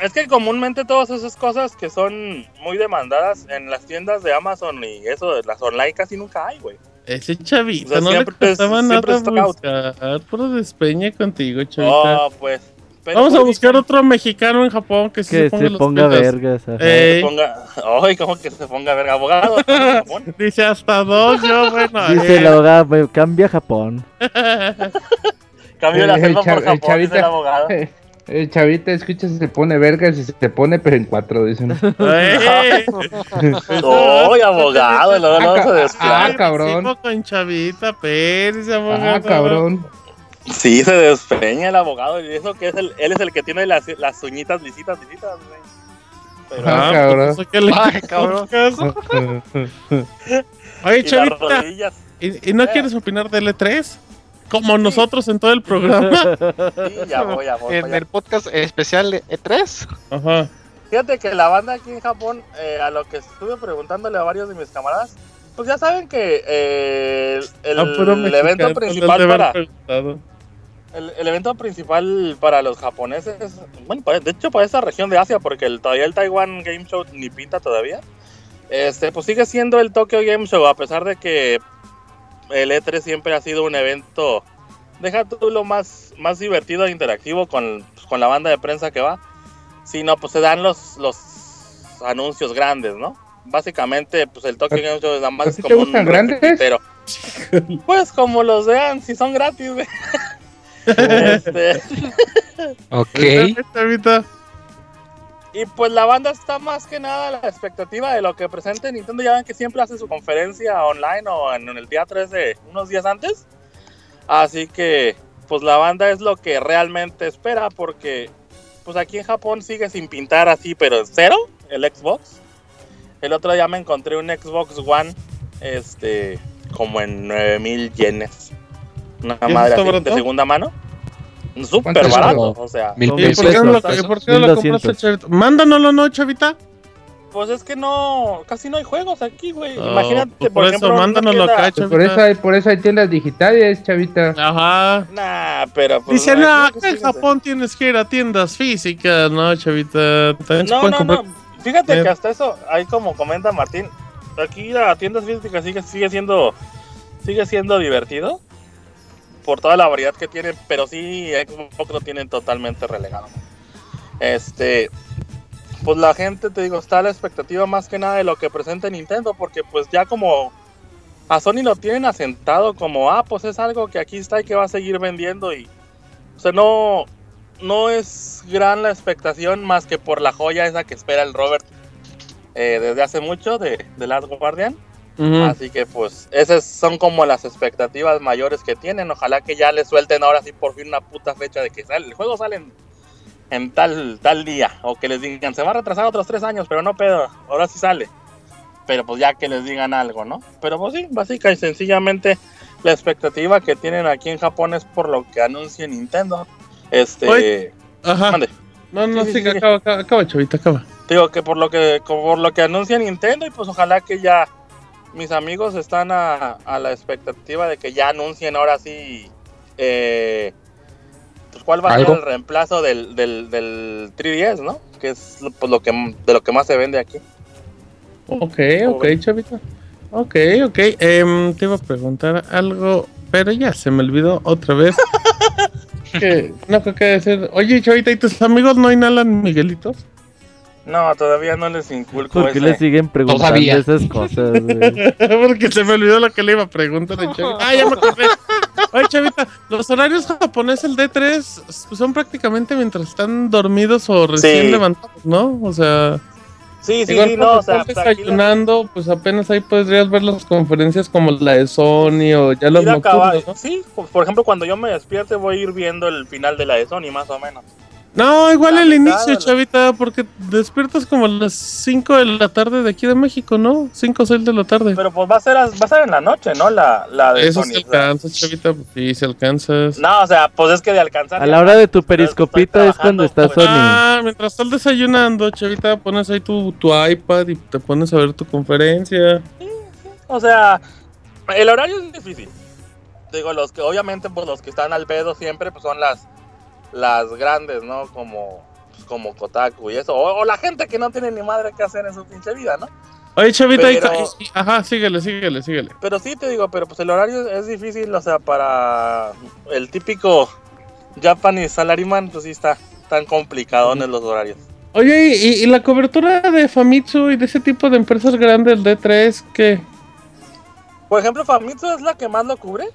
Es que comúnmente todas esas cosas que son muy demandadas en las tiendas de Amazon y eso, las online casi nunca hay, güey. Ese Chavita O sea, no le siempre es- costaba siempre nada está out. buscar. Puro despeña contigo, Chavita. Oh, pues. pero Vamos a pues, buscar otro mexicano en Japón que, sí Que se las ponga pilas. vergas, ajá. que Ey. se ponga. Ay, ¿cómo que se ponga verga? Abogado. Japón? Dice hasta dos, yo, bueno. Dice eh, la abogada, güey, cambia a Japón. Cambio la El- el selva chav- por el Japón, dice el chavita. abogado. El chavita escucha, se pone vergas y se te pone, pero en cuatro, dicen. ey. Ay, abogado, luego luego se pues Ah, despeña. cabrón. Sigo con Chavita Pérez, abogado. Ah, cabrón. Sí, se despeña el abogado. Y eso que es el, él es el que tiene las, las uñitas lisitas, lisitas, güey. Pero- Ah, Ah, cabrón. pues, eso que le- Ay, cabrón. Oye, y las Chavita, rodillas. Eh. ¿y, y no quieres opinar del E3? Como nosotros en todo el programa. Sí, ya voy, ya voy. En para allá. el podcast especial de E E3. Ajá. Fíjate que la banda aquí en Japón, eh, a lo que estuve preguntándole a varios de mis camaradas, pues ya saben que eh, el, Ah, puro el mexicano, evento les principal debe haber para preguntado. el, el evento principal para los japoneses, bueno, para- de hecho para esta región de Asia, porque el, todavía el Taiwan Game Show ni pinta todavía, este, pues sigue siendo E el Tokyo Game Show, a pesar de que el E3 siempre ha sido un evento deja tú lo más, más divertido e interactivo con, pues, con la banda de prensa que va, sino pues se dan los, los anuncios grandes, ¿no? Básicamente, pues el Tokyo Game Show es nada más ¿A ti te gustan grandes? Pero, pues como los vean, si son gratis, güey. Este, Ok. Y pues la banda está más que nada a la expectativa de lo que presente Nintendo. Ya ven que siempre hace su conferencia online o en, en el día 13, unos días antes. Así que, pues la banda es lo que realmente espera, porque pues aquí en Japón sigue sin pintar así, pero en cero, el Xbox. El otro día me encontré un Xbox One, este, como en 9000 yenes. Una ¿Y eso madre está así, de barato? segunda mano. ¿Cuánto Súper es barato, como o sea. Mil ¿Y por qué no lo, y por qué no lo compraste, Chavita? Mándanoslo, ¿no, Chavita? Pues es que no, casi no hay juegos aquí, güey. Oh, Imagínate, pues por, por ejemplo, eso, una mándanoslo tienda- acá, Chavita. Por eso, hay, por eso hay tiendas digitales, chavita. Ajá. Nah, pero pues, Dice, ay, no, creo "Ah, acá que en sí, Japón tienes que ir a tiendas físicas, ¿no, Chavita? También se No, pueden no, comprar. no. Fíjate Eh. que hasta eso, ahí como comenta Martín, aquí ir a tiendas físicas sigue, sigue siendo sigue siendo divertido por toda la variedad que tienen, pero sí Xbox lo tienen totalmente relegado. Este, pues la gente te digo, está a la expectativa más que nada de lo que presenta Nintendo porque pues ya como a Sony lo tienen asentado como, ah, pues es algo que aquí está y que va a seguir vendiendo y o sea, no no es gran la expectación más que por la joya esa que espera el Robert eh, desde hace mucho de, de Last Guardian. Ujú. Ah, Así que pues esas son como las expectativas mayores que tienen. Ojalá que ya le suelten ahora sí por fin una puta fecha de que sale, el juego sale en, en tal, tal día. O que les digan, se va a retrasar otros tres años, pero no pedo, ahora sí sale. Pero pues ya que les digan algo, ¿no? Pero pues sí, básica y sencillamente la expectativa que tienen aquí en Japón es por lo que anuncie Nintendo. Este... Oye, Ajá. Mande. No, no, Sí, sí, sigue, sí. acaba, acaba, acaba, Chavita, acaba. Te Digo que por lo que como por lo que anuncia Nintendo y pues ojalá que ya mis amigos están a, a la expectativa de que ya anuncien ahora sí eh, pues cuál va a Algo. ser el reemplazo del, del, del 3DS, ¿no? Que es lo- pues, lo que de lo que más se vende aquí. Ok, ok, Pobre. Chavita. Ok, ok. Em, te iba a preguntar algo, pero ya se me olvidó otra vez. que, no creo que decir. Oye, Chavita, ¿y tus amigos no inhalan Miguelitos? No, todavía no les inculco ¿Por qué ese. le siguen preguntando Todavía. esas cosas, Pues, güey? Porque se me olvidó lo que le iba a preguntar a Chavita. Ah, ya me acordé. Oye, Chavita, los horarios japoneses, el D3, son prácticamente mientras están dormidos o recién Sí. levantados, ¿no? O sea. Sí, sí, Igual sí, cuando no, o sea, estás pues, aquí la- desayunando, pues apenas ahí podrías ver las conferencias como la de Sony o ya los ir a acabar- nocturnos, ¿no? Sí, por- por ejemplo, cuando yo me despierte voy a ir viendo el final de la de Sony más o menos. No, igual La el mitad inicio, o la- chavita, porque despiertas como a las 5 de la tarde de aquí de México, ¿no? 5 o 6 de la tarde. Pero pues va a ser a- va a ser en la noche, ¿no? La, la de Eso Sony. se o sea. alcanza, chavita, pues, sí, se alcanzas. No, o sea, pues es que de alcanzar. A la hora de tu periscopita estoy es cuando trabajando, está joven. Sony. Ah, mientras estás desayunando, chavita, pones ahí tu, tu iPad y te pones a ver tu conferencia. O sea, el horario es difícil. Digo, los que obviamente, pues los que están al pedo siempre, pues son las, las grandes, ¿no? Como, pues, como Kotaku y eso. O, o la gente que no tiene ni madre que hacer en su pinche vida, ¿no? Oye, chavita, y- Pero- y- ajá, síguele, síguele, síguele. Pero sí te digo, pero pues el horario es difícil, o sea, para el típico Japanese salaryman, pues sí está tan complicado en los horarios. Oye, y, y la cobertura de Famitsu y de ese tipo de empresas grandes, el D3, ¿qué? Por ejemplo, Famitsu es la que más lo cubre,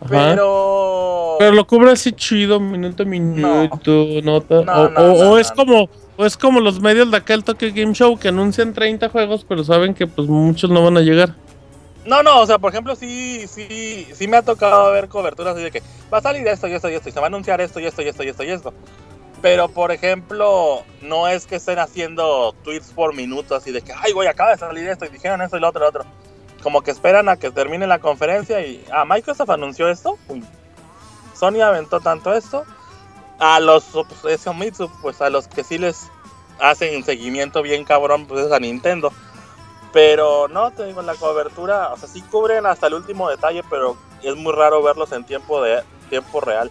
Ajá. pero... Pero lo cubre así chido, minuto a minuto, nota. No, o, no, o- no, o no, es no. como o es como los medios de acá el Tokyo Game Show que anuncian 30 juegos, pero saben que pues muchos no van a llegar. No, no, o sea, por ejemplo, sí, sí, sí me ha tocado ver coberturas así de que va a salir esto y esto y esto, y se va a anunciar esto y esto y esto y esto y esto. Pero, por ejemplo, no es que estén haciendo tweets por minuto así de que, ay, güey, acaba de salir esto y dijeron esto y lo otro y lo otro. Como que esperan a que termine la conferencia y, ah, Microsoft anunció esto, pum. Sony aventó tanto esto. A los, pues, ese Omitsu, pues a los que sí les hacen seguimiento bien cabrón, pues es a Nintendo. Pero no, te digo, la cobertura, o sea, sí cubren hasta el último detalle, pero es muy raro verlos en tiempo de tiempo real.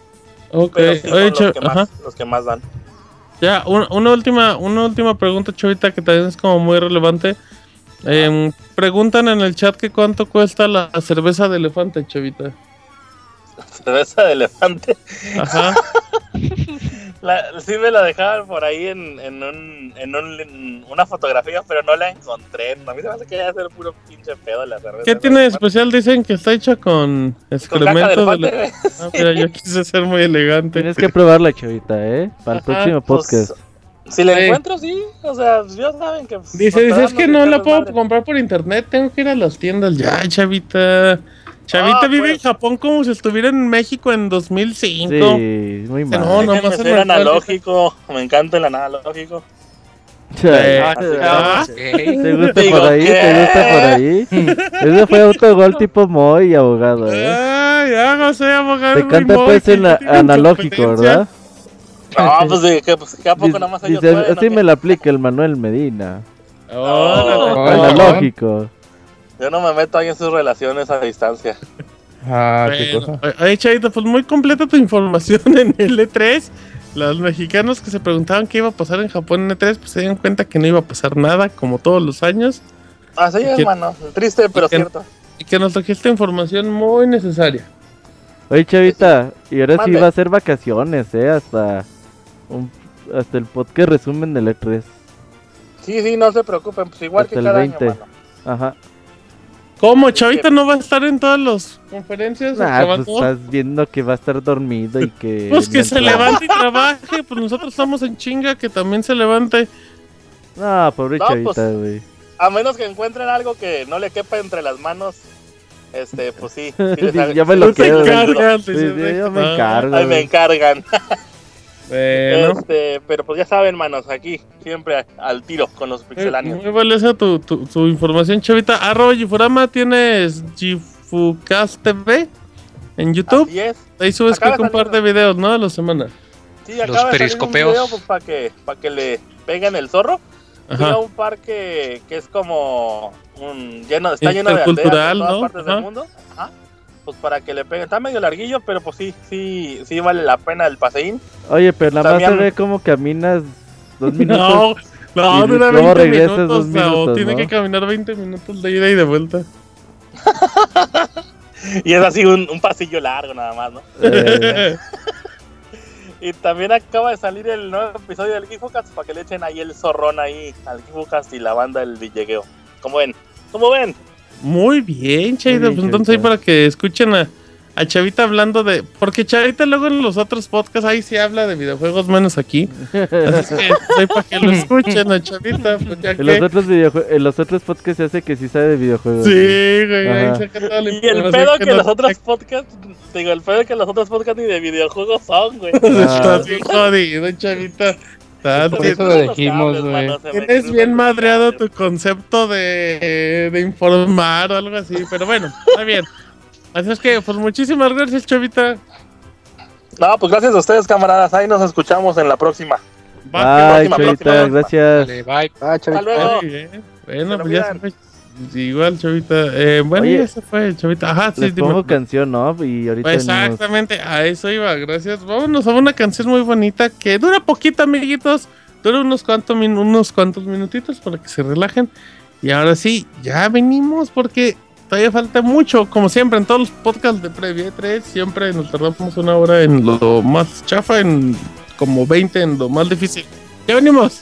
Ok, Pero sí son oye, los, Chav- que ajá. más, los que más dan. Ya, un- una, última, una última pregunta, Chavita, que también es como muy relevante. Em, preguntan en el chat que cuánto cuesta la cerveza de elefante, Chavita. cerveza de elefante. Ajá. La- sí me la dejaban por ahí en, en un- en un- en una fotografía, pero no la encontré. A mí se me hace que ya ser puro pinche pedo la cerveza. ¿Qué tiene de especial? Dicen que está hecha con caca excremento del de pato, la- güey. Ah, mira, yo quise ser muy elegante. Tienes que probarla, chavita, ¿eh? Para el Ajá, próximo pues, podcast. Si la Sí. encuentro, sí. O sea, Dios saben que. pues, Dice, nos dice, es tardamos que en no la echarles puedo madre". comprar por internet, tengo que ir a las tiendas. Ya, chavita. Chavita Ah, vive en Japón como si estuviera en México en 2005. Sí, muy mal. No, Déjenme nomás ser se me- analógico. Me encanta el analógico. Chale. Ah, Ah, sí, ¿Te gusta Digo, por ahí? ¿Te gusta por ahí? Ese fue autogol tipo Moy, abogado, ¿eh? Ay, hágase, abogado. Te canta Rimoy, pues que en no la- tiene analógico, ¿verdad? No, pues de que pues, que a poco Dice- nada más ellos Dice, pueden, ¿o así qué? me la aplica el Manuel Medina. No, Oh, Analógico. Yo no me meto ahí en sus relaciones a distancia. Ah, qué cosa. Oye, Chavita, pues muy completa tu información en L3. Los mexicanos que se preguntaban qué iba a pasar en Japón en E3, pues se dieron cuenta que no iba a pasar nada, como todos los años. Así ¿Y Ah, es, qué- mano. Triste, pero y que- cierto. Y que nos trajiste información muy necesaria. Oye, chavita, y ahora sí Mande. va a ser vacaciones, ¿eh? Hasta, un- hasta el podcast resumen del E3. Sí, sí, no se preocupen. Pues igual Hasta que el cada 20. año, mano. Ajá. ¿Cómo? ¿Chavita no va a estar en todas las conferencias? ¿O se Nah, va pues todo? estás viendo que va a estar dormido y que. Pues que se mientras- levante y trabaje. Pues nosotros estamos en chinga, que también se levante. No, pobre No, pues, chavita, güey. A menos que encuentren algo que no le quepa entre las manos. Este, pues sí. sí les hago- ya me lo sí les quedo. hago- encargan, Sí, dice, sí, yo ah. me encargo. Ay, me güey. encargan. Bueno. Este, pero pues ya saben, manos, aquí siempre al tiro con los pixeláneos. Muy valiosa tu, tu, tu información, chavita. Arroba Gifurama, tienes Gifucast TV en YouTube. Así es. Ahí subes Acaba que un par saliendo. de videos, ¿no? A la semana. Sí, Los acaba de salir un periscopeos. video, pues, para que, para que le peguen el zorro. Fui Ajá. a un parque que es como un lleno, está lleno de aldeas Intercultural, en todas ¿no? partes Ajá. del mundo. Ajá. Pues para que le peguen. Está medio larguillo, pero pues sí, sí, sí vale la pena el paseín. Oye, pero nada más se Sabían- ve cómo caminas dos No, minutos. no, Y dura luego 20 regresas minutos. dos o minutos, tiene ¿no? que caminar 20 minutos de ida y de vuelta. Y es así un, un pasillo largo nada más, ¿no? Eh. Y también acaba de salir el nuevo episodio del Gifocast para que le echen ahí el zorrón ahí al Gifocast y la banda del Villegueo. ¿Cómo ven? ¿Cómo ven? Muy bien, Chavita. bien, Pues entonces ahí Chavita. para que escuchen a, a Chavita hablando de. Porque Chavita luego en los otros podcasts ahí sí habla de videojuegos, menos aquí. Así que ahí para que lo escuchen a Chavita. pues, ya En los, que- otros videojue- en los otros podcasts se hace que sí sabe de videojuegos. Sí, güey, ahí Ajá. saca toda la Y el información pedo que nos- los otros podcasts, digo, el pedo que los otros podcasts ni de videojuegos son, Ah. güey. Ah. Estás bien jodido, chavita. Estás Por bien- eso lo dijimos, güey. Tienes bien madreado tu concepto de, de informar o algo así, pero bueno, está bien. Así es que, pues muchísimas gracias, chavita. No, pues gracias a ustedes, camaradas. Ahí nos escuchamos en la próxima. Va, Ay, Próxima, chavita, próxima. gracias. Dale, bye. Ah, Hasta chavita. luego. Muy bien. Bueno, Se lo pues ya cuidan. se fue. Igual, chavita. Eh, bueno, Oye. ya se fue, chavita. Ajá, sí, Les dime. pongo canción, ¿no? Y ahorita Pues venimos. exactamente, a eso iba, gracias. Vámonos a una canción muy bonita que dura poquito, amiguitos. Dura unos cuantos, min- unos cuantos minutitos para que se relajen. Y ahora sí, ya venimos porque todavía falta mucho. Como siempre, en todos los podcasts de Previa 3, siempre nos tardamos una hora en lo más chafa, en como 20 en lo más difícil. Ya venimos.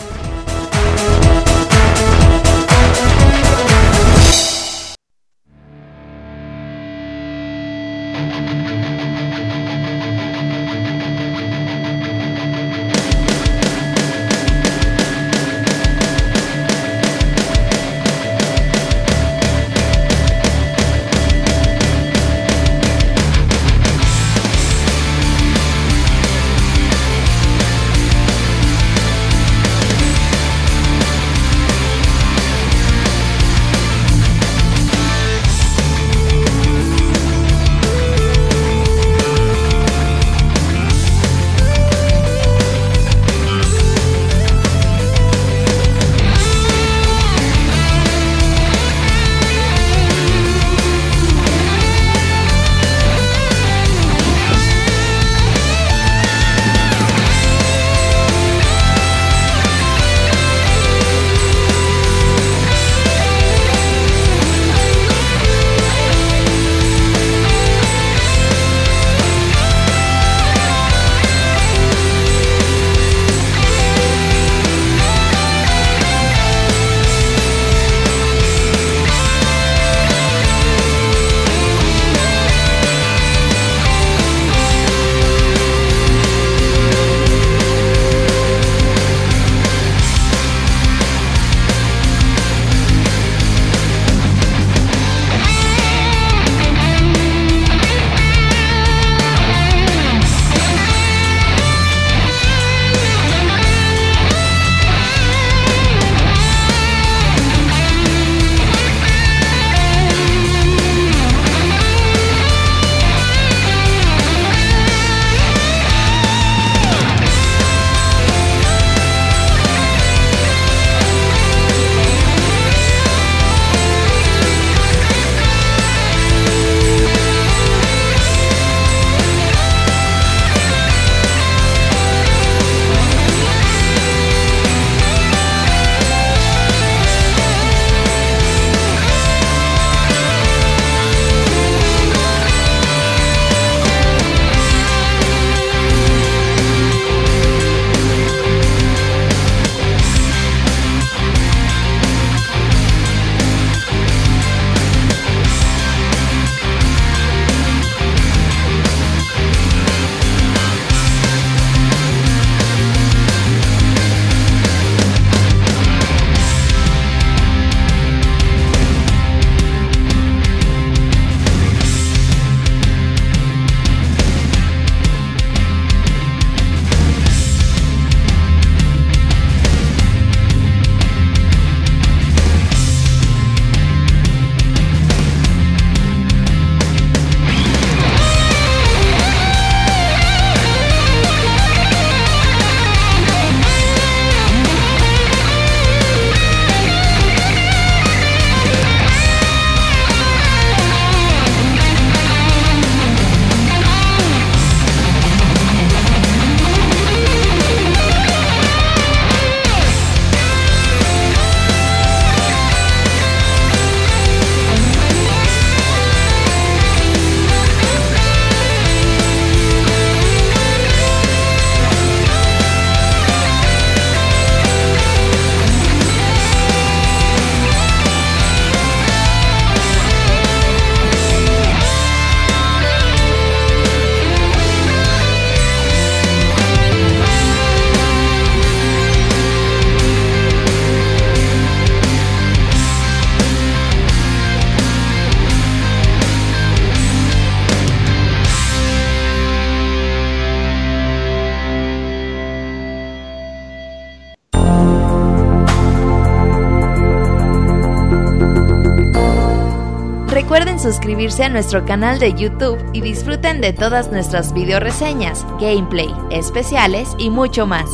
suscribirse a nuestro canal de YouTube y disfruten de todas nuestras videoreseñas, gameplay, especiales y mucho más.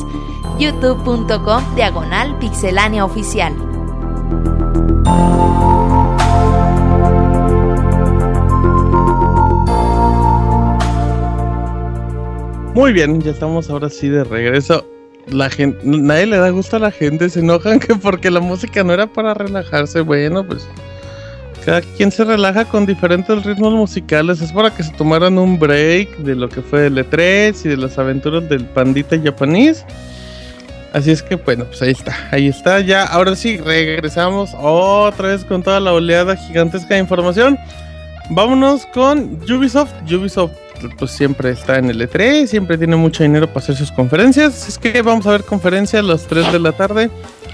youtube.com diagonal pixelania oficial. Muy bien, ya estamos ahora sí de regreso. La gente, nadie le da gusto a la gente, se enojan que porque la música no era para relajarse. Bueno, pues cada quien se relaja con diferentes ritmos musicales. Es para que se tomaran un break de lo que fue el E3 y de las aventuras del pandita japonés. Así es que bueno, pues ahí está, ahí está ya. Ahora sí, regresamos otra vez con toda la oleada gigantesca de información. Vámonos con Ubisoft. Ubisoft pues siempre está en el E3, siempre tiene mucho dinero para hacer sus conferencias. Es que vamos a ver conferencia a las 3 de la tarde.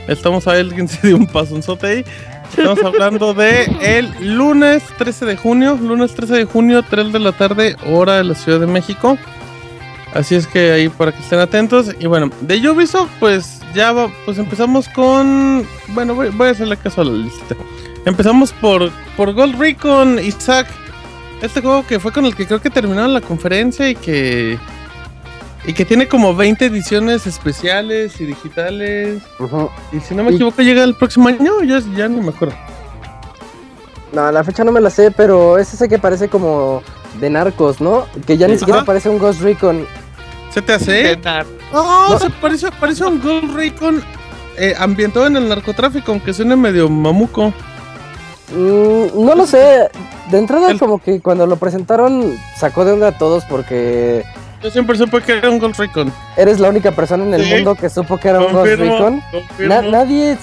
Estamos a alguien se dio un pasonzote ahí. Estamos hablando de el lunes 13 de junio, lunes 13 de junio, 3 de la tarde, hora de la Ciudad de México. Así es que ahí para que estén atentos. Y bueno, de Ubisoft, pues ya va- pues empezamos con. Bueno, voy, voy a hacerle caso a la lista. Empezamos por, por Gold Recon, Isaac. Este juego que fue con el que creo que terminaron la conferencia y que. Y que tiene como 20 ediciones especiales y digitales. Y si no me Y- equivoco, llega el próximo año. Yo ya ni me acuerdo. No, la fecha no me la sé, pero es ese que parece como de narcos, ¿no? Que ya ni Ajá. siquiera parece un Ghost Recon. ¿Se te hace? No, se parece, parece un Gold Recon eh, ambientado en el narcotráfico, aunque suene medio mamuco. Mm, no lo sé. De entrada, como que cuando lo presentaron, sacó de onda a todos porque. Yo siempre supe que era un Gold Recon. Eres la única persona en el Sí. mundo que supo que era un Ghost Confirmo, Recon. confirmo. Na- nadie.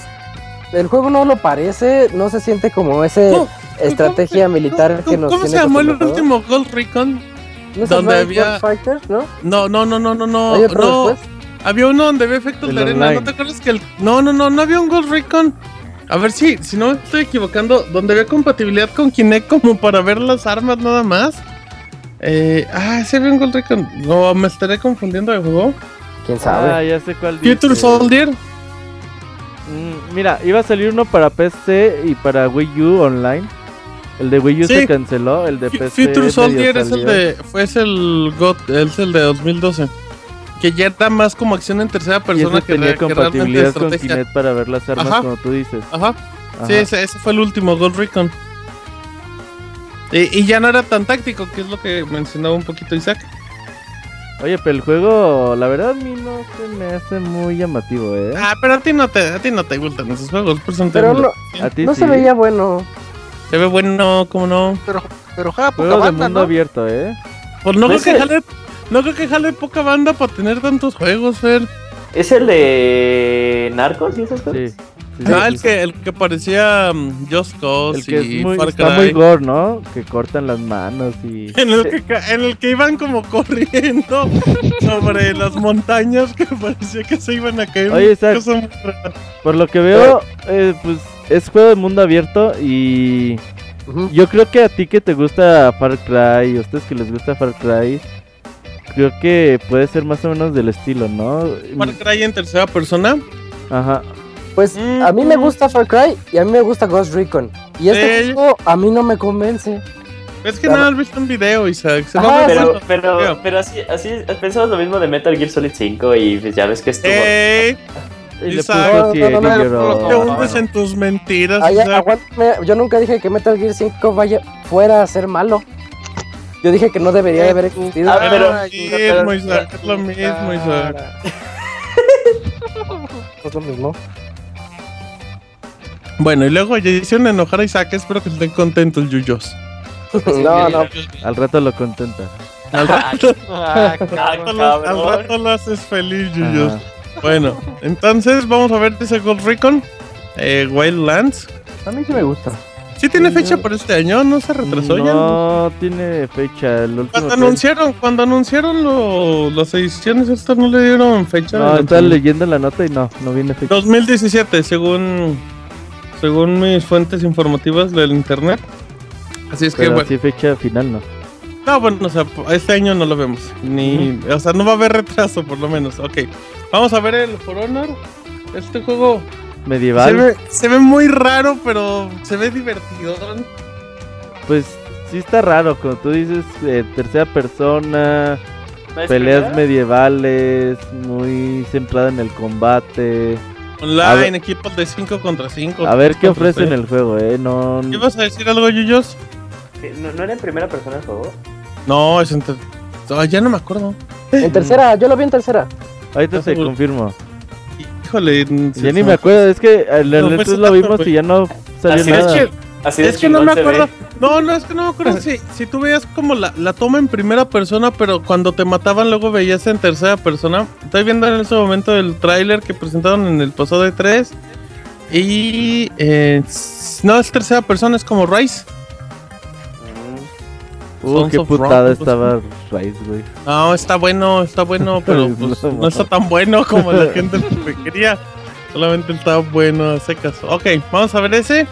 El juego no lo parece, no se siente como ese estrategia militar que ¿Cómo, nos cómo se tiene llamó el acostumbrados. último Gold Recon? ¿No es donde Advanced había- Warfighter, no? No, no, no, no, no, no. ¿Hay otro no. después? Había uno donde había efectos El de arena. online. ¿No te acuerdas que el.? No, no, no, no había un Gold Recon. A ver si, si no me estoy equivocando, donde había compatibilidad con Kinect como para ver las armas nada más. Eh, ah, sí había un Gold Recon. No, me estaré confundiendo de juego. ¿Quién Ah, ya sé cuál Future dices. Soldier. Mm, Mira, iba a salir uno para PC y para Wii U online. El de Wii U Sí. se canceló, el de PC. Future medio Soldier es el salió. de. Fue es el God, es el de 2012. Que ya da más como acción en tercera Y persona ese que, tenía re- que realmente compatibilidad con estrategia. Kinect para ver las armas, Ajá. como tú dices. Ajá. Sí, Ajá. ese, ese fue el último Gold Recon. Y, y ya no era tan táctico, que es lo que mencionaba un poquito Isaac. Oye, pero el juego, la verdad, a mí no se me hace muy llamativo, ¿eh? Ah, pero a ti no te, a ti no te gustan esos juegos, por eso no te Pero gustan. no- ¿A ti No sí? se veía bueno. Se ve bueno, ¿cómo no? Pero, pero jala Juego de mundo abierto, ¿eh? Pues no No creo, es que el- jale, no creo que jale poca banda para tener tantos juegos, Fer. ¿Es el de Narcos y esas cosas? Sí. sí, Ah, sí, el sí. que, el que parecía mm, Just Cause El que es y muy, Far está Cry. muy gore, ¿no? Que cortan las manos y... En el, que, ca- en el que iban como corriendo sobre las montañas que parecía que se iban a caer. Oye, Isaac. Cosa muy rara. Por lo que veo, eh, pues es juego de mundo abierto y yo creo que a ti que te gusta Far Cry, a ustedes que les gusta Far Cry, creo que puede ser más o menos del estilo, ¿no? Far Cry Mm. en tercera persona. Ajá. Pues a mí me gusta Far Cry y a mí me gusta Ghost Recon. Y este Sí. juego a mí no me convence. Es que Claro. nada, has visto un video, Isaac. Se Ajá, va a ver Pero, bueno. pero, pero así, así pensamos lo mismo de Metal Gear Solid 5 y pues ya ves que estuvo. ¡Ey! Y le Isaac. puso No, no, no, no, 100 euros. Te hundes en tus mentiras, Ay, Isaac. aguántame, yo nunca dije que Metal Gear 5 vaya fuera a ser malo. Yo dije que no debería de haber existido. Ah, pero- Sí, Isaac, es lo mismo, Isaac. Es lo mismo. Bueno, y luego ya hicieron enojar a Isaac. Espero que estén contentos, Yuyos. No, no. Al rato lo contenta. Al rato, Ah, Ah, cabrón. al rato- al cabrón. rato lo haces feliz, Yuyos. Ajá. Bueno, entonces vamos a ver ese Gold Recon. Eh, Wildlands. A mí sí me gusta. Sí tiene fecha para este año, no se retrasó ya. No pues tiene fecha. El último Cuando que- anunciaron, cuando anunciaron lo- las ediciones, estas no le dieron fecha. No, estaba de lanzamiento. leyendo la nota y no, no viene fecha. 2017, según según mis fuentes informativas del internet. Así es que pero bueno, sí fecha final no. no, bueno, o sea, po- este año no lo vemos, ni, o sea, no va a haber retraso por lo menos. Ok, vamos a ver el For Honor. Este juego se Medieval. ve, se ve muy raro, pero se ve divertido. Pues sí está raro, como tú dices, eh, tercera persona, ¿No es peleas primera? medievales, muy centrada en el combate. A Online, ver- equipos de 5 contra 5. A ver qué ofrece en el juego, eh. No, ¿Qué vas a decir algo, Yuyos? Sí, ¿No, no era en primera persona el juego? No, es en. ter- Ah, ya no me acuerdo. En tercera, yo lo vi en tercera. ahorita se seguro. confirmo. Híjole. se- Ya se ni me- me acuerdo, es que en la No, pues, Letras sí, lo vimos pues. y ya no salió Así de nada. chill. Así de Es que no chingón me se ve. acuerdo. No, no, es que no me acuerdo si, si tú veías como la, la toma en primera persona, pero cuando te mataban luego veías en tercera persona. Estoy viendo en ese momento el tráiler que presentaron en el pasado de 3. Y... eh, s- no, es tercera persona, es como Rise. Uh, Sons qué of Rome, putada pues, estaba Rise, güey. No, está bueno, está bueno, pero pues, no está tan bueno como la gente lo quería. Solamente está bueno a secas. Ok, vamos a ver ese.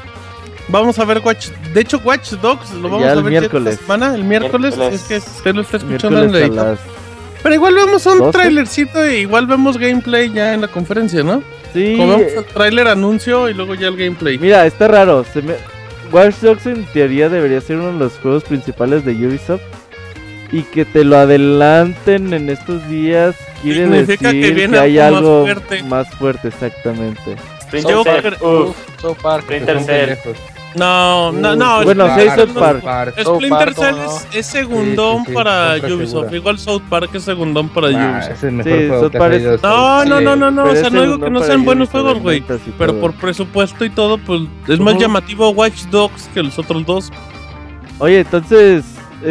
Vamos a ver Watch. De hecho, Watch Dogs lo vamos Ya a el ver ya miércoles. esta semana, el miércoles. si Miércoles. es que usted lo está escuchando en Miércoles la a edición. las... Pero igual vemos un 12. trailercito e igual vemos gameplay ya en la conferencia, ¿no? Sí, Como vemos eh, el trailer, anuncio y luego ya el gameplay. Mira, está raro. Se me... Watch Dogs en teoría debería ser uno de los juegos principales de Ubisoft. Y que te lo adelanten en estos días quiere Significa que decir que, viene hay algo más algo fuerte. más fuerte, exactamente. Splinter Yo Cell, creo- uf, South Park. Splinter Cell. No, no, no. bueno, sí, Splinter Cell South no- Park. Splinter Cell ¿cómo no? es, es segundón Sí, sí, sí, para compra Ubisoft. segura. Igual South Park es segundón para Ah, Ubisoft. es el mejor Sí, juego South que ha Park es- salido hasta No, no, no, no, no. Pero o sea, ese no digo que no no para sean buenos Ubisoft, juegos, güey. ventas y Pero todo. por presupuesto y todo, pues es más Ujú. llamativo Watch Dogs que los otros dos. Oye, entonces,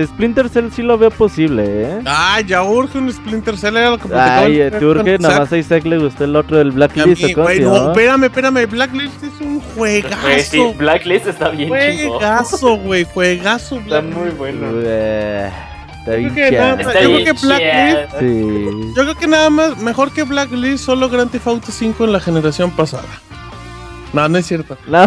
Splinter Cell sí lo veo posible, ¿eh? Ah, ya urge un Splinter Cell. Era lo que platicaba Ay, el- eh, te urge, Isaac. nada más a Isaac le gustó el otro del Y a Blacklist, mí, ¿o cómo güey, se no, llamaba? espérame, espérame. Blacklist es un juegazo. Güey, sí, Blacklist está bien chingón. Juegazo, güey, juegazo. Está Blacklist. muy bueno. Bleh, Está Yo bien creo que nada chido. más- Está yo bien creo que Blacklist- chido. Sí. Yo creo que nada más, mejor que Blacklist, solo Grand Theft Auto 5 en la generación pasada. No, no es cierto. No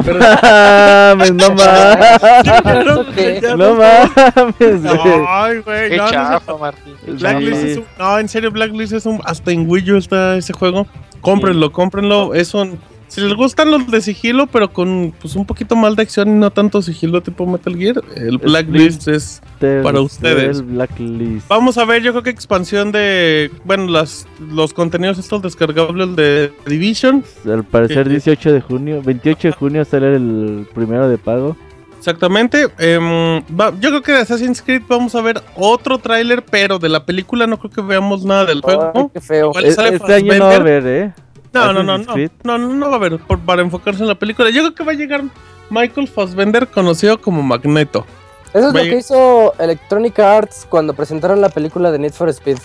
mames, no mames. Claro que ya No mames, güey. Ay, güey, Qué no, no es cierto. chafa, Martín. Blacklist Sí. es un, no, en serio, Blacklist es un. Hasta en Wii U está ese juego. Cómprenlo, cómprenlo. Es un. Si les gustan los de sigilo, pero con pues un poquito más de acción y no tanto sigilo tipo Metal Gear, el Blacklist es. Para ustedes. El Blacklist. Vamos a ver, yo creo que expansión de. Bueno, las, los contenidos estos descargables de Division. Al parecer Sí. 18 de junio, 28 de junio sale el primero de pago. Exactamente. em, va- yo creo que de Assassin's Creed vamos a ver otro tráiler, pero de la película no creo que veamos nada del juego. Ay, qué feo. Igual E- sale Este año no va a Fassbender. haber, ¿eh? No, no, no, Assassin's no, Creed. no, no, no va a haber por- para enfocarse en la película. Yo creo que va a llegar Michael Fassbender, conocido como Magneto. Eso es lo Vaya. que hizo Electronic Arts cuando presentaron la película de Need for Speed.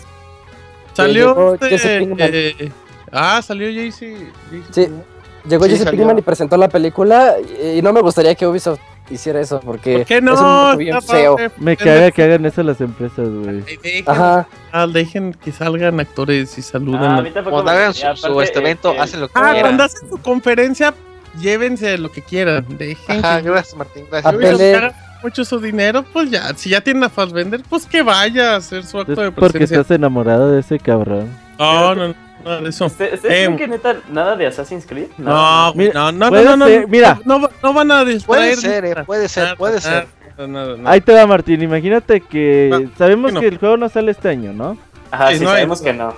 Salió llegó este, Jesse Pinkman. eh, ah, salió Jay-Z. Sí, llegó Sí, Jesse salió. Pinkman y presentó la película. Y y no me gustaría que Ubisoft hiciera eso porque ¿Por qué es un no? mundo bien Está feo. padre. Me caga que hagan eso las empresas, güey. Ah, eh, Ay, Dejen, Ajá. ah, dejen que salgan actores y saluden. Ah, a a mí tampoco Cuando me- hagan y su, su aparte, este evento, eh, hacen lo que Ah, quieran. cuando hacen su conferencia, llévense lo que quieran. Dejen Ajá, que gracias, Martín. A Gracias. Ubisoft Pele. haga mucho su dinero, pues ya, si ya tienen a Fassbender, pues que vaya a hacer su acto de Es porque presencia. estás enamorado de ese cabrón. No, no, no, no, de eso. ¿Ustedes ustedes creen Em. que neta nada de Assassin's Creed? No, güey, Mira, no, no, puede no, no, ser, no, mira. no, va- no van a distraer. Puede ser, eh, puede ser, puede ser. No, no, no. Ahí te va, Martín. Imagínate que Ah, sabemos bueno. que el juego no sale este año, ¿no? Ajá, Sí, sí, no Ah. hay- sabemos que no.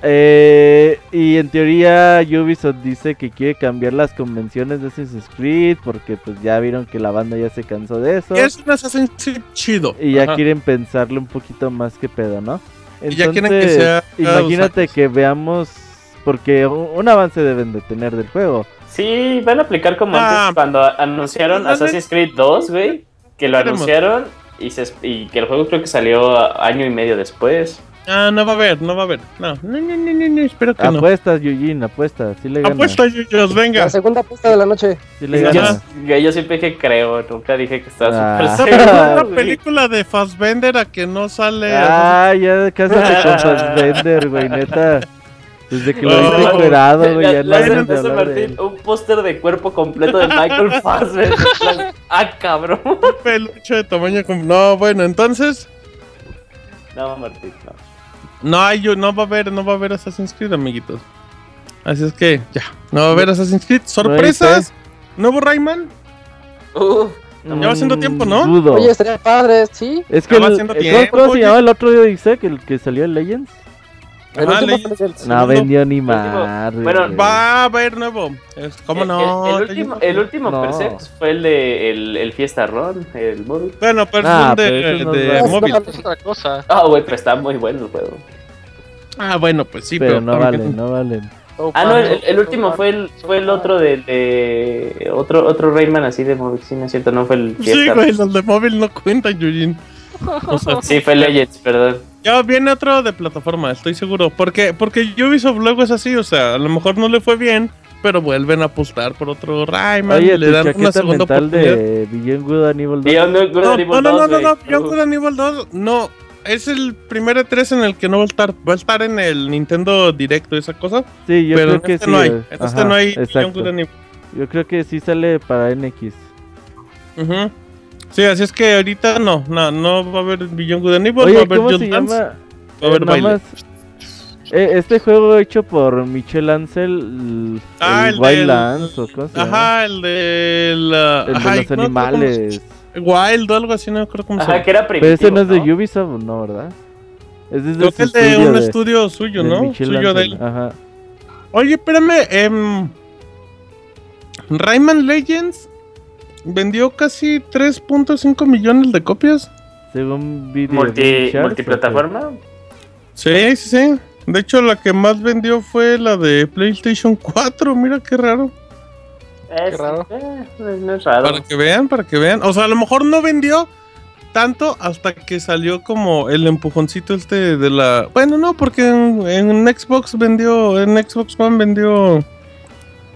Eh, y en teoría Ubisoft dice que quiere cambiar las convenciones de Assassin's Creed porque pues ya vieron que la banda ya se cansó de eso Es un Assassin's Creed chido. y ya Ajá. quieren pensarle un poquito más que pedo, ¿no? Y ya quieren que Entonces, sea. Imagínate que veamos porque un, un avance deben de tener del juego. Sí, van a aplicar como Ah. antes cuando anunciaron Ándale. Assassin's Creed 2, güey. Que lo Veremos. anunciaron y, se, y que el juego creo que salió a- año y medio después. Ah, no va a haber, no va a haber. No, no, no, no, no, no, espero que no. Apuestas, Yujin, apuestas, sí le gana. Apuesta, Yuyos, venga. La segunda apuesta de la noche. sí le Yo, Ajá. gana. yo- yo siempre dije creo, nunca dije que estaba Ah. súper Pero seguro. una güey. película de Fassbender a que no sale. Ah, ya cásate con Fassbender, güey, neta. Desde que lo No. viste encuerado, güey, La- ya no la- dejan de Martín, hablar de él. un póster de cuerpo completo de Michael Fassbender. Las- ah, cabrón. Un peluche de tamaño. como- No, bueno, entonces. No, Martín, no. No, hay, no va a haber, no va a haber Assassin's Creed, amiguitos. Así es que, ya. No va a haber Assassin's Creed. Sorpresas. Nuevo Rayman. Uf, Ya va siendo tiempo, ¿no? Dudo. Oye, estaría padre, sí. Es que Ya va el, siendo el- tiempo, ¿cómo se oye. llamaba el otro día dice que el que salió en Legends? El Ah, último Legends. fue el- No Segundo. vendió ni Último. madre. Bueno, güey. Va a haber nuevo. Es- ¿Cómo El- no? Eh, El, el último, el último No. Perseps fue el de el, el Fiesta Ron, el móvil. Bueno, pero Nah, son de, pero esos no de valen. Eso Ah, no móvil. vale. Es otra cosa. Ah, güey, pero está muy bueno el juego. Ah, bueno, pues sí, pero no también- valen, no valen. Oh, Ah, no, el, el último fue el, fue el otro de, de- otro, otro Rayman así de móvil, sí, no es cierto, no fue el Sí, Fiesta. güey, los de móvil no cuentan, Yujin. O sea, Sí, fue Legends, perdón. ya viene otro de plataforma, estoy seguro. Porque, porque Ubisoft luego es así, o sea, a lo mejor no le fue bien, pero vuelven a apostar por otro Rayman. Oye, le tu dan una chaqueta segunda mental oportunidad. de Beyond Good and Evil 2. Beyond Good No, and Evil eh. no, no, no, 2, no, güey. no, Beyond Good and Evil 2, no. Es el primer E3 en el que no va a estar. Va a estar en el Nintendo Directo, esa cosa. Sí, yo pero creo en que este sí. no hay. eh. En este Ajá, no hay Beyond exacto. Good and Evil. Yo creo que sí sale para NX. Ujú. Sí, así es que ahorita no, no, no va a haber Beyond Good and Evil, va a Oye, haber ¿cómo Just se Dance, llama? va a haber Eh, nada baile. más, eh, este juego hecho por Michel Ancel, el, Ah, el Wild del- Lands, o cómo se llama? Ajá, el de la- El ajá, de los no, no, animales. como- Wild o algo así, no creo cómo se Ajá, llama. que era primero. Pero ese no es de Ubisoft, no, ¿verdad? Es desde Creo su que es de un de- estudio suyo, de ¿no? Michel suyo de Ancel, él. Ajá. Oye, espérame, em, Rayman Legends vendió casi 3.5 millones de copias. Según video. Multi, multiplataforma. Sí, sí, sí. De hecho, la que más vendió fue la de PlayStation 4. Mira qué raro. Es, raro. eh, no es raro. Para que vean, para que vean. O sea, a lo mejor no vendió tanto hasta que salió como el empujoncito este de la. Bueno, no, porque en, en Xbox vendió. En Xbox One vendió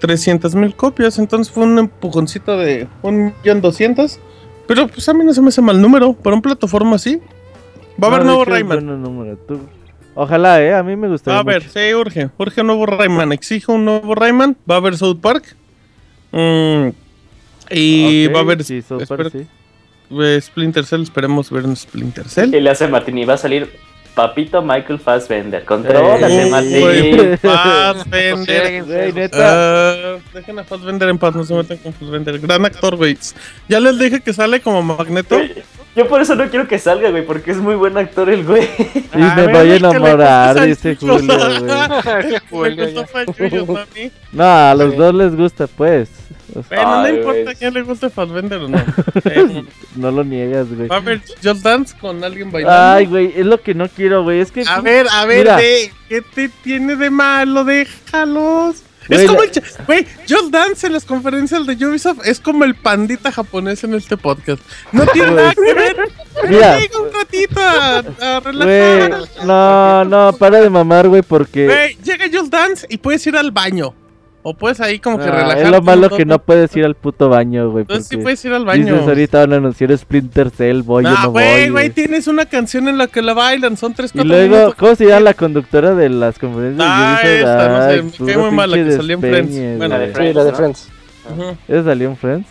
300 mil copias. Entonces fue un empujoncito de 1.200.000. Pero pues a mí no se me hace mal número. Para un plataforma así. Va a haber nuevo Rayman. Ojalá, eh, a mí me gustaría. Va a haber, mucho. sí, urge. Urge un nuevo Rayman. Exijo un nuevo Rayman. Va a haber South Park. Mm, y Ah, Ok, va a haber Sí, South Park, espero- sí. eh, Splinter Cell, esperemos ver un Splinter Y Cell. le hace Martín y va a salir Papito Michael Fassbender. Contrólate, Eh, Martín. Güey, Fassbender. Güey, neta. Ah, dejen a Fassbender en paz, no se metan con Fassbender. Gran actor, güey. Ya les dije que sale como magneto. Güey, Yo por eso no quiero que salga, güey, porque es muy buen actor el güey. Y me ver, voy a el Ah, pues, que le enamorar, gusta dice al Chuyo. Julio, güey. El que Julio, le gustó fue al Chuyo, no a mí. No, a los dos les gusta, pues. O sea, Bueno, no Ay, importa güey. a quién le guste Fassbender o no. Eh, no lo niegas, güey. va a haber Just Dance con alguien bailando. Ay, güey, es lo que no quiero, güey. Es que. A ver, a ver, Mira. ve, ¿qué te tiene de malo? Déjalos. Güey, es como la- el. ch- Güey, Just Dance en las conferencias de Ubisoft es como el pandita japonés en este podcast. No tiene nada que ver. Mira. Llega un ratito a, a Güey, relajar. no, no, para de mamar, güey, porque. Güey, llega Just Dance y puedes ir al baño. O puedes ahí como que Ah, relajar. es lo malo que no puedes ir al puto baño, güey. Entonces sí porque puedes ir al baño. Dices, ahorita van a anunciar Splinter Cell, voy, yo Nah, no Ah, güey, voy. güey, güey. tienes una canción en la que la bailan. Son tres, Y cuatro luego, minutos. ¿cómo se llama la conductora de las conferencias? Ah, Yo dije, esta, no sé, ay, me puro cae muy mal, la pinche que salió en Friends. despeñe, Bueno, La güey. de Sí, la de ¿no? Friends. Ujú, ¿Esa salió en Friends?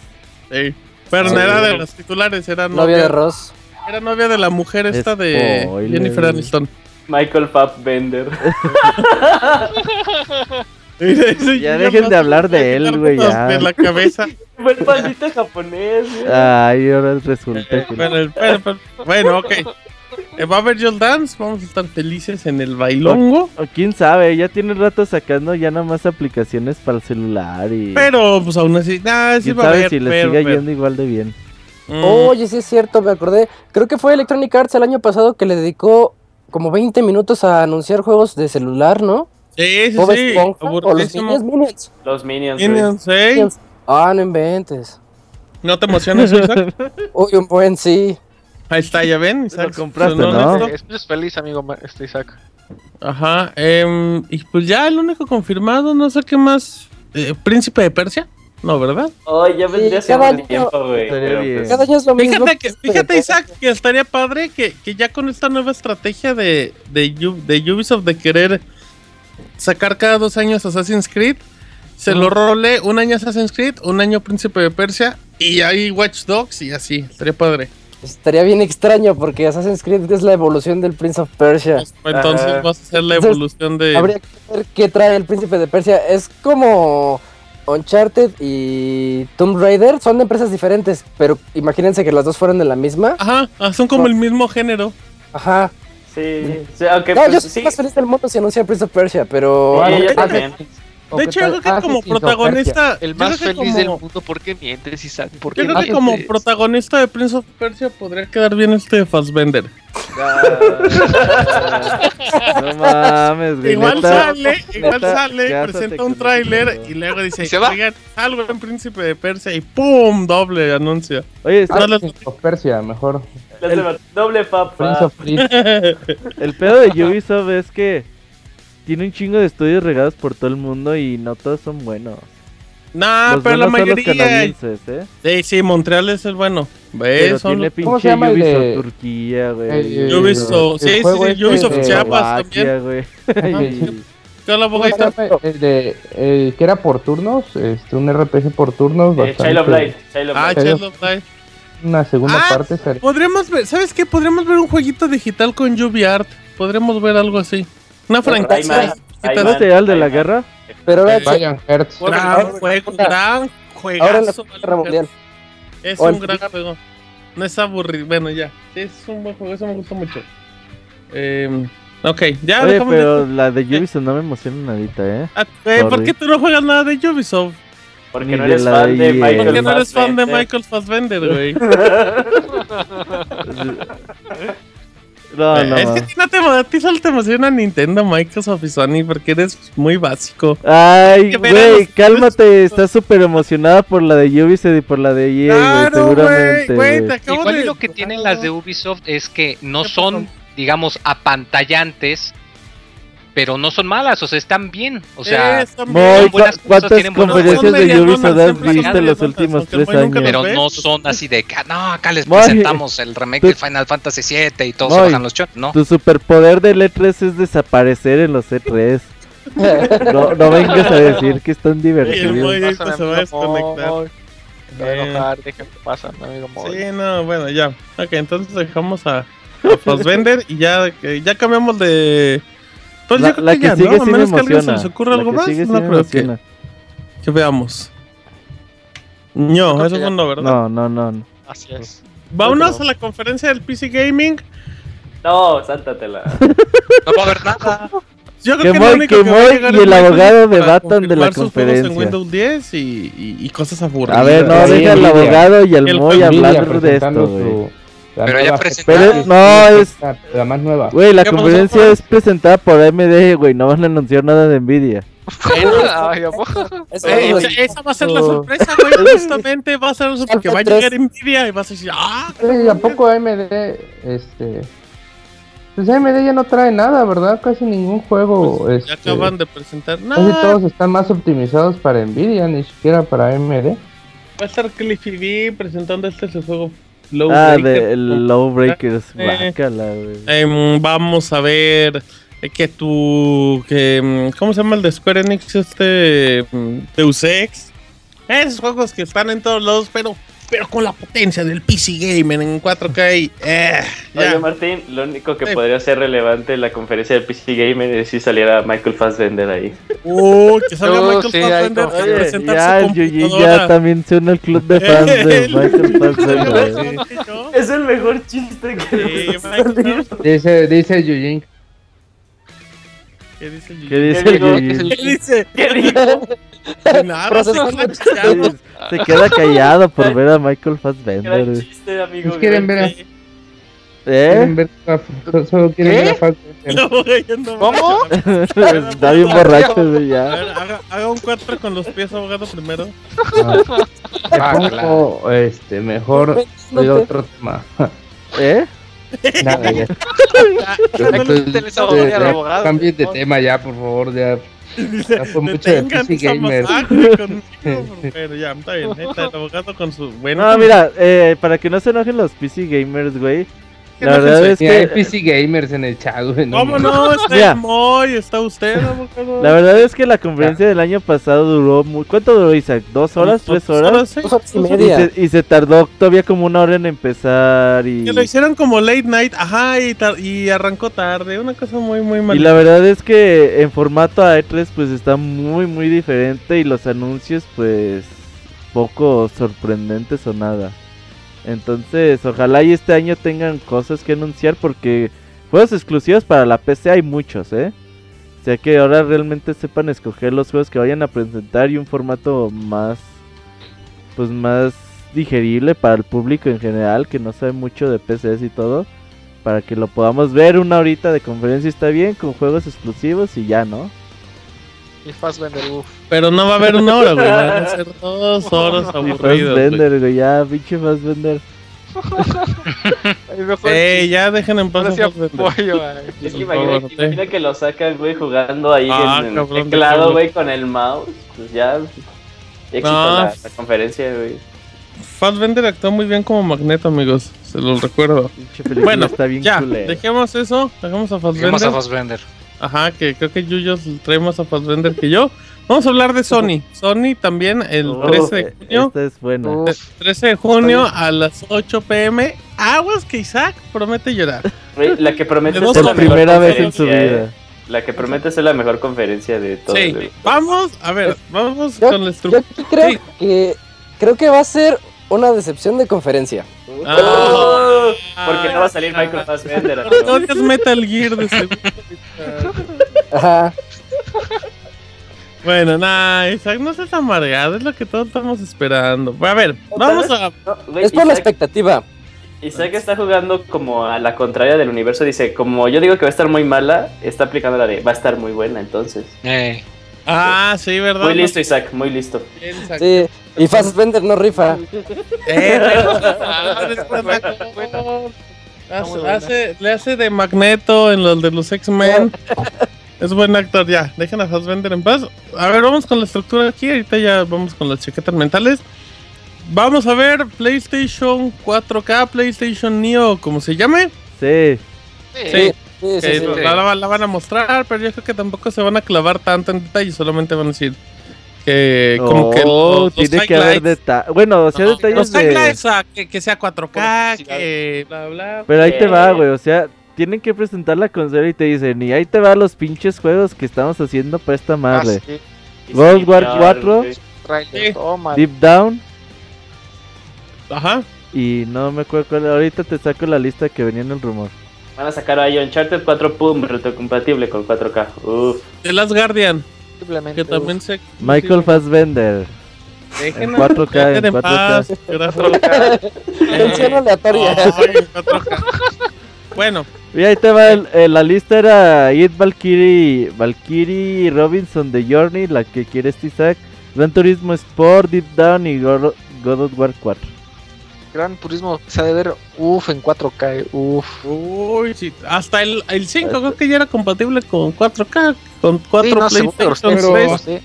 sí. Pero no Sí. era de los titulares, era Novia de Ross. Era novia de la mujer esta de Spoiler. Jennifer Aniston. Michael Fassbender. Ya dejen de hablar de él, güey, ya. De la cabeza. Fue el pandita japonés, güey. Ay, ahora resulta que. Bueno, el- pero- pero- bueno, ok. Eh, Va a haber Just Dance, vamos a estar felices en el bailongo. O quién sabe, ya tiene rato sacando ya nada más aplicaciones para el celular y. Pero, pues aún así, nada, sí quién va a sabe haber. si le pero, sigue pero- yendo igual de bien. Oh. Mm, Oye, sí es cierto, me acordé. Creo que fue Electronic Arts el año pasado que le dedicó como 20 minutos a anunciar juegos de celular, ¿no? sí, sí, Bob sí. Esponja, o los aburridísimo. Minions, Minions. Los Minions, güey. Minions, ¿eh? Minions. Ah, no inventes. No te emociones, Isaac. Uy, un buen sí. Ahí está, ya ven, Isaac. compraste, sonó ¿no? esto. Es feliz, amigo ma- este Isaac. Ajá, em, y pues ya el único confirmado, no sé qué más. eh, Príncipe de Persia, no, ¿verdad? Oh, ya vendría Sí, siendo ya el valió. tiempo, güey. Estaría pero, bien. pues, Cada año es lo mismo. Fíjate, que, fíjate Isaac, que estaría padre que, que ya con esta nueva estrategia de, de, Yu- de Ubisoft de querer sacar cada dos años Assassin's Creed, se lo role un año Assassin's Creed, un año Príncipe de Persia y ahí Watch Dogs y así, estaría padre. Estaría bien extraño porque Assassin's Creed es la evolución del Prince of Persia. Pues, Entonces Ajá. vas a hacer la Entonces, evolución de... Habría que ver qué trae el príncipe de Persia. Es como Uncharted y Tomb Raider son de empresas diferentes, pero imagínense que las dos fueran de la misma. Ajá, Ah, son como el mismo género. Ajá. Sí, sí, aunque No, pues, yo soy sí. más feliz del mundo si anuncia Prince of Persia, pero. Sí, yo Ah, también. De hecho, yo creo que como protagonista. El yo más creo que feliz del como- mundo, ¿por qué mientes, Isaac? ¿Por Yo qué creo que mientes? como protagonista de Prince of Persia podría quedar bien este de Fassbender. No mames, güey. Igual neta, sale, igual neta, sale, ya presenta hasta un te tráiler creo. y luego dice, Y se va. oigan, algo en Príncipe de Persia y ¡pum! doble anuncia. Oye, está- No les- Of Persia, mejor. Las de- Doble papa. Prince of Persia. el pedo de Ubisoft es que tiene un chingo de estudios regados por todo el mundo y no todos son buenos. Nah, los pero la buenos son los mayoría. canadienses, ¿eh? Sí, sí, Montreal es el bueno. Pero ¿Ves? tiene ¿Cómo se pinche llama el Ubisoft de- Turquía, el- güey. el- Ubisoft, el sí, sí, juego sí, este Ubisoft de- Chiapas también. güey. Sí. Toda la boca ¿Cómo ahí se está. llama El eh, de el que era por turnos, este, un RPG por turnos, Eh, bastante- Child of Light. Child of Ah, Light. Child of Light. una segunda Ah, parte. estaría- Podríamos ver, ¿sabes qué? Podríamos ver un jueguito digital con UbiArt. Podríamos ver algo así. Una franquicia. Rayman, digital. ¿No te Rayman. da el ¿Este de la Rayman. guerra? Pero ahora Eh, Valiant Hearts. Gran juego, gran ahora en la juegazo. Guerra Mundial. Es O el un gran juego. No es aburrido. Bueno, ya. Es un buen juego. Eso me gustó mucho. Eh, ok, ya Oye, dejamos pero la de Ubisoft no me emociona nadita, ¿eh? Ah, eh, ¿Por sorry. qué tú no juegas nada de Ubisoft? Ni Porque no de eres la fan de de EA. Michael ¿Por qué no eres fan de Fassbender. Michael Fassbender, güey? No, no. es que a ti no te, a ti solo te emociona Nintendo, Microsoft y Sony porque eres muy básico. Ay, que verán güey, los- cálmate, estás súper emocionada por la de Ubisoft y por la de EA, güey, Claro, Ah, güey, seguramente. güey, güey. te acabo Igual de... y lo que tienen las de Ubisoft es que no ¿Qué son, digamos, apantallantes, pero no son malas, o sea, están bien. O sea, Eh, son Moy, bien. Son buenas ¿cu- cosas, ¿cuántas tienen buenos- conferencias Son de medianonas, Ubisoft has siempre son visto en los medianonas, últimos aunque el tres güey nunca años? los pero ve. no son así de que, "Ah, no, acá les Moy, presentamos el remake de tú- Final Fantasy VII y todos Moy, se bajan los chones, ¿no? Tu superpoder del E3 es desaparecer en los E3. No, no vengas a decir que están Y el divertidos. Moy ahorita Pásame, se va a amigo desconectar. Moy. Se va a Eh. enojar, deja que pasa, mi amigo Moy. Sí, no, bueno, ya. Ok, entonces dejamos a, a Fassbender y ya, eh, ya cambiamos de. Pues La, yo creo la que, que ya, sigue ¿no? sí A me menos que a alguien se emociona. les ocurra La algo que más, sigue sí no me creo que, emociona. que veamos. No, creo eso que fue ya. no, ¿verdad? No, no, no. Así es. Vámonos no. a la conferencia del PC Gaming. No, sáltatela. No va a haber nada. Yo creo Que que, lo Moy, único que que va a Moy llegar y es el Microsoft abogado para debatan de la confirmar sus juegos conferencia. en Windows 10 y, y- y cosas aburridas. A ver, no, Sí, deja al Nvidia. abogado y El al Moy Nvidia hablar de presentando esto, güey. su- la Pero ya nueva- presentaron- Ah, Pero no, es- La, la más nueva. Güey, la ¿Qué pasó, conferencia Juan? es presentada por AMD, güey. No van a anunciar nada de Nvidia. Ay, amor. Eso Eh, es lo- esa, esa va a ser la sorpresa, güey. Justamente va a ser eso porque va a llegar Nvidia y vas a decir, ¡ah! Oye, ¿y ¿A poco AMD, este... Pues AMD ya no trae nada, ¿verdad? Casi ningún juego, Pues, ya este, acaban de presentar. No, Casi todos están más optimizados para Nvidia, ni siquiera para AMD. va a estar Cliffy B presentando este su juego Low Ah, Breaker. de el Lawbreakers. Eh. Bácala, güey. Em, vamos a ver eh, que tu. Que, em, ¿Cómo se llama el de Square Enix? Este. em, Deus Ex. Esos juegos que están en todos lados, pero. Pero con la potencia del PC Gamer en 4K y, eh, Oye, ya. Martín, lo único que Sí. podría ser relevante en la conferencia del PC Gamer es si saliera Michael Fassbender ahí. Uy, Uh, que salga No, Michael sí, hay Fassbender como- a Oye, presentar ya, su el Yuji computadora. ya también se une al club de fans de Michael Fassbender. güey. ¿no? Es el mejor chiste Sí, Michael, ¿no? Dice, dice Yujin. ¿Qué dice el ¿Qué Yuji? dice el digo? Yuji? ¿Qué dice? Qué rico. Nada, se queda callado. Oye, Se queda callado por ver a Michael Fassbender. Gran güey. chiste, amigo. Pues quieren gran ver a- chiste. ¿Eh? Solo quieren ¿Qué? ver a Fassbender. No, güey, yo no- ¿Cómo? Está bien borracho, güey, A ya. ver, haga, haga un 4 con los pies, abogado, primero. Te pongo, este, mejor el otro tema. ¿Eh? Nada, ya. Cuéntales a este, Jorge, al Ya, abogado. Cambien de tema ya, por favor, ya. Ya fue mucho de Detengan PC esa Gamer. masacre conmigo. Pero ya, está bien. ahí está el abogado con su. Bueno, No, mira, eh, para que no se enojen los PC gamers, güey. que La no verdad se es ensueña. que- Hay PC Gamers en el chat, güey. ¿Cómo mames. no? Está Mira. el Moy, está usted, abogado. La verdad es que la conferencia del año pasado duró muy... ¿Cuánto duró Isaac? ¿Dos horas? Dos ¿Tres horas? horas, sí. Dos horas y media. se, y se tardó todavía como una hora en empezar y... Que lo hicieron como late night, ajá, y, tar- y arrancó tarde, una cosa muy, muy Y mal. la verdad es que en formato a E3 pues está muy muy diferente y los anuncios pues poco sorprendentes o nada. Entonces ojalá y este año tengan cosas que anunciar porque juegos exclusivos para la PC hay muchos, ¿eh? O sea que ahora realmente sepan escoger los juegos que vayan a presentar y un formato más pues más digerible para el público en general que no sabe mucho de PCs y todo para que lo podamos ver una horita de conferencia está bien con juegos exclusivos y ya no Y Fassbender, uff. Pero no va a haber una hora, güey. Van a ser dos horas aburridas. güey. Fassbender, güey, ya pinche Fassbender Eh, ya dejen en paz. a Fassbender. Es que Por favor, imagina, ¿eh? imagina que lo sacan, güey, jugando ahí Ah, en el cabrón, teclado, déjalo. güey, con el mouse. Pues ya. Éxito No. la, la conferencia, güey. Fassbender actuó muy bien como Magneto, amigos. Se los recuerdo. película Bueno, está bien ya, culera. dejemos eso. Dejemos a Fassbender. Dejemos a Fassbender. Ajá, que creo que Yuyos trae más a Fassbender que yo. Vamos a hablar de Sony. Sony también el 13 de junio. Oh, Eh, Esta es buena. Eh, 13 de junio a las 8 pm. Aguas que Isaac promete llorar. Güey, La que promete Por ser la mejor primera vez en su conferencia, vida. eh. La que promete ser la mejor conferencia de todo. Sí, güey. vamos, a ver, vamos Yo- con la Yo estructura. aquí creo que creo que va a ser una decepción de conferencia. Oh, porque no va a salir Michael Fassbender. amigo. No digas Metal Gear de seguro. Ajá. Bueno, nah, Isaac, no seas amargado, es lo que todos estamos esperando. A ver, vamos a. No, güey, Es por la Isaac- expectativa. Isaac está jugando como a la contraria del universo. Dice, como yo digo que va a estar muy mala, está aplicando la de va a estar muy buena, entonces. Eh, Ah, sí, ¿verdad? Muy listo, Isaac, muy listo. Bien, Isaac. Sí. Y Fassbender no rifa. Eh, hace, Ah, hace- le hace de Magneto en los de los X-Men. Es buen actor, ya. Dejen a Fassbender en paz. A ver, vamos con la estructura aquí. Ahorita ya vamos con las chaquetas mentales. Vamos a ver PlayStation 4K, PlayStation Neo, como se llame. Sí. Sí, Sí, sí, que sí. La, la- la van a mostrar, pero yo creo que tampoco se van a clavar tanto en detalle. Solamente van a decir que, como No, que los, los Oh, tiene que haber highlights- detalles. Bueno, o sea, No, detalles los de. highlights, ah, que, que sea 4K, que bla bla. Pero ahí te va, Eh. güey. O sea, tienen que presentar la consola y te dicen, y ahí te va los pinches juegos que estamos haciendo para esta Ah, madre. World War Ah, Sí, cuatro. güey. Sí. Trailer, toma. Deep Down. Ajá. Y no me acuerdo cuál. Ahorita te saco la lista que venía en el rumor. Van a sacar ahí Uncharted 4, pum, retrocompatible con 4K. Uf. The Last Guardian, Simplemente, que también se. Michael Fassbender. Dejen en a 4K, Fassbender en 4K. paz, gracias. Mención aleatoria. Ay, en 4K. Bueno, Y ahí te va. el- eh, la lista era Id Valkyrie, Valkyrie Robinson de Journey, la que quiere este Isaac. Gran Turismo Sport, Deep Down y God God of War 4. Gran Turismo se ha de ver, uff, en 4K, uff. uy, sí, hasta el, el 5 creo que ya era compatible con 4K, con 4 Este. Sí, no, seguro, PlayStation pero- tres. sí.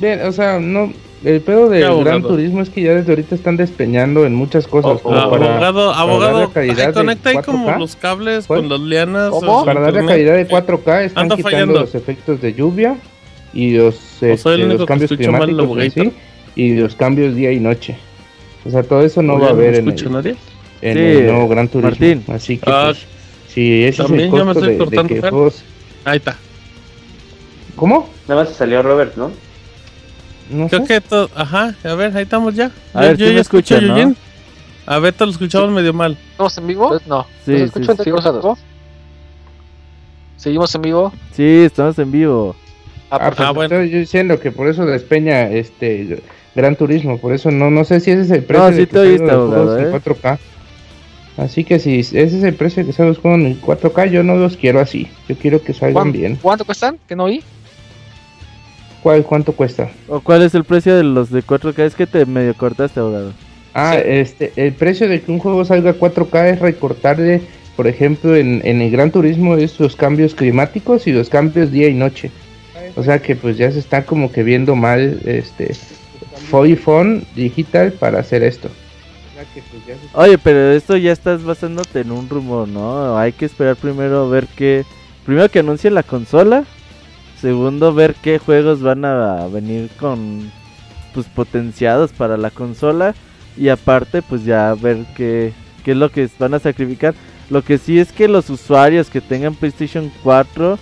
Bien, o sea, no. El pedo del Qué abogado. Gran Turismo es que ya desde ahorita están despeñando en muchas cosas. Oh, Pues, como oh, para, abogado, darle abogado, calidad ay, de conecta ahí 4K. como los cables ¿Cuál? con las lianas. ¿Cómo? o para darle internet. calidad de 4K están Anda quitando fallando. los efectos de lluvia y los, el este, único los que cambios escucha mal, climáticos en Lobogator. sí, y los cambios día y noche. O sea, todo eso no Oye, va a haber en, escucho el, a nadie. en Sí, el nuevo Gran Turismo. Martín. Así que Ah, pues, si ese es también el ya me costo estoy de, de cortando, que Fer. juegos- Ahí está. ¿Cómo? Nada más salió Robert, ¿no? No Creo sé. que todo. Ajá, a ver, ahí estamos ya. A ver, sí me escucho escuchan, ¿no? Yuyin. A Beto lo escuchamos medio mal. ¿Estamos en vivo? Pues No. Sí, ¿Nos sí, escuchan sí. todos? ¿Seguimos en vivo? Sí, estamos en vivo. Ah, pues, Ah, bueno. estoy yo diciendo que por eso despeña este Gran Turismo, por eso no no sé si ese es el precio No, sí de que te salgan oíste, los juegos abogado, en ¿eh? 4K. Así que si ese es el precio de que salgan los juegos en 4K, yo no los quiero así. Yo quiero que salgan ¿Cuán- bien. ¿Cuánto cuestan? Que no oí. ¿Cuál cuánto cuesta? ¿O cuál es el precio de los de 4K? Es que te medio cortaste, abogado. Ah, este el precio de que un juego salga 4K es recortarle, por ejemplo, en, en el Gran Turismo es los cambios climáticos y los cambios día y noche. O sea que pues ya se está como que viendo mal este Fun Digital para hacer esto. sea que pues ya se- Oye, pero esto ya estás basándote en un rumor, ¿no? Hay que esperar primero ver qué... Primero que anuncie la consola. Segundo, ver qué juegos van a venir con... Pues potenciados para la consola. Y aparte, pues ya ver qué, qué es lo que van a sacrificar. Lo que sí es que los usuarios que tengan PlayStation 4,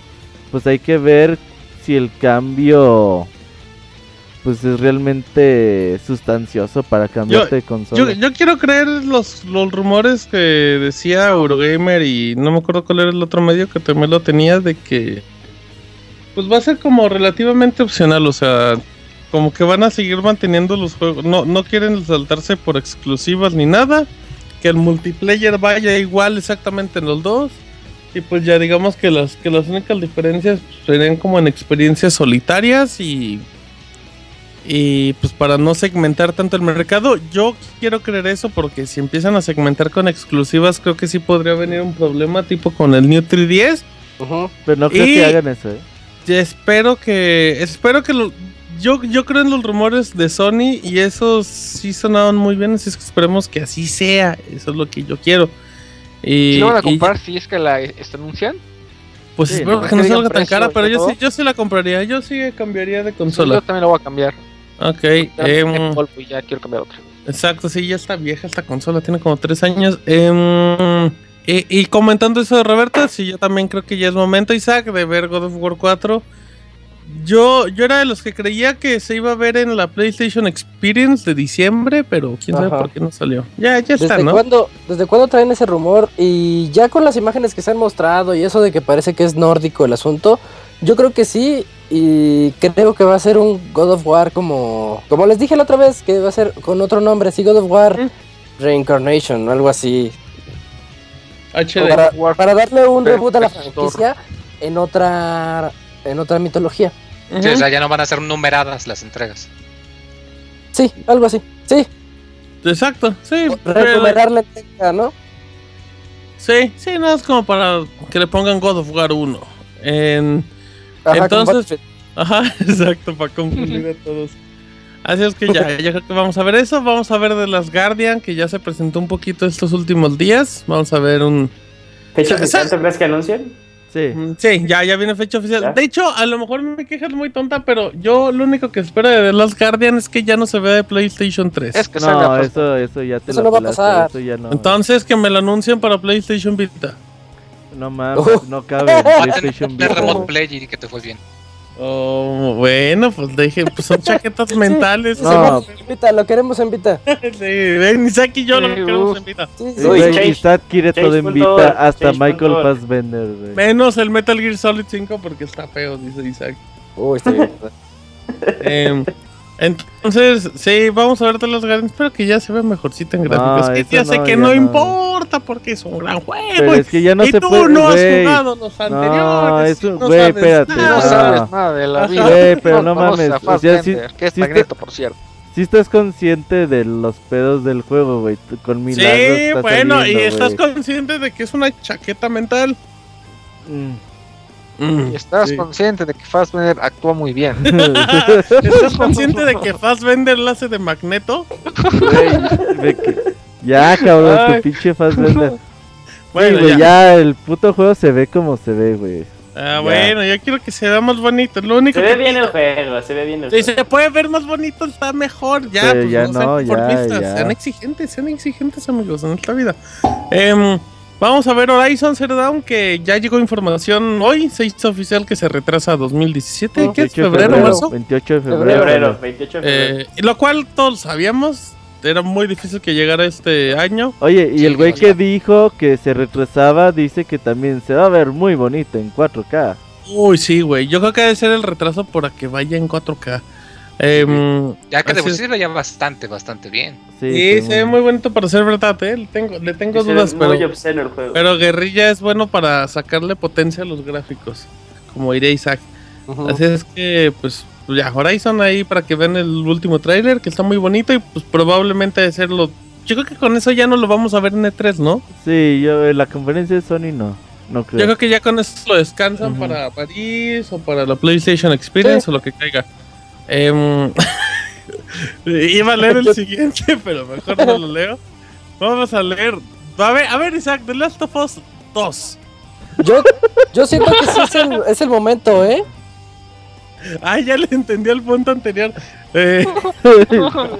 pues hay que ver si el cambio... Pues es realmente sustancioso para cambiarte de consola. Yo, yo quiero creer los, los rumores que decía Eurogamer y no me acuerdo cuál era el otro medio que también lo tenía de que pues va a ser como relativamente opcional, o sea, como que van a seguir manteniendo los juegos, no, no quieren saltarse por exclusivas ni nada, que el multiplayer vaya igual exactamente en los dos y pues ya digamos que las que las únicas diferencias serían como en experiencias solitarias y y pues para no segmentar tanto el mercado, yo quiero creer eso porque si empiezan a segmentar con exclusivas, creo que sí podría venir un problema tipo con el New 3DS. Pero no creo Y- que hagan eso, ¿eh? Ya espero que espero que lo- yo yo creo en los rumores de Sony y esos sí sonaban muy bien, así es que esperemos que así sea. Eso es lo que yo quiero. Y, ¿Sí la van a y- comprar si es que la eh, este, anuncian? pues Sí, espero ¿no? que no Que digan salga tan precio cara, pero y yo todo. sí, yo sí la compraría, yo sí cambiaría de Yo consola. también lo voy a cambiar. Ok, Ya, em, tengo Golf y ya quiero cambiar otra. Exacto, sí, ya está vieja esta consola, tiene como tres años. Em, y, y comentando eso de Roberta, sí, yo también creo que ya es momento, Isaac, de ver God of War 4. Yo, yo era de los que creía que se iba a ver en la PlayStation Experience de diciembre, pero quién sabe Ajá. por qué no salió. Ya, ya está, ¿Desde, ¿no? cuándo, ¿Desde cuándo traen ese rumor? Y ya con las imágenes que se han mostrado y eso de que parece que es nórdico el asunto, yo creo que sí. Y creo que va a ser un God of War como. Como les dije la otra vez, que va a ser con otro nombre, así God of War Reincarnation o algo así. HD. Para, para darle un Pero reboot a la es otro. franquicia en otra, en otra mitología. Sí, o sea, ya no van a ser numeradas las entregas. Sí, algo así. Sí, Exacto, sí. pues, pero- recuperar la entrega, ¿no? Sí, sí, no es como para que le pongan God of War 1. En- Ajá, con entonces, Battlefield. ajá, exacto, para concluir a todos. Así es que ya, ya creo que vamos a ver eso. Vamos a ver de las Guardian, que ya se presentó un poquito estos últimos días. Vamos a ver un. ¿Fecha Sa- sa- oficial tendrás que anuncien? Sí. Mm, Sí, ya, ya viene fecha oficial. ¿Ya? De hecho, a lo mejor mi queja es muy tonta, pero yo lo único que espero de The Last Guardian es que ya no se vea de PlayStation 3. Es que salga No, pues, eso, eso ya te Eso la no va a pelaste, pasar. Eso ya no, Entonces, que me lo anuncien para PlayStation Vita. no Oh. mames, no cabe en Va a tener que PlayStation tener Vita. remote play y que te fue bien. Oh, bueno, pues deje, pues son chaquetas mentales. No. En Vita, lo queremos en Vita. Sí, ven, Isaac y yo lo queremos en vida. Sí, sí. El güey change- está adquiere todo en change.org, Vita, hasta change.org. Michael Fassbender, güey. Menos el Metal Gear Solid 5 porque está feo, dice Isaac. Uy, sí. Em, entonces, sí, vamos a ver de los Guardians. Espero que ya se vea mejorcita en No, gráficos. que eso ya sé no, que ya no, no. importa porque es un gran juego. Pero es que ya no y se tú puede, no güey. has jugado los anteriores. es un- no güey, sabes espérate, No, nada. sabes nada de la vida. Güey, pero no conoces mames, a o sea, sí- Fassbender, que es sí Magneto, por cierto. Si estás consciente de los pedos del juego, güey, tú con Sí, milagros estás bueno, saliendo, y estás güey. consciente de que es una chaqueta mental. Mm. Mm, Y estás sí. consciente de que Fassbender actúa muy bien. Este, ¿Estás consciente de que Fassbender la hace de Magneto? Güey, de que- Ya, cabrón, Ay. tu pinche Fassbender. Bueno, Sí, güey, ya. ya, el puto juego se ve como se ve, güey. Ah, bueno, yo quiero que se vea más bonito. Lo único Se ve que bien el juego, se ve bien el Si juego. se puede ver más bonito, está mejor. Ya, Pero pues ya sean no, ya, conformistas, ya. Sean exigentes, sean exigentes, amigos, en esta vida. Em, vamos a ver Horizon Zero Dawn, que ya llegó información hoy. Se hizo oficial que se retrasa a 2017. ¿Qué es? 28 de ¿Febrero, marzo? 28 de febrero. Febrero, 28 de febrero. Eh, lo cual todos sabíamos. Era muy difícil que llegara este año. Oye, y Sí, el güey o que sea. dijo que se retrasaba dice que también se va a ver muy bonito en 4K. Uy, sí, güey. Yo creo que debe ser el retraso para que vaya en 4K. Em, Ya que Así de es. por sí se veía bastante, bastante bien. Sí, sí, se ve muy- muy bonito para ser verdad, ¿eh? Le tengo, le tengo Se ve dudas, pero. muy obsceno el juego. Pero Guerrilla es bueno para sacarle potencia a los gráficos, como diría Isaac. Así es que, pues, ya, Horizon ahí para que vean el último tráiler, que está muy bonito y pues probablemente de serlo... Yo creo que con eso ya no lo vamos a ver en E E3, ¿no? Sí, yo en la conferencia de Sony no, no Yo creo. creo que ya con eso lo descansan Ujú. para París o para la PlayStation Experience o lo que caiga. Em, iba a leer el siguiente, pero mejor no lo leo. Vamos a leer. A ver, a ver, Isaac, The Last of Us 2. Yo, yo siento que sí es el, es el momento, ¿eh? Ah, ya le entendí al punto anterior.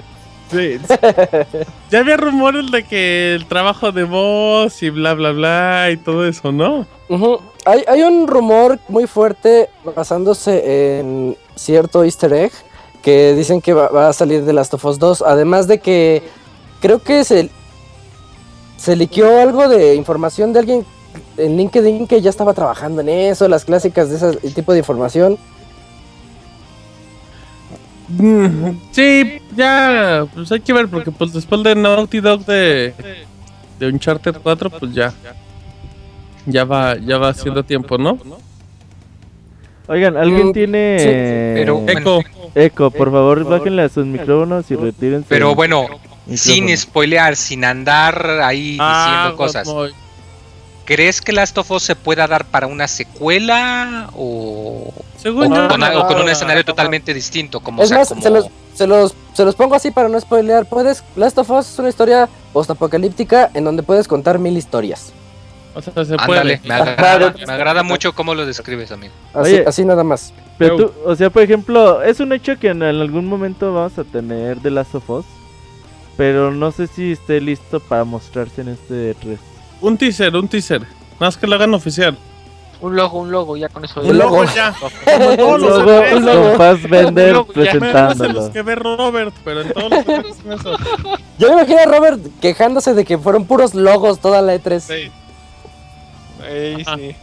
Eh, sí, sí. Ya había rumores de que el trabajo de voz y bla, bla, bla y todo eso, ¿no? Ujú. hay, hay un rumor muy fuerte basándose en cierto easter egg que dicen que va, va a salir de Last of Us 2. Además de que creo que se, se liqueó algo de información de alguien en LinkedIn que ya estaba trabajando en eso, las clásicas de ese tipo de información. Mm, Sí, ya, pues hay que ver, porque pues después de Naughty Dog de, de Uncharted 4, pues ya. Ya va, ya va haciendo tiempo, ¿no? Oigan, ¿alguien tiene Mm, sí, sí. Pero, eco? Eco. Eco, por favor, bájenle a sus micrófonos y retírense. Pero bueno, sin Micrófono. spoilear, sin andar ahí Ah, diciendo cosas. Godboy. ¿Crees que Last of Us se pueda dar para una secuela o, Según o yo, con, no. o con un escenario totalmente distinto? Como, o es sea, más, como- se, los, se, los, se los pongo así para no spoilear. Puedes, Last of Us es una historia postapocalíptica en donde puedes contar mil historias. O sea, se Ándale, puede. me agrada, me agrada mucho cómo lo describes, amigo. Así, Oye. así nada más. Pero tú, o sea, por ejemplo, es un hecho que en en algún momento vamos a tener The Last of Us, pero no sé si esté listo para mostrarse en este 3. Un teaser, un teaser. Nada más que lo hagan oficial. Un logo, un logo, ya con eso. Un logo ya. Como en todos Un los logo, E3. un logo. Con Fassbender Un logo ya. presentándolo. Me gustan los que ve Robert, pero en todos los E3 hacen eso. Yo me imagino a Robert quejándose de que fueron puros logos toda la E E3. Ey, sí.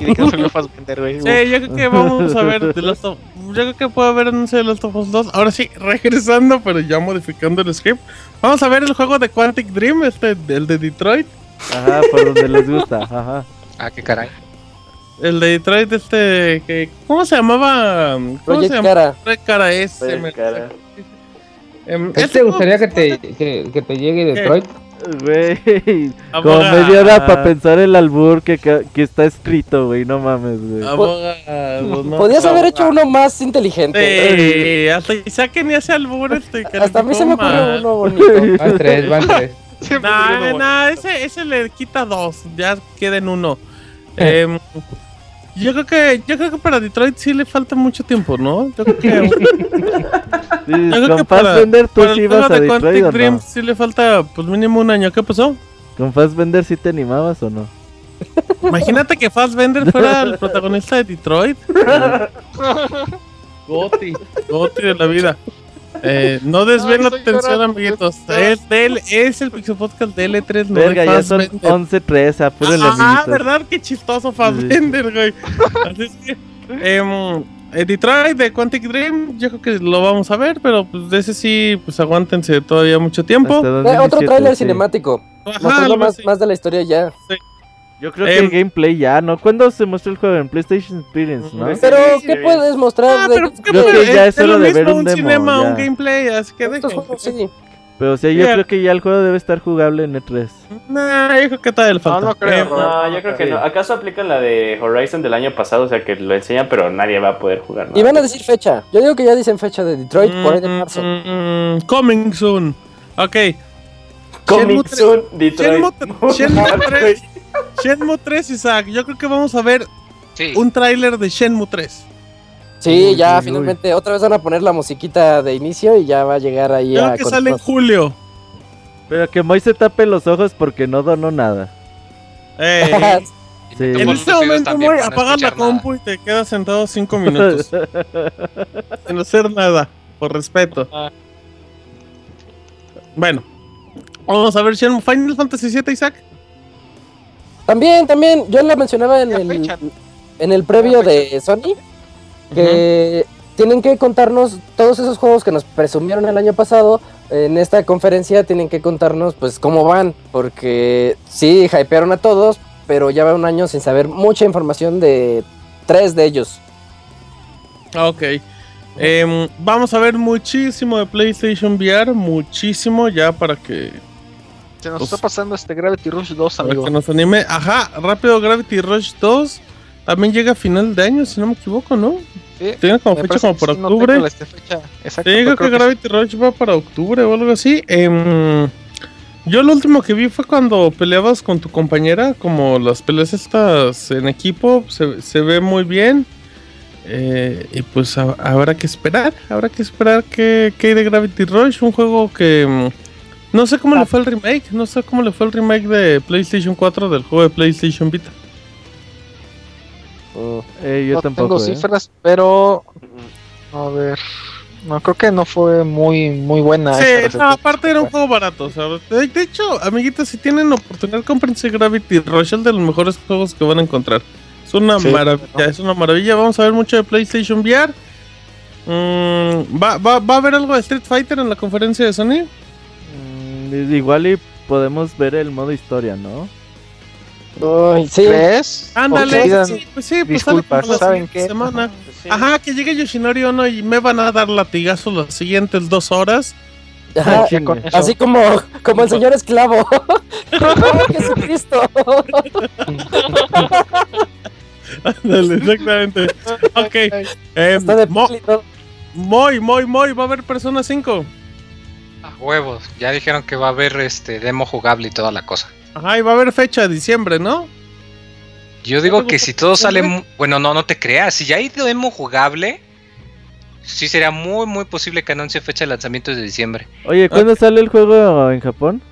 Y de que no salió Fassbender, güey. Sí, yo creo que vamos a ver The Last of Yo creo que puede haber anuncio de Last of Us 2. Ahora sí, regresando, pero ya modificando el script. Vamos a ver el juego de Quantic Dream, este, el de Detroit. Ajá, por donde les gusta, ajá. Ah, qué caray. El de Detroit, este, que, ¿cómo se llamaba? ¿Cómo Project se llama? Cara. Project Cara ese. Project me- Cara. Em, ¿A ti este te juego- gustaría que te, que, que te llegue Detroit? Güey, como Aboga. media hora Ah. para pensar el albur que, ca- que está escrito, güey, no mames, Ah, güey. Abogados, no, Podías haber abogados. hecho uno más inteligente. Ah. Sí, hasta que saquen ese albur este que Hasta a mí se me ocurrió uno bonito. Van tres, van tres. Nah, nah, ese, ese le quita dos, ya queda en uno. Em, yo creo que yo creo que para Detroit sí le falta mucho tiempo, ¿no? Yo creo que, Sí, yo creo que con Fassbender tú para sí el juego ibas a de Quantic Detroit o Dream no? sí le falta pues mínimo un año. ¿Qué pasó? ¿Con Fassbender sí te animabas o no? Imagínate que Fassbender fuera el protagonista de Detroit. Goti. Goti de la vida. Eh, no desvíen Ay, la estoy atención, llorando. amiguitos. Es, del, es el Pixel Podcast de L3. No Verga, de ya son Fassbender. 11-3, apúrenle, Ah, amiguitos. ¿verdad? Qué chistoso Fassbender, güey. Así es que. em, eh, Detroit de Quantic Dream, yo creo que lo vamos a ver, pero pues de ese sí, pues aguántense todavía mucho tiempo. Hasta Eh, otro 2017, tráiler sí. cinemático. Ajá, Mostrando algo más, así. más de la historia ya. Yo creo que Em. el gameplay ya, ¿no? ¿Cuándo se mostró el juego? En PlayStation Experience, ¿no? Pero, Sí, ¿qué sí. puedes mostrar? Ah, de- pero pues, ¿qué Yo puede- creo que ya es es hora lo de ver mismo un un demo, cinema, ya. un gameplay, así que estos dejen. juegos, sí. Pero o sea, yo Ya. creo que ya el juego debe estar jugable en E E3. Nah, yo creo que todavía le falta. no creo, Eh, No, yo creo que no. ¿Acaso aplican la de Horizon del año pasado? O sea, que lo enseñan, pero nadie va a poder jugar. ¿no? Y van a decir fecha. Yo digo que ya dicen fecha de Detroit por ahí de Mm, marzo. mm, mm, coming soon. Ok. Coming Shenmue tres- soon, Detroit. Shenmue tre- Shenmue tres- Shenmue 3, Isaac. Yo creo que vamos a ver Sí. un tráiler de Shenmue 3. Sí, Uy, ya uy, finalmente otra vez van a poner la musiquita de inicio y Ah, ya va a llegar ahí Yo a creo que sale en contar. julio. Pero que Moy se tape los ojos porque no donó nada. Eh, Y Sí. tú en pon este los oídos momento, también voy a para no apagar la escuchar nada. compu y te quedas sentado 5 minutos. sin hacer nada, por respeto. Bueno, vamos a ver Shenmue Final Fantasy VII, Isaac. También, también, yo la mencionaba en Ya el, fecha. en el previo Ya de Sony, que tienen que contarnos todos esos juegos que nos presumieron el año pasado. En esta conferencia tienen que contarnos, pues, cómo van, porque sí, hypearon a todos, pero ya va un año sin saber mucha información de tres de ellos. Ok. Em, vamos a ver muchísimo de PlayStation VR, muchísimo ya para que, Se nos Pues- está pasando este Gravity Rush 2, para amigo. que nos anime. Ajá, rápido Gravity Rush 2. También llega a final de año, si no me equivoco, ¿no? Sí, Tiene como me fecha parece como que por sí, no tengo octubre. la este fecha exacta, Sí, pero creo que Gravity Rush va para octubre o algo así. Em, Yo lo último que vi fue cuando peleabas con tu compañera, como las peleas estas en equipo, se, se ve muy bien. Eh, y pues ha- habrá que esperar, habrá que esperar que, que hay de Gravity Rush, un juego que... mm, No sé cómo le fue el remake, no sé cómo le fue el remake de PlayStation 4 del juego de PlayStation Vita. yo no tampoco, tengo Oh, ¿eh? cifras, pero a ver, no creo que no fue muy muy buena. Sí, esta no, aparte era un juego barato. o sea, de, de hecho, amiguitas, si tienen oportunidad, cómprense Gravity Rush, el de los mejores juegos que van a encontrar. Es una Sí, maravilla, es una maravilla. Vamos a ver mucho de PlayStation VR. Mm, ¿va, va, va a haber algo de Street Fighter en la conferencia de Sony? Mm, Igual y podemos ver el modo historia, ¿no? sí. ¿Crees? Ándale, sí, pues sí, pues sale Disculpas, como la ¿saben siguiente semana. Ajá, que llegue Yoshinori Ono y me van a dar latigazos las siguientes dos horas. Ajá, Ya con Ah, eso. así como, como el señor esclavo. ¡Oh, Jesucristo! Ándale, exactamente. ok. Eh, Mo- Moy, Moy, Moy, va a haber Persona 5. A huevos, ya dijeron que va a haber este demo jugable y toda la cosa. Ajá, y va a haber fecha de diciembre, ¿no? Yo digo que si todo sale. mu- Bueno, no, no te creas. Si ya hay demo jugable, sí sería muy, muy posible que anuncie fecha de lanzamiento de diciembre. Oye, ¿cuándo sale el juego en Japón?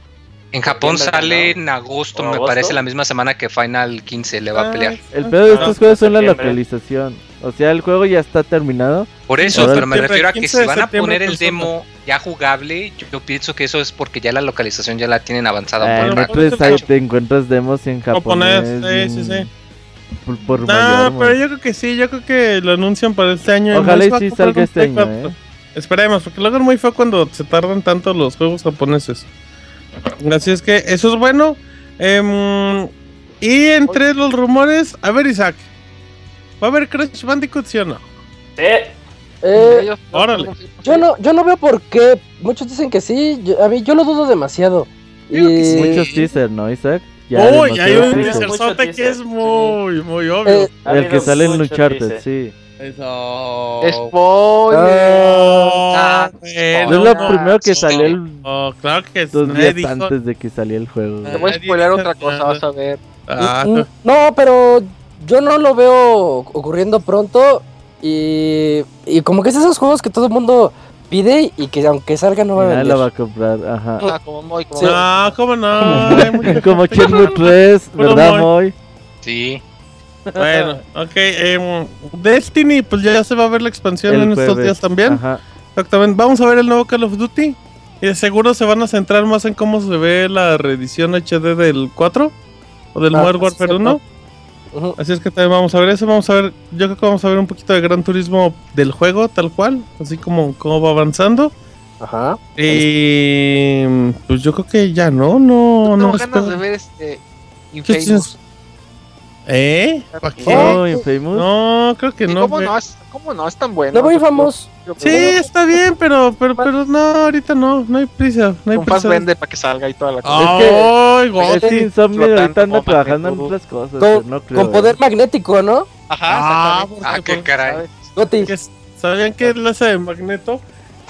En Japón sale en agosto, me agosto? parece, la misma semana que Final 15 le Ah, va a pelear. El pedo de estos juegos son la septiembre. localización. O sea, el juego ya está terminado. Por eso, Ahora- pero me refiero a que 15 si de van a septiembre, poner el persona. demo ya jugable, yo, yo pienso que eso es porque ya la localización ya la tienen Eh, avanzada. Ah, por en rato. otros pues, ahí te encuentras demos en Japonés, japonés. sí, sí, en- sí. Por, por No, mayor, pero yo creo que sí, yo creo que lo anuncian para este año. Ojalá Moy y va a sí comprar salga un este Play año, 4. ¿eh? Esperemos, porque luego es muy feo cuando se tardan tanto los juegos japoneses. Así es que eso es bueno. Em, y entre los rumores, a ver, Isaac, ¿va a haber Crash Bandicoot, sí o no? Eh, Órale. yo no, yo no veo por qué. Muchos dicen que sí. yo- a mí yo lo dudo demasiado. Y- Muchos teasers, ¿no, Isaac? Uy, demasiados hay un teasers. teaserzote que es muy, muy obvio. Eh, El que sale en Uncharted, sí. Eso. Ah, bueno, es lo primero que salió el Oh, claro que dos días nadie dijo- antes de que saliera el juego. Te voy a spoiler otra cosa, vas a ver. Ah. Mm, No, pero yo no lo veo ocurriendo pronto. Y, y como que es esos juegos que todo el mundo pide y que aunque salga no va a Nadie vender. lo va a comprar, ajá. Ah, como muy, como Sí. No, ¿cómo no? Hay mucha Como gente que- Shenmue 3, Puro ¿verdad, Moy. Moy? Sí. Bueno, ok. em, Destiny, pues ya se va a ver la expansión El en estos jueves, días también. ajá. Exactamente. Vamos a ver el nuevo Call of Duty. Y de seguro se van a centrar más en cómo se ve la reedición HD del 4 o del Ah, Modern sí, Warfare cierto. 1. Ujú. Así es que también vamos a ver eso. Vamos a ver, yo creo que vamos a ver un poquito de Gran Turismo del juego, tal cual, así como cómo va avanzando. Ajá. Y pues yo creo que ya no, no, Pues no. tengo ganas espero- de ver este ¿Qué Infamous. tienes? ¿Eh? ¿Para qué? Oh, Infamous. No, creo que ¿Y no. ¿Cómo güey. no? Es, ¿Cómo no? pues, Es tan bueno. No voy famoso. Sí, está bien, pero, pero, pero no, ahorita no, no hay prisa, no hay Con Fast prisa. vende para que salga y toda la cosa. ¡Ay, Es que Gotti! Insomnia ahorita anda como trabajando en magneto. otras cosas, pero Con, no creo. eh. eh. con poder magnético, ¿no? Ajá, exactamente. Ah, pues, qué caray. Goti. Que s- ¿Sabían que es la hace de Magneto?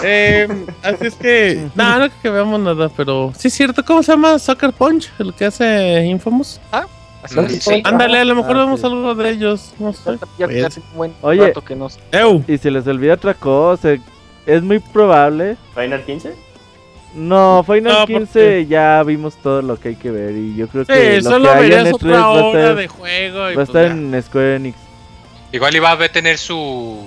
Eh, así es que, no, no creo que veamos nada, pero sí es cierto, ¿cómo se llama Sucker Punch? El que hace Infamous. Ah, Así que Sí. Ándale, a lo mejor Ah, vemos sí. Pues. algo de ellos, no sé. Ya, ya hace un buen Oye. rato que no. ¡Ew! Y se les olvida otra cosa, es muy probable. ¿Final 15? No, Final No, 15 porque- ya vimos todo lo que hay que ver y yo creo que Sí, lo solo que haya en verías E3 otra va a hora estar, de juego y va a pues estar ya. en Square Enix. Igual iba a tener su,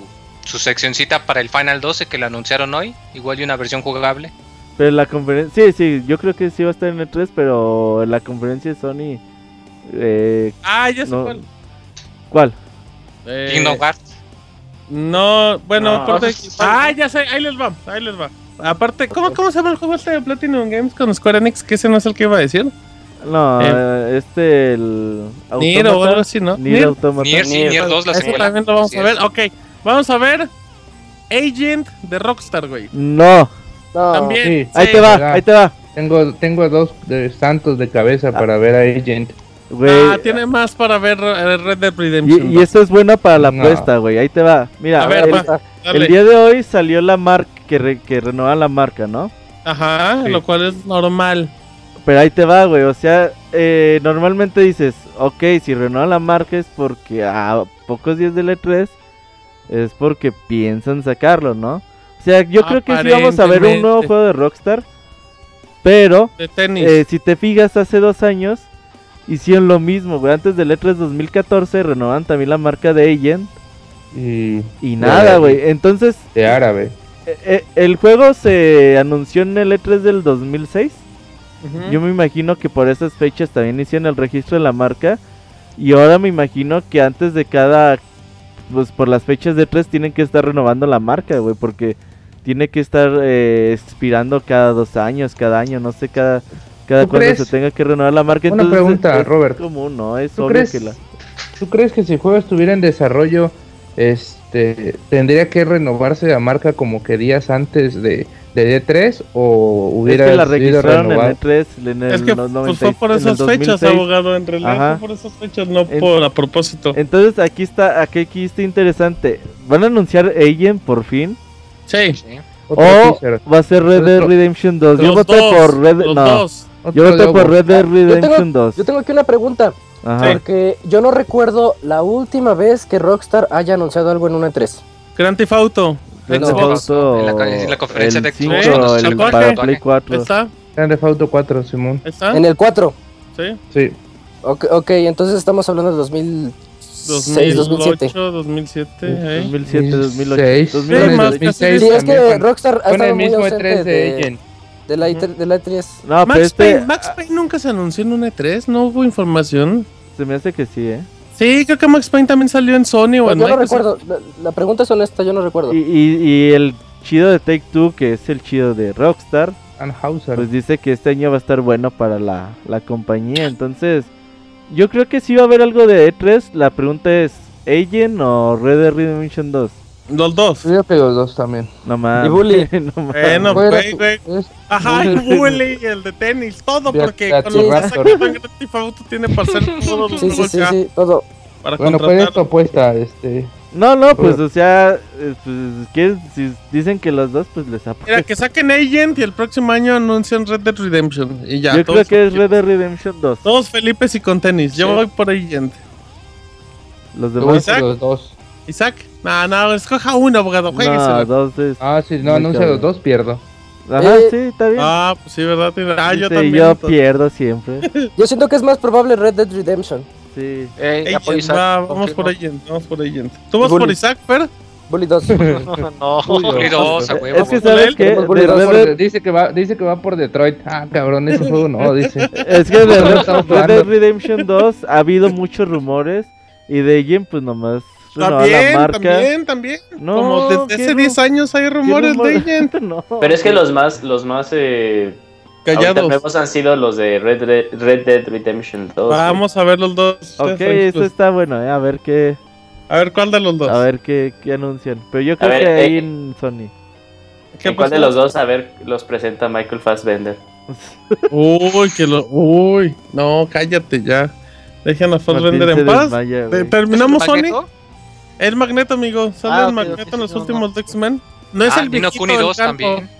su seccioncita para el Final 12 que lo anunciaron hoy. Igual y una versión jugable. Pero la conferencia, sí, sí, yo creo que sí va a estar en E3, pero la conferencia de Sony... Eh, Ah, ya sé no- cuál. ¿Cuál? Eh, Kingdom Hearts. No, bueno, No. aparte. Ah, ya sé, ahí les va, ahí les va. Aparte, ¿cómo, ¿cómo se llama el juego este de Platinum Games con Square Enix? Que ese no es el que iba a decir. No, Eh. Ah, este, el... Nier o algo así, ¿no? Nier, Automata. Nier, sí, Nier 2, la Ese secuela. también lo vamos Sí, a ver. Ok, vamos a ver Agent de Rockstar, güey. No, No. También. sí. sí. ahí te va, ¿verdad? ahí te va. Tengo, tengo a dos de santos de cabeza para ver a Agent. Güey, Ah, tiene más para ver eh, Red Dead Eh, Y, Redemption. y esto es buena para la No. apuesta, güey. Ahí te va. Mira, A ver, el, va, el dale. día de hoy salió la marca que, re- que renueva la marca, ¿no? Ajá, Sí. lo cual es normal. Pero ahí te va, güey. O sea, eh, normalmente dices, ok, si renueva la marca es porque a pocos días del E3 es porque piensan sacarlo, ¿no? O sea, yo creo que sí vamos a ver un nuevo Aparentemente. juego de Rockstar. Pero, De tenis. eh, si te fijas, hace dos años hicieron lo mismo, güey. Antes del E E3 2014 renovaban también la marca de Agent. Y, nada, güey. Entonces, De árabe. eh, eh, el juego se anunció en el E3 del 2006. Ujú. Yo me imagino que por esas fechas también hicieron el registro de la marca. Y ahora me imagino que antes de cada. Pues por las fechas de 3 tienen que estar renovando la marca, güey. Porque tiene que estar eh, expirando cada dos años, cada año, no sé, cada. Cada ¿Tú cuando crees? se tenga que renovar la marca. Una entonces es- pregunta, es Robert. común, ¿no? Es ¿Tú obvio crees- que la. ¿Tú crees que si el juego estuviera en desarrollo, este, tendría que renovarse la marca como que días antes de, de D3 o Es hubiera que la sido registraron en renovado? el 3 en el Es que, no- pues, 96, fue por en el esas fechas, 2006. abogado, en realidad fue Ajá. por esas fechas, no En- por a propósito. Entonces aquí está, aquí, aquí está interesante. ¿Van a anunciar Alien por fin? Sí. O va a ser Red Dead Redemption 2. Yo Los voté dos, por Red los no. dos. Yo voté por Red Dead Ah, yo tengo- Redemption 2. Yo tengo aquí una pregunta. Ajá. Porque yo no recuerdo la última vez que Rockstar haya anunciado algo en E una 3. Grand Theft Auto. Grand Theft Xbox. Auto, En la- en la conferencia el de Xbox, cinco, cuando el salió para tatuaje. Play 4. ¿Está? Grand Theft Auto 4, Simón. ¿Está? En el 4. Sí. Sí. Ok, ok, entonces estamos hablando de 2006, 2007. 2008, 2007. eh. 2007, 2008. Seis. 2009, Sí, más 2006 Sí, es que también fue- Rockstar ha fue en el estado muy mismo ausente E3 de de, Agent. de la E3 de la E E3. No, Max, pero este Payne, Max Payne nunca se anunció en un E3, no hubo información. se me hace que sí, ¿eh? Sí, creo que Max Payne también salió en Sony o Pues en yo no Microsoft. recuerdo, la, la pregunta es honesta, yo no recuerdo. Y, y- y el chido de Take Two, que es el chido de Rockstar, pues dice que este año va a estar bueno para la, la compañía. Entonces, yo creo que sí va a haber algo de E3. La pregunta es: ¿Agent o Red Dead Redemption 2? Los dos. Yo que los dos también. No mames. Y Bully. no mames. Bueno, pues, güey, güey. Ajá, el Bully. Bully, el de tenis, todo, Ya- porque ya con te los rato, que sacan Grand Theft Auto tiene para hacer todos los Sí, sí, juegos sí, ya. sí, todo. Para Bueno, pues es contratar. tu apuesta, este. No, no, pues o sea, eh, pues, ¿qué? si dicen que los dos, pues les apoyo. Mira, que saquen Agent y el próximo año anuncian Red Dead Redemption. Y ya, Yo creo todos, que es Red Dead Redemption 2. todos Felipes y con tenis. Yo voy por Agent. Los voy demás. por los dos. Isaac, no, no, escoja uno, abogado, No, juegueselo. dos es Ah, sí, no, muy anuncia cabrón. los dos, pierdo. Ajá, Eh, sí, está bien. Ah, pues sí, ¿verdad? Tiene- Ah, yo Dice, también. Yo entonces. pierdo siempre. Yo siento que es más probable Red Dead Redemption. Sí. Agent, va, vamos por Agent, vamos por Agent. ¿Tú vas Bully. por Isaac, Fer? Bully 2. no. Es que sabes que de Va por- Red Dead- dice que va, dice que va por Detroit. Ah, cabrón, ese juego no, dice. es que de Red, Estamos Red Dead jugando. Redemption 2 ha habido muchos rumores y de Agent pues nomás renovó la También, marca. también, también. No, Como ¿qué desde hace ru- 10 años hay rumores de rumores? Agent. no. Pero es que los más, los más eh, Callados. ahorita nuevos han sido los de Red, Red, Red Dead Redemption 2. Vamos a ver los dos. Ok, esto está bueno, eh, a ver qué A ver cuál de los dos. a ver qué, qué anuncian. Pero yo creo ver, que eh, ahí en Sony. ¿En cuál de los dos a ver los presenta Michael Fassbender? Uy, que lo. Uy, no, cállate ya. Dejen a Fassbender Martín en se paz. desmaya, güey. Te- Eh, ¿Terminamos ¿Es el Sony? Magneto? El magneto, amigo. Sale Ah, el ok, magneto ok, en los sí, no, últimos de X-Men. No es Ah, el Ni no viejito Kuni del 2 campo. también.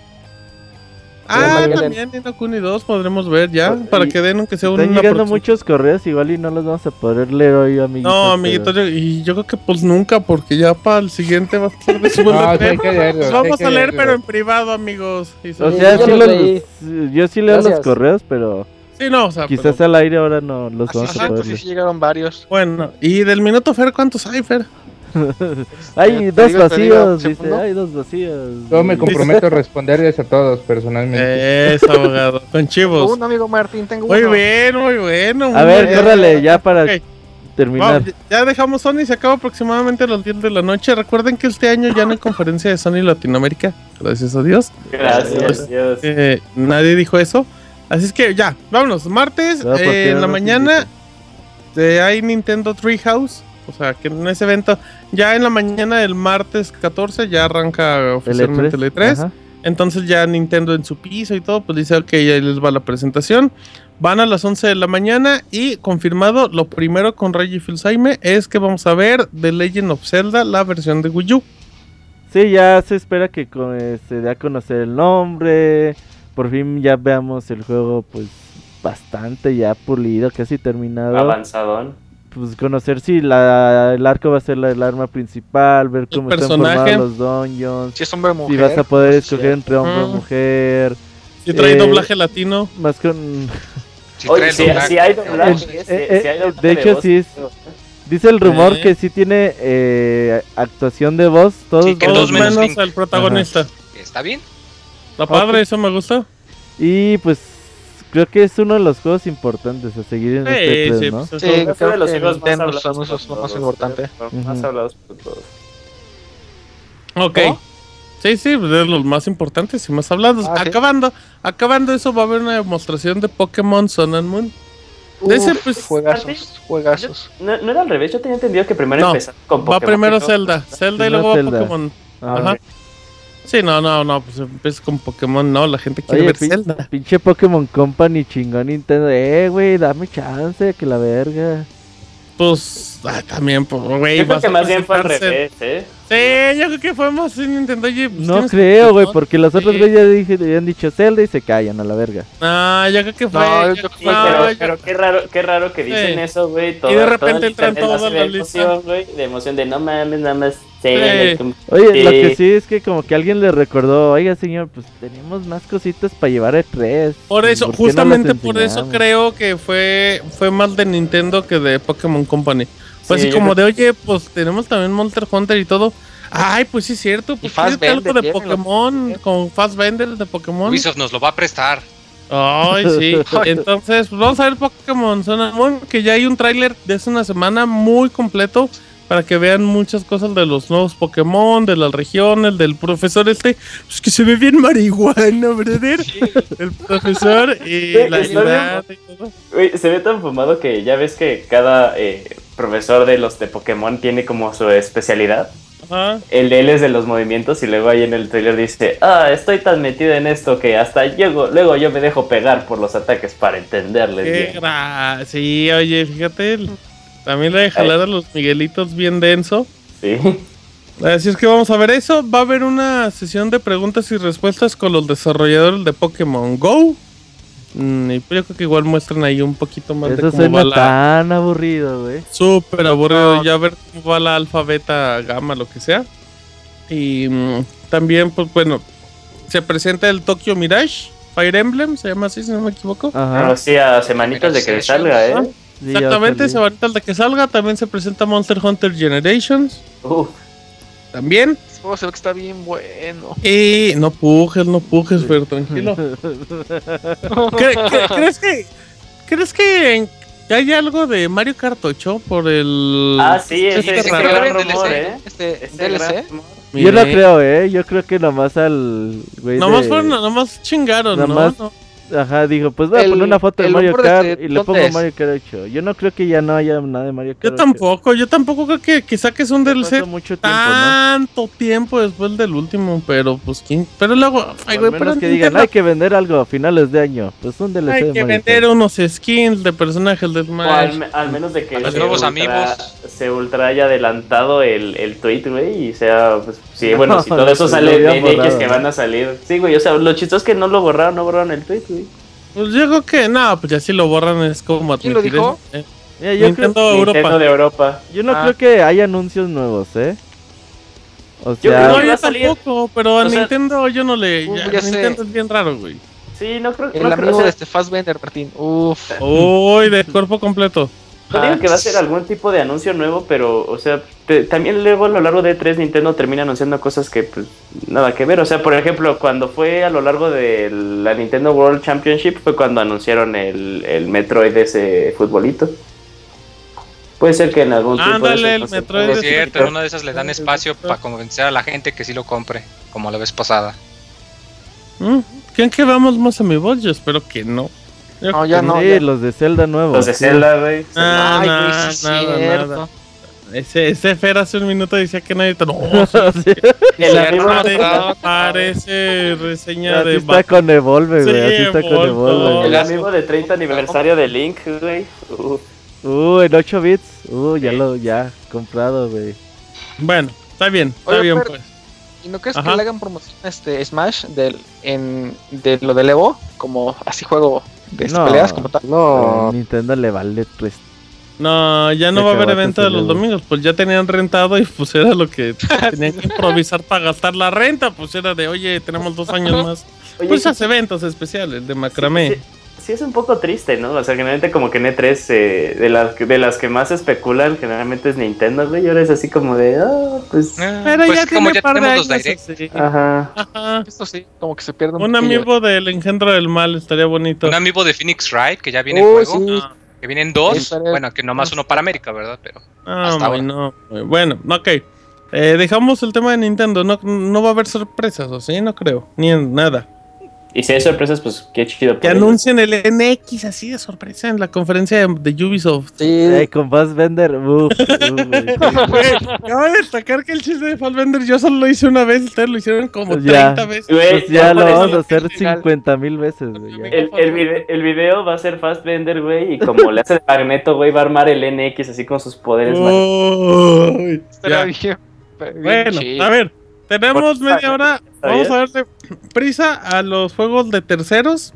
Ah, Magneto. también Nino Kuni 2 podremos ver ya. Pues, para y- que den aunque sea una Están llegando aproxim- muchos correos, igual y no los vamos a poder leer hoy, amiguitos. No, amiguito, yo, y yo creo que pues nunca, porque ya para el siguiente va a estar de su No, sí hay que Pues leerlo, sí hay Vamos que a leer, leerlo. pero en privado, amigos. Y pero- O sobre- sea, sí los- sí, yo sí leo los Gracias. correos, pero no, o sea, quizás pero- al aire ahora no los Así vamos es, a poder pues, leer. sí, Llegaron varios. Bueno, y del minuto Fer, ¿cuántos hay, Fer? Hay Eh, dos te digo, te digo, vacíos, dice, segundo. hay dos vacíos. Yo me Dice- comprometo a responderles a todos personalmente. Es abogado, con chivos. Uno, amigo Martín, tengo Muy uno. bien, muy bueno. A muy ver, bien. córrale, ya para Ok. terminar. Vamos, ya dejamos Sony, se acaba aproximadamente a las 10 de la noche. Recuerden que este año ya no hay conferencia de Sony Latinoamérica. Gracias a Dios. Gracias, Dios. Eh, nadie dijo eso. Así es que ya, vámonos. Martes, No, ¿por eh, qué en no la mañana, eh, hay Nintendo Treehouse. O sea, que en ese evento, ya en la mañana del martes 14, ya arranca oficialmente el E3. E ajá. Entonces ya Nintendo en su piso y todo, pues dice, ok, ahí les va la presentación. Van a las 11 de la mañana y confirmado, lo primero con Reggie Fils-Aime es que vamos a ver The Legend of Zelda, la versión de Wii U. Sí, ya se espera que este, co- eh, se dé a conocer el nombre. Por fin ya veamos el juego, pues bastante ya pulido, casi terminado. Avanzadón. Pues conocer si la, el arco va a ser la, el arma principal, ver cómo están personaje. formados los dungeons. Si es hombre o Si mujer, vas a poder pues, escoger sí. entre hombre o Mm. mujer. Si trae eh, mm. doblaje latino. Más con. Oye, si, si hay doblaje, si- Eh, si hay eh, doblaje de hecho, voz, sí. es- Dice el rumor Eh. que sí tiene eh, actuación de voz. Todos, Todos menos al protagonista. ¿Está bien? Está padre, Ok. eso me gusta. Y pues creo que es uno de los juegos importantes a seguir en Sí, este E3, sí, ¿no? pues, Sí, Fue creo de los que juegos más Nintendo hablados son por los todos, más importantes. creo, Más Ujú. hablados por todos. Ok. Sí, sí, pues, es los más importantes y más hablados. Ah, acabando, acabando eso va a haber una demostración de Pokémon Sun and Moon. De ese, Uf, pues, juegazos, juegazos. No, no era al revés, yo tenía entendido que primero No, empezaba con va Pokémon. primero ¿no? Zelda, Zelda y Primero luego Zelda. Pokémon. Ah, Ajá. ok. Sí, no, no, no, pues empieza con Pokémon, no, la gente quiere Oye, ver pin- Zelda. pinche Pokémon Company chingón Nintendo. Eh, güey, dame chance, que la verga. Pues ah, también, pues, güey. Yo creo vas que a más bien fue al presentarse- revés, ¿eh? Sí, yo creo que fue más en Nintendo. Oye, pues, No tienes creo, güey, Pokémon. porque los otros Sí. güeyes ya dije- ya han dicho Zelda y se callan a la verga. No, yo creo que fue. No, yo yo- creo que Sí, no, pero, yo- pero qué raro, qué raro que dicen Sí. eso, güey. Y de repente entran todas todas las las listas. emoción, güey, de emoción de no mames, nada más Sí. Zelda. como- Oye, lo Sí. que sí es que como que alguien le recordó, oiga señor, pues tenemos más cositas para llevar a E3. Por eso, qué no las justamente por eso enseñamos?" creo que fue, fue más de Nintendo que de Pokémon Company. Fue Sí, así yo como de, oye, pues tenemos también Monster Hunter y todo. Ay, pues sí es cierto, pues fíjate Fassbender, algo de llévenlo. Pokémon, con Fastbender de Pokémon. Ubisoft nos lo va a prestar. Ay, sí. Entonces, pues, vamos a ver Pokémon Sun and Moon, que ya hay un tráiler de hace una semana muy completo para que vean muchas cosas de los nuevos Pokémon, de las regiones, del profesor este, pues que se ve bien marihuana, brother. El profesor y Sí, está la bien. ciudad y todo. Güey, se ve tan fumado que ya ves que cada eh, profesor de los de Pokémon tiene como su especialidad. Ajá. El de él es de los movimientos y luego ahí en el trailer dice, ah, estoy tan metido en esto que hasta llego, luego yo me dejo pegar por los ataques para entenderles Eh, Qué bien. gra- Sí, oye, fíjate. el- También la de jalar a los Miguelitos bien denso. Sí. Así es que vamos a ver eso. Va a haber una sesión de preguntas y respuestas con los desarrolladores de Pokémon Go. Mm, y pues yo creo que igual muestran ahí un poquito más Eso de cómo va suena la. tan aburrido, güey. Súper aburrido. Ya ver cómo va la alfa, beta, gamma, lo que sea. Y mm, también, pues bueno, se presenta el Tokyo Mirage. Fire Emblem, se llama así, si no me equivoco. Ajá. Pero Ah, sí, a semanitas de que salga, ¿eh? sí, ya Exactamente, se salió. va ahorita el de que salga. También se presenta Monster Hunter Generations. Uf. También. Ese juego ah, se ve que está bien bueno. Y no pujes, no pujes, pero tranquilo. ¿Cre- cre- ¿Crees que crees que en- que hay algo de Mario Kart 8 por el Ah, sí, Sí, ese es está el raro. gran rumor, ¿eh? Este, Ese gran DLC. rumor. Yo no Mire, creo, eh. Yo creo que nomás al güey. Nomás de- fueron, nomás chingaron, ¿no? Nomás- No. Ajá, dijo, pues voy a El- poner una foto de el Mario hombre Kart este, y le pongo ¿dónde es? Mario Kart 8. Yo no creo que ya no haya nada de Mario Kart. Yo 8. tampoco, yo tampoco creo que, que saques un Ya DLC pasó mucho tiempo, ¿no? tanto tiempo después del último, pero pues quién, pero luego, ay Al güey, menos pero que digan, en Nintendo hay que vender algo a finales de año. Pues un DLC hay de que Mario Kart. vender unos skins de personajes de O al, Smash. me- al menos de que A los nuevos amigos. se ultra haya adelantado el, el tweet, güey, y sea, pues, sí, bueno, si No, todo no, eso pues, sale lo en habían NX borrado, que ¿no? van a salir. Sí, güey, o sea, lo chistoso es que no lo borraron, no borraron el tweet, güey. Pues yo creo que no, pues ya si lo borran es como ¿Quién lo admitir dijo? eso, eh. Mira, yo, creo- Nintendo Europa. Nintendo de Europa. yo no Ah. creo que haya anuncios nuevos, eh. O Yo sea, creo No, que va yo a salir. tampoco, pero a O sea, Nintendo yo no le. uh, ya, ya sé. Nintendo es bien raro, güey. Sí, no creo que El no creo, o amigo sea, de este Fassbender, Martín. Uf. Uy, de cuerpo completo. No digo que va a Ah. ser algún tipo de anuncio nuevo, pero, o sea, te- también luego a lo largo de E3 Nintendo termina anunciando cosas que, pues, nada que ver. O sea, por ejemplo, cuando fue a lo largo de la Nintendo World Championship fue cuando anunciaron el, el Metroid de ese futbolito. Puede ser que en algún tipo de Ándale, esos el Metroid Es conceptos- de cierto, en una de esas le dan espacio para convencer a la gente que sí lo compre, como la vez pasada. Mm, ¿Creen que vamos más a mi voz? Yo espero que no. Yo- No, ya no. sí, ya. los de Zelda nuevos. Los de sí. Zelda, güey. Ah, Ay, nah, güey, sí es nada, cierto. nada. Ese, ese Fer hace un minuto decía que nadie. No, sí, Sí, El amigo parece, de- parece reseña así de. está con Evolve, güey. Sí, así está con Evolve, Evolve. el güey. amigo de 30 aniversario de Link, güey. Uf. Uh, en 8 bits. Uh, ya lo, ya, comprado, güey. Bueno, está bien, está Oye, bien, Fer. pues. ¿Y no crees Ajá. que le hagan promoción a este Smash del, en, de lo del Evo? Como así juego de estas peleas como tal. a Nintendo le vale pues. No, ya no Ya va a haber acabaste evento de el los juego. domingos, pues ya tenían rentado y pues era lo que tenían que improvisar para gastar la renta, pues era de, oye, tenemos dos años más. Oye, pues ¿y- hace eventos especiales de macramé. Sí, es un poco triste, ¿no? O sea, generalmente como que en E3, eh, de, las, de las que más especulan, generalmente es Nintendo, güey. Y ahora es así como de, ah, pues. Pero ya tiene par de años. así. Ajá. Esto sí, como que se pierde Un amigo del engendro del mal estaría bonito. Un amigo de Phoenix Wright que ya viene Oh, en juego. sí. Que vienen dos. Sí, parece- Bueno, que nomás uno para América, ¿verdad? Pero. Ah, güey, no, güey. Bueno, ok. Eh, dejamos el tema de Nintendo. No, no va a haber sorpresas, ¿o sí? No creo. Ni en nada. Y si hay sorpresas, pues qué chido. Que por ellos. anuncien el NX así de sorpresa en la conferencia de, de Ubisoft. Eh, con Fassbender. uf, uf, güey. Güey, Acabo de destacar que el chiste de Fallbender yo solo lo hice una vez, ustedes lo hicieron como Pues ya, 30 veces. pues ya lo por eso vamos a lo hacer 50 mil veces, güey. ya. El, el vide- el video va a ser Fast Bender, güey, y como le hace de Magneto, güey, va a armar el NX así con sus poderes. Mm, mágicos. Uy, ya. Bueno, chido. a ver, tenemos media hora. está Vamos bien. a darle prisa a los juegos de terceros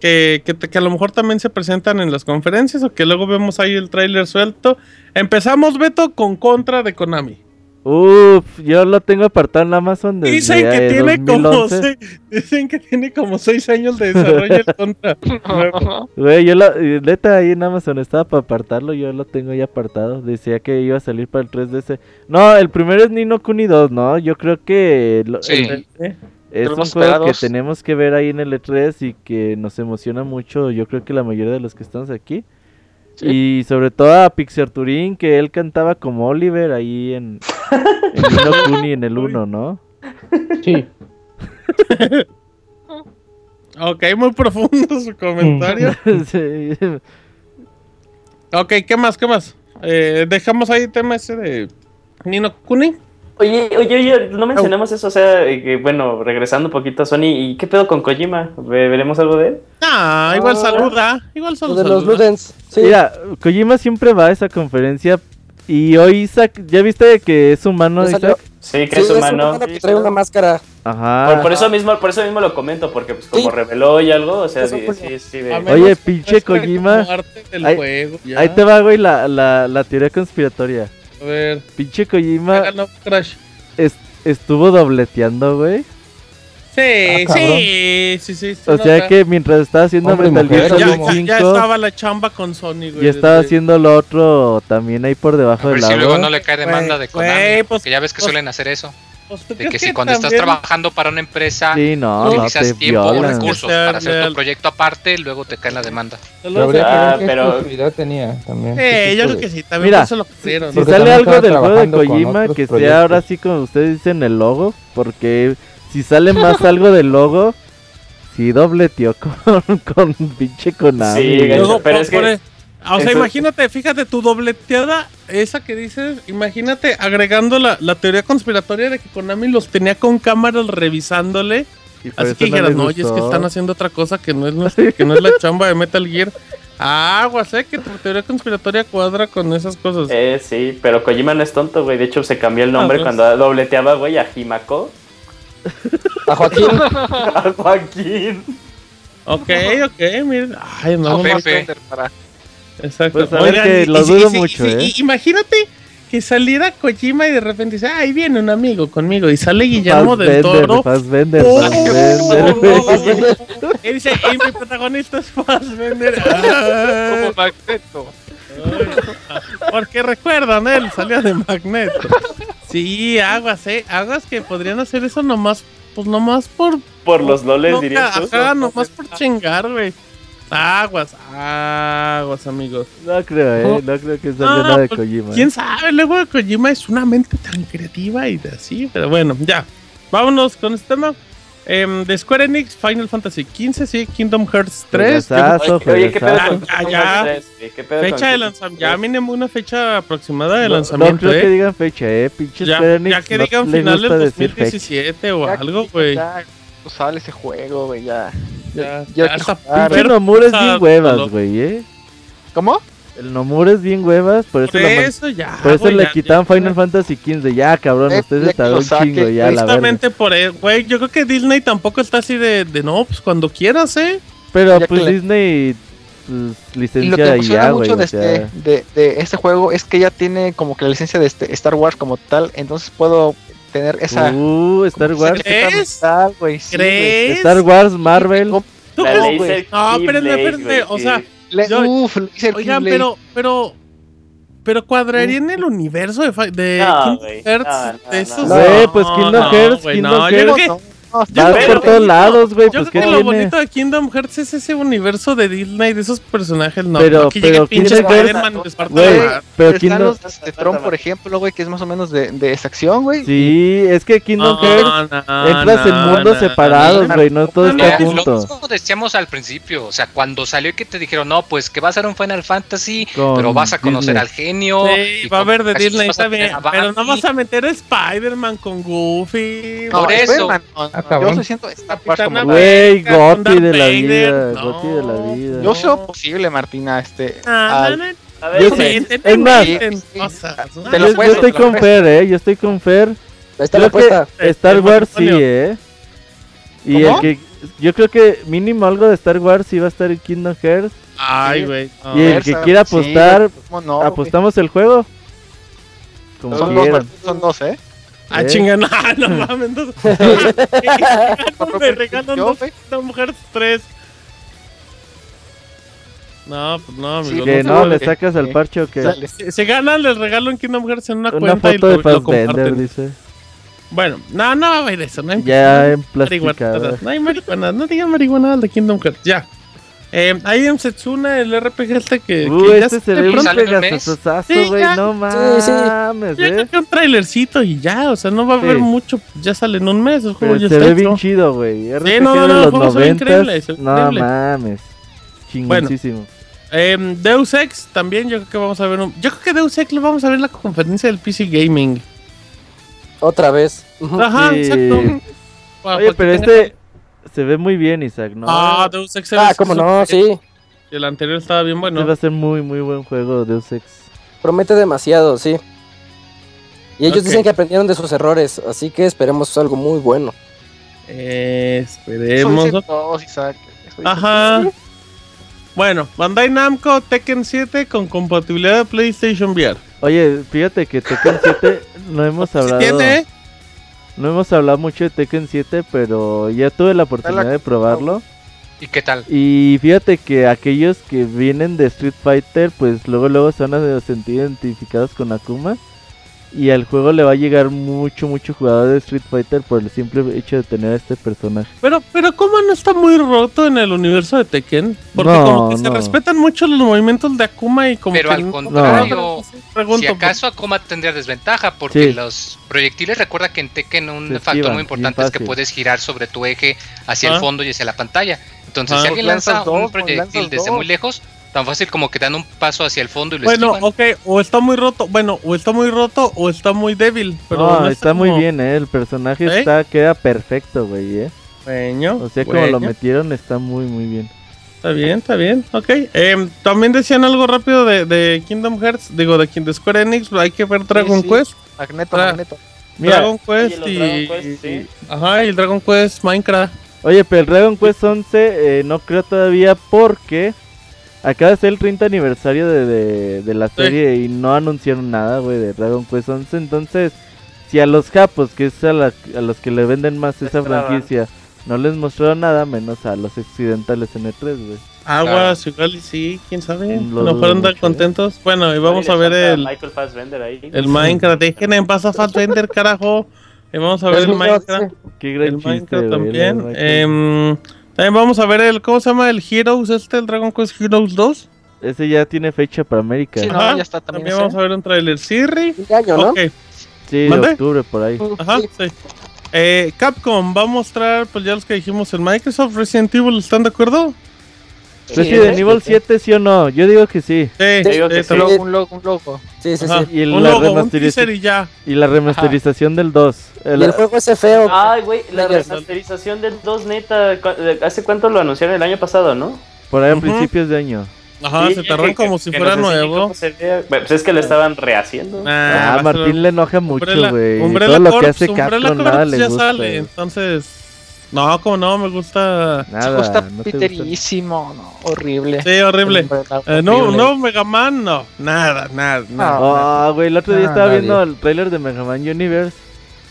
que, que, te- que a lo mejor también se presentan en las conferencias o que luego vemos ahí el tráiler suelto. Empezamos, Beto, con Contra de Konami. Uf, yo lo tengo apartado en Amazon desde Dicen que, eh, tiene como 2011. seis, dicen que tiene como seis años de desarrollo el Contra. Nuevo. Güey, yo la eh, neta ahí en Amazon estaba para apartarlo, yo lo tengo ya apartado. Decía que iba a salir para el 3DS. No, el primero es Nino Kuni 2, ¿no? Yo creo que lo- Sí. el- De es los un más juego que esperados. tenemos que ver ahí en el E3 y que nos emociona mucho. Yo creo que la mayoría de los que estamos aquí. Y sobre todo a Pixar Turín, que él cantaba como Oliver ahí en, en Nino Kuni en el 1, ¿no? Sí. Ok, muy profundo su comentario. Sí. Ok, ¿qué más? ¿Qué más? Eh, dejamos ahí el tema ese de Nino Kuni. Oye, oye, oye, no mencionamos eso, o sea, eh, que, bueno, regresando un poquito a Sony, ¿y qué pedo con Kojima? ¿Ve- ¿Veremos algo de él? Ah, igual saluda. Igual solo saluda. Mira, Kojima siempre va a esa conferencia y hoy Isaac, ¿ya viste que es humano Ya salió. Isaac? Sí, que es humano. que trae una máscara. Ajá. Por, por eso mismo, por eso mismo lo comento, porque pues como reveló y algo, o sea, sí, sí, sí, de- Oye, pinche Kojima. del Ahí, juego, ya. ahí te va, güey, la, la, la teoría conspiratoria. A ver. Pinche Kojima ganó Crash. es- estuvo dobleteando, güey. Sí, Ah, cabrón. sí, sí, sí. se O sea nota. que mientras estaba haciendo Hombre y Metal Gear ya, Solid ya- ya 5, estaba la chamba con Sony, güey. y estaba desde- haciendo lo otro también ahí por debajo A del ver si luego agua. no le cae demanda de Güey, Konami. güey, porque ya ves que suelen hacer eso. Pues, ¿tú De crees que si cuando estás también- trabajando para una empresa Sí, no, no utilizas te tiempo o violan. recursos Tienes que para hacer darle- tu proyecto aparte, luego te cae la demanda. Pero habría que Ah, ver qué exclusividad tenía también. Sí, yo creo que sí, también Mira, por eso lo pusieron. Si Porque sale también algo estaba del juego de trabajando con Kojima, otros que sea proyectos. ahora sí como ustedes dicen el logo, porque si sale más algo del logo, sí dobleteó con, con pinche Konami. Sí, güey. Luego, pero po- es que- por e- O sea, eso- imagínate, fíjate, tu dobleteada, esa que dices, imagínate agregando la, la teoría conspiratoria de que Konami los tenía con cámaras revisándole. Y por Así eso que no les dijeras, no, oye, es que gustó". están haciendo otra cosa que no es, nuestra- que no es la chamba de Metal Gear. Agua, sé que tu teoría conspiratoria cuadra con esas cosas. Eh, sí, pero Kojima no es tonto, güey. De hecho, se cambió el nombre Ah, pues. cuando dobleteaba, güey, a Himako. A Joaquín. a Joaquín. Ok, ok, miren. Ay, no, no, Exacto. Pues a ver Oigan, que y- lo y- dudo y- y- mucho, y- ¿eh? y- Imagínate que saliera Kojima y de repente dice, "Ah, ahí viene un amigo conmigo y sale Guillermo del Fassbender, Toro. Fassbender, ¡Oh! Fassbender, güey. Y dice, y mi protagonista es Fassbender. Ah, porque recuerdan, él salía de Magneto. Sí, aguas, eh. Aguas que podrían hacer eso nomás, pues nomás por... Por los loles no, directos. Ajá, nomás por chingar, güey. Aguas, Ah, aguas, amigos. No creo, eh, no creo que salga No, nada de pues, Kojima. eh. ¿Quién sabe? Luego de Kojima es una mente tan creativa y de así. Pero bueno, ya. Vámonos con este tema. Em, de Square Enix, Final Fantasy XV, sí, Kingdom Hearts 3. Juegazazo, Oye, ¿qué pedo juegazazo. con Ah, ya. Kingdom Hearts 3, güey? ¿Qué pedo Fecha con de Kingdom lanzamiento. Ya mínimo una fecha aproximada de No- No lanzamiento, creo que eh. digan fecha, eh. Pinche Ya, Square Enix ya que no digan le finales gusta decir fecha. 2017 o algo, güey. Ya, Ya, no sale ese juego, güey, ya. ya, ya que está jugar, Pinche Pero, Nomura es o sea, bien lo- huevas, güey, eh. ¿Cómo? El Nomura es bien huevas, por eso, Por la man- eso ya. Por eso güey, le ya- quitan Final Fantasy XV. Ya, cabrón, Eh, ustedes ya se que lo tardaron un saquen, chingo. Ya, la verga. e-, Justamente por eso, güey. Yo creo que Disney tampoco está así de, de no, pues cuando quieras, eh. Pero Ya que pues le- Disney pues, Y lo que licencia me y emociona ya, güey. mucho de o sea, este, de, de este juego es que ya tiene como que la licencia de este Star Wars como tal, entonces puedo tener esa... Uh, Star Wars. Eh, ¿Crees? ¿Crees? Star Wars, Marvel. ¿Tú La crees- ley del No, espérenme, Keyblade, espérenme. güey, O sea, Le- yo- uf, le hice el oigan, Keyblade. pero, pero, pero cuadraría en el universo de, fa- de No, Kingdom güey, Hearts. no, no, de esos. no. Güey, pues Kingdom Hearts, güey, Kingdom yo creo Hearts. que- Vas yo creo por que- todos lados, güey, Yo pues, creo ¿qué que lo tiene? bonito de Kingdom Hearts es ese universo de Disney, de esos personajes. No, Pero- no que llegue pero el pinche Kingdom Hearts- Spider-Man y les parta Güey, la madre. pero Están Kingdom- los de Tron, por ejemplo, güey, que es más o menos de, de esa acción, güey. Sí, es que Kingdom No, Hearts no, entras en no, mundos Ah, no, separados, no, güey, no todo está Mira, Lo junto. mismo decíamos al principio, o sea, cuando salió y que te dijeron, no, pues que va a ser un Final Fantasy, Con pero vas a conocer Disney. al genio. Sí, y va a con- haber de así Disney, vas a está bien. tener a Pero no Barney. vas a meter a Spider-Man con Goofy. No, Por eso. Spider-Man, Ah, Yo cabrón. se siento Star Wars como- Güey, Con Gotti de la Darth Vader, vida, no. Gotti de la vida. Yo sé lo posible, Martina, este... Ah, al- no, no. A ver, Yo sí, Sí, es tienen más, meten cosas, ¿no? te lo Yo- yo, apuesto, estoy te lo con apuesto. Fer, eh, yo estoy con Fer. Ahí está la Creo que apuesta. Star El Wars sí, matrimonio. eh. Y ¿Cómo? el que yo creo que mínimo algo de Star Wars sí va a estar en Kingdom Hearts. Ay, güey. Ah. y el que quiera Sí, güey, apostar, ¿cómo no, güey? apostamos el juego. Como Son dos, quieran. partidos, son dos, ¿eh? Ah, ¿Eh? chinga, no, no mames. entonces- me regalan dos Kingdom Hearts 3. No, pues no, Sí, amigo. que se no, vale. le sacas al parche o qué. Sale. Si, si ganan, les regalo un Kingdom Hearts en una, Una cuenta y foto lo, de lo comparten. Fassbender, dice. Bueno, no, no va a haber eso. No hay Ya hay en plasticada. marihuanadas, No hay marihuanadas, no digan marihuanadas de Kingdom Hearts. Ya. Eh, hay un Setsuna, el RPG este que. Uh, que este se ve un Sí, pegasasazo, güey, ya. no Sí, sí. mames, Ya eh. creo que un trailercito y ya, o sea, no va a haber Sí. mucho. Ya sale en un mes, el juego Pero ya Pues se está ve hecho. bien chido, güey. RPG no, no, de no, el los juego se ve 90s, increíble, se ve No increíble. mames. Chingoncísimo. Em, Deus Ex también, yo creo que vamos a ver. un- Yo creo que Deus Ex lo vamos a ver en la conferencia del PC Gaming. Otra vez. Ajá, Sí. exacto. Para- Oye, para pero que tenga- este se ve muy bien, Isaac, ¿no? Ah, Deus Ex Ah, es- cómo es- no, sí. El anterior estaba bien bueno. Este va a ser muy, muy buen juego, Deus Ex. Promete demasiado, sí. Y ellos Ok. dicen que aprendieron de sus errores, así que esperemos algo muy bueno. Eh, Eso esperemos. dicen todos, Isaac. Eso dicen Ajá. todos. Bueno, Bandai Namco Tekken 7 con compatibilidad de PlayStation VR. Oye, fíjate que Tekken 7 no hemos hablado. tiene, ¿eh? No hemos hablado mucho de Tekken 7, pero ya tuve la oportunidad de probarlo. ¿Y qué tal? Y fíjate que aquellos que vienen de Street Fighter, pues luego luego se van a sentir identificados con Akuma. Y al juego le va a llegar mucho, mucho jugador de Street Fighter por el simple hecho de tener a este personaje. Pero, pero ¿cómo no está muy roto en el universo de Tekken? Porque No, como que se no. respetan mucho los movimientos de Akuma y como Pero que al no- contrario, si pregunto, pues. acaso Akuma tendría desventaja, porque Sí. los proyectiles, recuerda que en Tekken un Se factor esquivan, muy bien importante es que fácil. puedes girar sobre tu eje hacia Ajá. el fondo y hacia la pantalla. Entonces, Ajá. si alguien Pues lanzas lanza dos, un pues proyectil lanzas desde dos. muy lejos, tan fácil como que dan un paso hacia el fondo y lo Bueno, esquivan. ok, o está muy roto, bueno, o está muy roto o está muy débil, pero no, no está muy como- bien, ¿eh? El personaje ¿Eh? está queda perfecto, güey, ¿eh? Bueno, O sea, como lo bueno. metieron, está muy, muy bien. Está bien, está bien, ok. Em, también decían algo rápido de, de Kingdom Hearts, digo, de, King- de Square Enix, hay que ver Dragon sí. Quest. Magneto, Tra- Magneto. Mira. Dragon Quest y, Y el Dragon Quest, sí. Ajá, y el Dragon Quest Minecraft. Oye, pero el Dragon Quest 11 eh, no creo todavía porque acaba de ser el 30 aniversario de, de- de la serie y no anunciaron nada, güey, de Dragon Quest 11. Entonces, si a los japos, que es a, la- a los que le venden más esa Esperaban. franquicia, no les mostraron nada, menos a los occidentales en el 3, güey. Aguas, igual y sí, quién sabe. Lo no dudo fueron mucho, tan ¿eh? contentos. Bueno, y vamos a ver falta el, Michael Fassbender ahí. el Minecraft. Dejen en paz a Fassbender, carajo. Y vamos a ver el Minecraft. Qué El gran chiste, Minecraft güey, el también. Minecraft. Em, también vamos a ver el, ¿cómo se llama? El Heroes, este, el Dragon Quest Heroes 2. Ese ya tiene fecha para América. Sí, Sí, no, ya está también. También ese. vamos a ver un trailer. Sirri. año, ¿no? ¿Mande? de octubre por ahí. Ajá, sí. Eh, Capcom va a mostrar, pues ya los que dijimos en Microsoft, Resident Evil, ¿están de acuerdo? Resident Evil 7, ¿sí o no? Yo digo que sí. Sí, eh, Te digo que eso. un logo, un logo, un logo. Sí, sí, Ajá. sí. Y el- Un la logo, un remasterización- teaser y ya. Y la remasterización del eh, 2. Y el juego ese feo. Ah, Ay, güey, la Players. remasterización del 2, neta. cu- eh, ¿Hace cuánto lo anunciaron? El año pasado, ¿no? Por ahí a Ujú. principios de año. Ajá, Sí, se te arranca como si que fuera nos enseñen nuevo. cómo se ve. Bueno, Pues es que lo estaban rehaciendo. Ah, va a Martín ser- le enoja mucho, Umbrella- güey. Umbrella Todo lo que Corps, hace Umbrella Capcom Corps nada le ya gusta. sale, entonces No, como no, me gusta. Nada, está piterísimo, no, horrible. Sí, horrible. Eh, no, Horrible. no, Mega Man, no. Nada, nada, nada. Ah, güey, el otro día Ah, estaba nadie. viendo el tráiler de Mega Man Universe.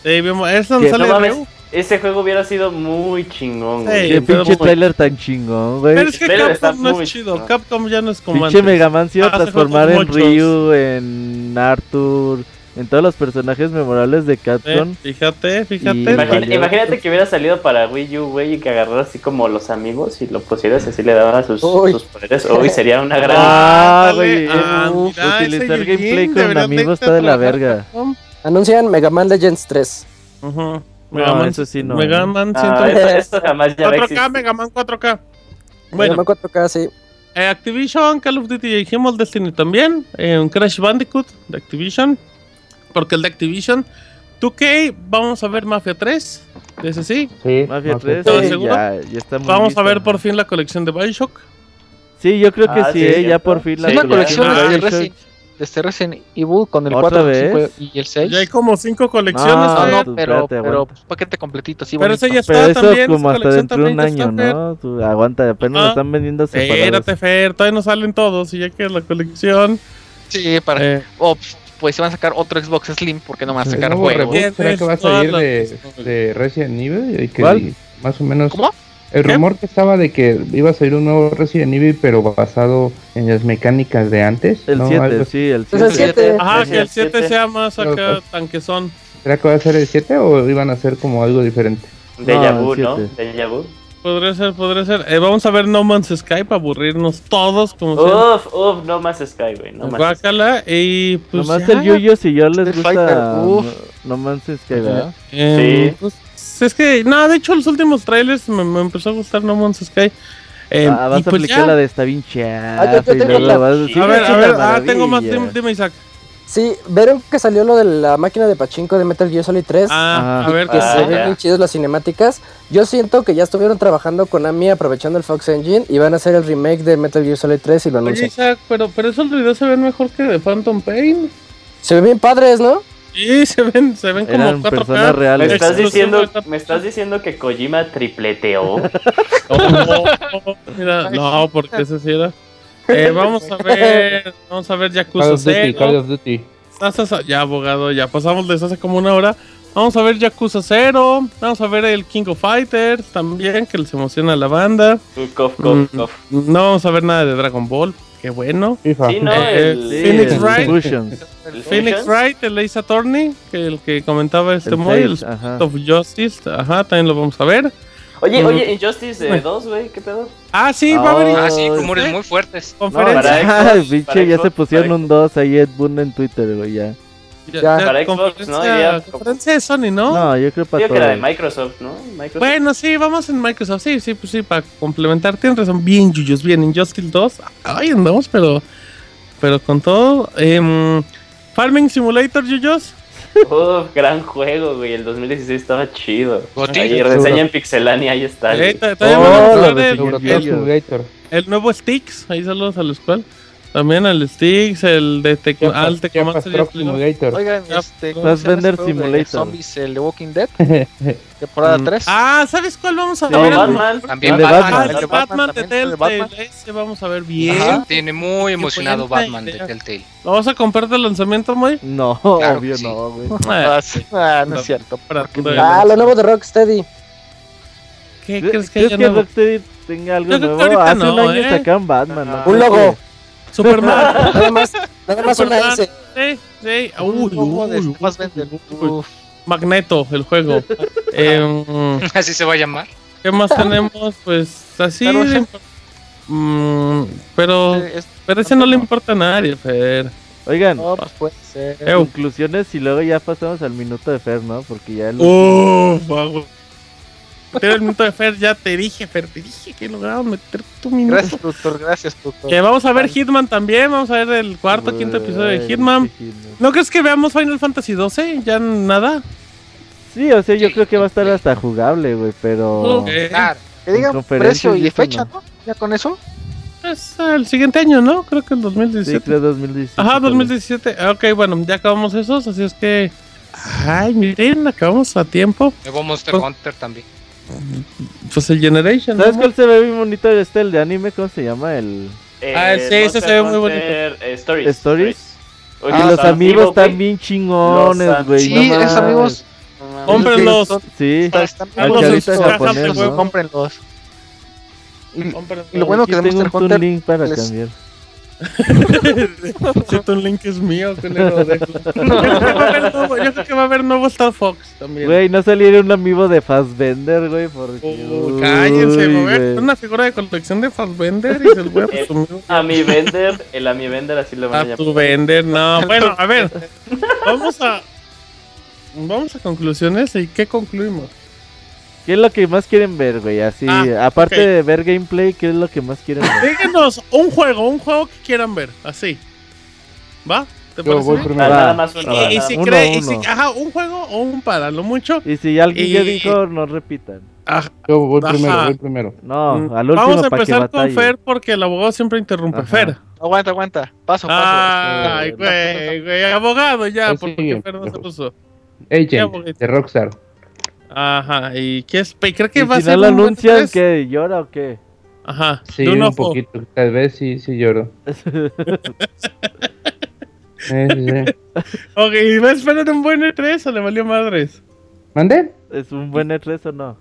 Sí, vimos, es Que- No mames, ese juego hubiera sido muy chingón, güey. Qué pinche tráiler tan chingón, güey. Pero es que Pero está Capcom no muy es chido. Capcom ya no es como Pinche antes. Ah, Mega Man se iba a Hace transformar en juegos muchos. Ryu, en Arthur, en todos los personajes memorables de Capcom. Eh, fíjate, fíjate. Y Imagina- valió. imagínate que hubiera salido para Wii U, güey, y que agarraras así como los amigos y lo pusieras y así le dabas sus, sus poderes. Uy, sería una gran. Ah, güey. ah, eh, uf, mira, ese utilizar Yujin, gameplay de con verdad, amigos neta, está de la trabajar verga. Anuncian Mega Man Legends 3. Mega No, Man- eso sí no. ¿eh? Mega Man Ah, 103. eso- eso jamás ya va a 4K, existir. Pues, Mega Man 4K. Bueno. Bueno. Mega Man 4K, sí. Eh, Activision, Call of Duty, ya dijimos Destiny también. eh, un Crash Bandicoot de Activision. Porque el de Activision. 2K, vamos a ver Mafia 3. Ese sí. Sí, Mafia 3, ¿Estás sí, seguro? ya- ya está muy Vamos lista. a ver por fin la colección de Bioshock. Sí, yo creo que sí, eh, ya por fin la Es una colección de Ah, eso- Resident, de Resident Evil con el ¿Otra 4, el vez? 5 y el 6. Ya hay como cinco colecciones. Ah, güey. no, No, pero, espérate, pero aguanta. paquete completito, sí, Pero bonito. ese ya está Pero eso también, como esa hasta colección dentro de un también ya año, está, Fer. ¿no? Tú- aguanta, apenas lo Ah, están vendiendo separados. Espérate, Fer, todavía no salen todos y ya que la colección. Sí, para. Eh. oh, pf, pues se van a sacar otro Xbox Slim porque no van a Es sacar nuevo juegos. reboot, ¿Será que va a salir de, de Resident Evil? Y que Más o menos. El rumor que estaba de que iba a salir un nuevo Resident Evil, pero basado en las mecánicas de antes. El ¿no? 7, Algo- sí, el el 7. siete. Ajá, que el 7 siete. sea más Pero, acá pues, tanquezón. ¿Será que va a ser el 7 o iban a ser como algo diferente? Deja No, vu, el ¿no? siete. Deja vu. Podría ser, podría ser. Eh, vamos a ver No Man's Sky para aburrirnos todos como sea. Uf, uf, no más Sky, güey. No más. Guácala y pues Nomás ya. el Yuyo, si yo les Fighter, gusta. No, uf. no manches que ¿verdad? Eh, pues, es que, no, de hecho los últimos trailers me, me empezó a gustar No Man's Sky. Eh, ah, vas y a pues aplicar ya. la de está bien chafa. Ah, yo- yo y tengo luego la- vas decir, A ver, "Es a una ver, ah, tengo más, maravilla". dime, dime, Isaac. Sí, vieron que salió lo de la máquina de pachinko de Metal Gear Solid 3. Ah, Y a ver, que ah, se ven ya. bien chidas las cinemáticas. Yo siento que ya estuvieron trabajando con Ami aprovechando el Fox Engine y van a hacer el remake de Metal Gear Solid 3 y lo Oye, anuncian. Isaac, pero, pero esos videos se ven mejor que de Phantom Pain. Se ven bien padres, ¿no? Sí, se ven, se ven como Eran 4K. personas reales. ¿Me estás, Exclusivo diciendo, de Capcom. ¿Me estás diciendo que Kojima tripleteó? Oh, Mira, no, porque ese sí era. Eh, vamos a ver, vamos a ver Call Yakuza of Duty, Call of 0. Duty. Ya, abogado, ya pasamos desde hace como una hora. Vamos a ver Yakuza 0. Vamos a ver el King of Fighters también, que les emociona a la banda. cof, cof, Mm, cof. No vamos a ver nada de Dragon Ball. Qué bueno. Sí, no, Eh, el- eh, Phoenix el Wright. Fusions. El Phoenix Fusion. Wright, el Ace Attorney, que el que comentaba este El Moy, el Fates, ajá. Spirit of Justice, ajá, también lo vamos a ver. Oye, Mm. oye, Injustice eh, 2, güey, ¿qué pedo? Ah, sí, va a haber Ah, sí, Injustice, rumores ¿eh? muy fuertes. Conferencia. para Ay, Xbox, pinche, para ya Xbox, se pusieron para un 2 ahí Ed Boon en Twitter, güey, ya. Ya, Ya. ya, Para Xbox, conferencia, ¿no? Ya- conferencia de Sony, ¿no? No, yo creo para Digo que era de todo. Microsoft, ¿no? Microsoft. Bueno, sí, vamos en Microsoft. Sí, sí, pues sí, para complementar. Tienes razón, bien, Yuyos, bien. Injustice 2, ahí andamos, pero pero con todo. Em, Farming Simulator, Yuyos. Uf, gran juego, güey. El 2016 estaba chido. Gotti. Ahí reseña en Pixelania, ahí está. Eh, güey. ta- también van a Oh, hablar la del- reseña del- Yuyos. El nuevo Sticks, ahí saludos a la escuela. También al Sticks, el de Tecno. Ah, el Tecnomancer ya explicó. Oigan, Ya, este. Vas se llama vender este juego de Simulator. Zombies, el de Walking Dead. Temporada 3. Ah, ¿sabes cuál vamos a No, ver? Batman. También El de Batman. Ah, El el de de Batman Batman de también, el de Telltale. Batman. Ese vamos a ver bien. Ajá, Tiene muy emocionado buena Batman de idea. Telltale. ¿Lo vas a comprar de lanzamiento, Moy? No, Claro obvio que sí. no, güey. Ah, sí. Ah, no No. es cierto. Para todo el- Ah, lo nuevo de Rocksteady. ¿Qué ¿Crees crees que, que haya nuevo? Rocksteady tenga algo Yo creo que nuevo? ahorita Hace un no, año ¿eh? sacaron Batman. ¿no? Un logo. Superman. Nada más, nada más una Superman. S. Sí, sí. Un Uy, juego de uy, Fassbender. uy. Uf. Magneto, el juego. Em, Así se va a llamar. ¿Qué más tenemos? Pues así. Pero- de- Mm, pero, Eh, es- pero ese no le importa a nadie, Fer. Oigan, No, pues puede ser. Eu. conclusiones y luego ya pasamos al minuto de Fer, ¿no? Porque ya el... Uf, wow. Tiene el minuto de Fer, ya te dije, Fer, te dije que lograron meter tu minuto. Gracias, productor. Gracias, productor. Que vamos a ver Hitman también, vamos a ver el cuarto, quinto episodio de Ay, Hitman. pinche Hitman. ¿No crees que veamos Final Fantasy 12? ¿Ya nada? Sí, o sea, yo creo que va a estar hasta jugable, güey, pero... Ok. Claro. Que digan conferencia precio y y eso, fecha, ¿no? Ya con eso. Es el siguiente año, ¿no? Creo que el Sí, 2017. creo 2017. Ajá, tal vez. 2017. Ah, Ok, bueno, ya acabamos esos, así es que... Ay, miren, acabamos a tiempo. Nuevo Monster Hunter también. Pues el Generation. ¿Sabes ¿no? cuál se ve bien bonito este, el de anime? ¿cómo se llama? El... Eh, Ah, sí, ese se ve muy bonito. Stories. Stories. Oye, y los está amigos vivo, están güey. bien chingones, Los güey. am- Sí, no esos mames. amigos- Cómprenlos. Sí. Están bien Porque bonitos, ahorita en cajas de japonés, huevos, ¿no? cómprenlos. Y lo Aquí bueno que de tengo Monster un Toon Hunter link para les- cambiar. Si tu link es mío, culero, déjalo. Yo creo que va a haber nuevo- yo creo que va a haber nuevo Star Fox también. Güey, no saliera un amigo de Fassbender, güey, porque... Uh, Uy, Cállense, me voy a comprar güey. una figura de colección de Fassbender y se los voy a Eh, presumir. A mi vender, el a mi vender así lo van a A tu llamar. vender, no. Bueno, a ver. Vamos a. Vamos a conclusiones y qué concluimos. ¿Qué es lo que más quieren ver, güey? Así, Ah, aparte ok. de ver gameplay, ¿qué es lo que más quieren ver? Díganos un juego, un juego que quieran ver, así. ¿Va? ¿Te Yo voy bien? primero. Nada más Y- uno, y- Y, nada si más. cree, Uno, y si- uno. ajá, un juego o un para lo mucho. Y si alguien ya Y- dijo, no repitan. Yo voy Ajá. Mm. primero, voy primero. No, al último Vamos a para que empezar con batalle. Fer porque el abogado siempre interrumpe. Ajá. Fer. Aguanta, aguanta. Paso, paso. Ay, este, güey, güey, abogado ya, Pues porque sí, Fer no se puso. Ya, Agent porque- de Rockstar. Ajá, y qué es, creo que ¿Y va a si ser no lo un buen E anuncian, tres. que llora o qué? Ajá, Sí, de un, un, ojo. poquito, tal vez sí, sí lloro. Sí, sí, sí. Ok, ¿y ¿va a esperar un buen E E3 o le valió madres? ¿Mandé? ¿Es un buen E3 o no?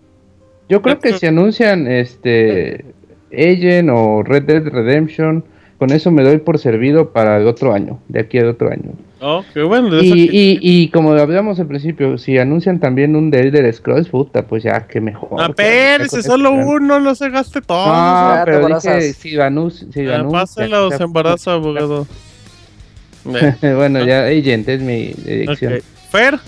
Yo creo que si anuncian este Agent o Red Dead Redemption, con eso me doy por servido para el otro año, de aquí al otro año. Oh, qué bueno. de eso Y, que- y, y como hablamos al principio, si anuncian también un The Elder Scrolls, puta, pues ya que mejor. Ah, espérese, solo uno, no se gaste todo. No, Ah, pero dije, embarazas. si lo anuncian. Si lo Ah, anuncian, Pásela o ya- se embaraza, abogado. Eh, bueno, ya Agent es mi dirección. ok. Fer,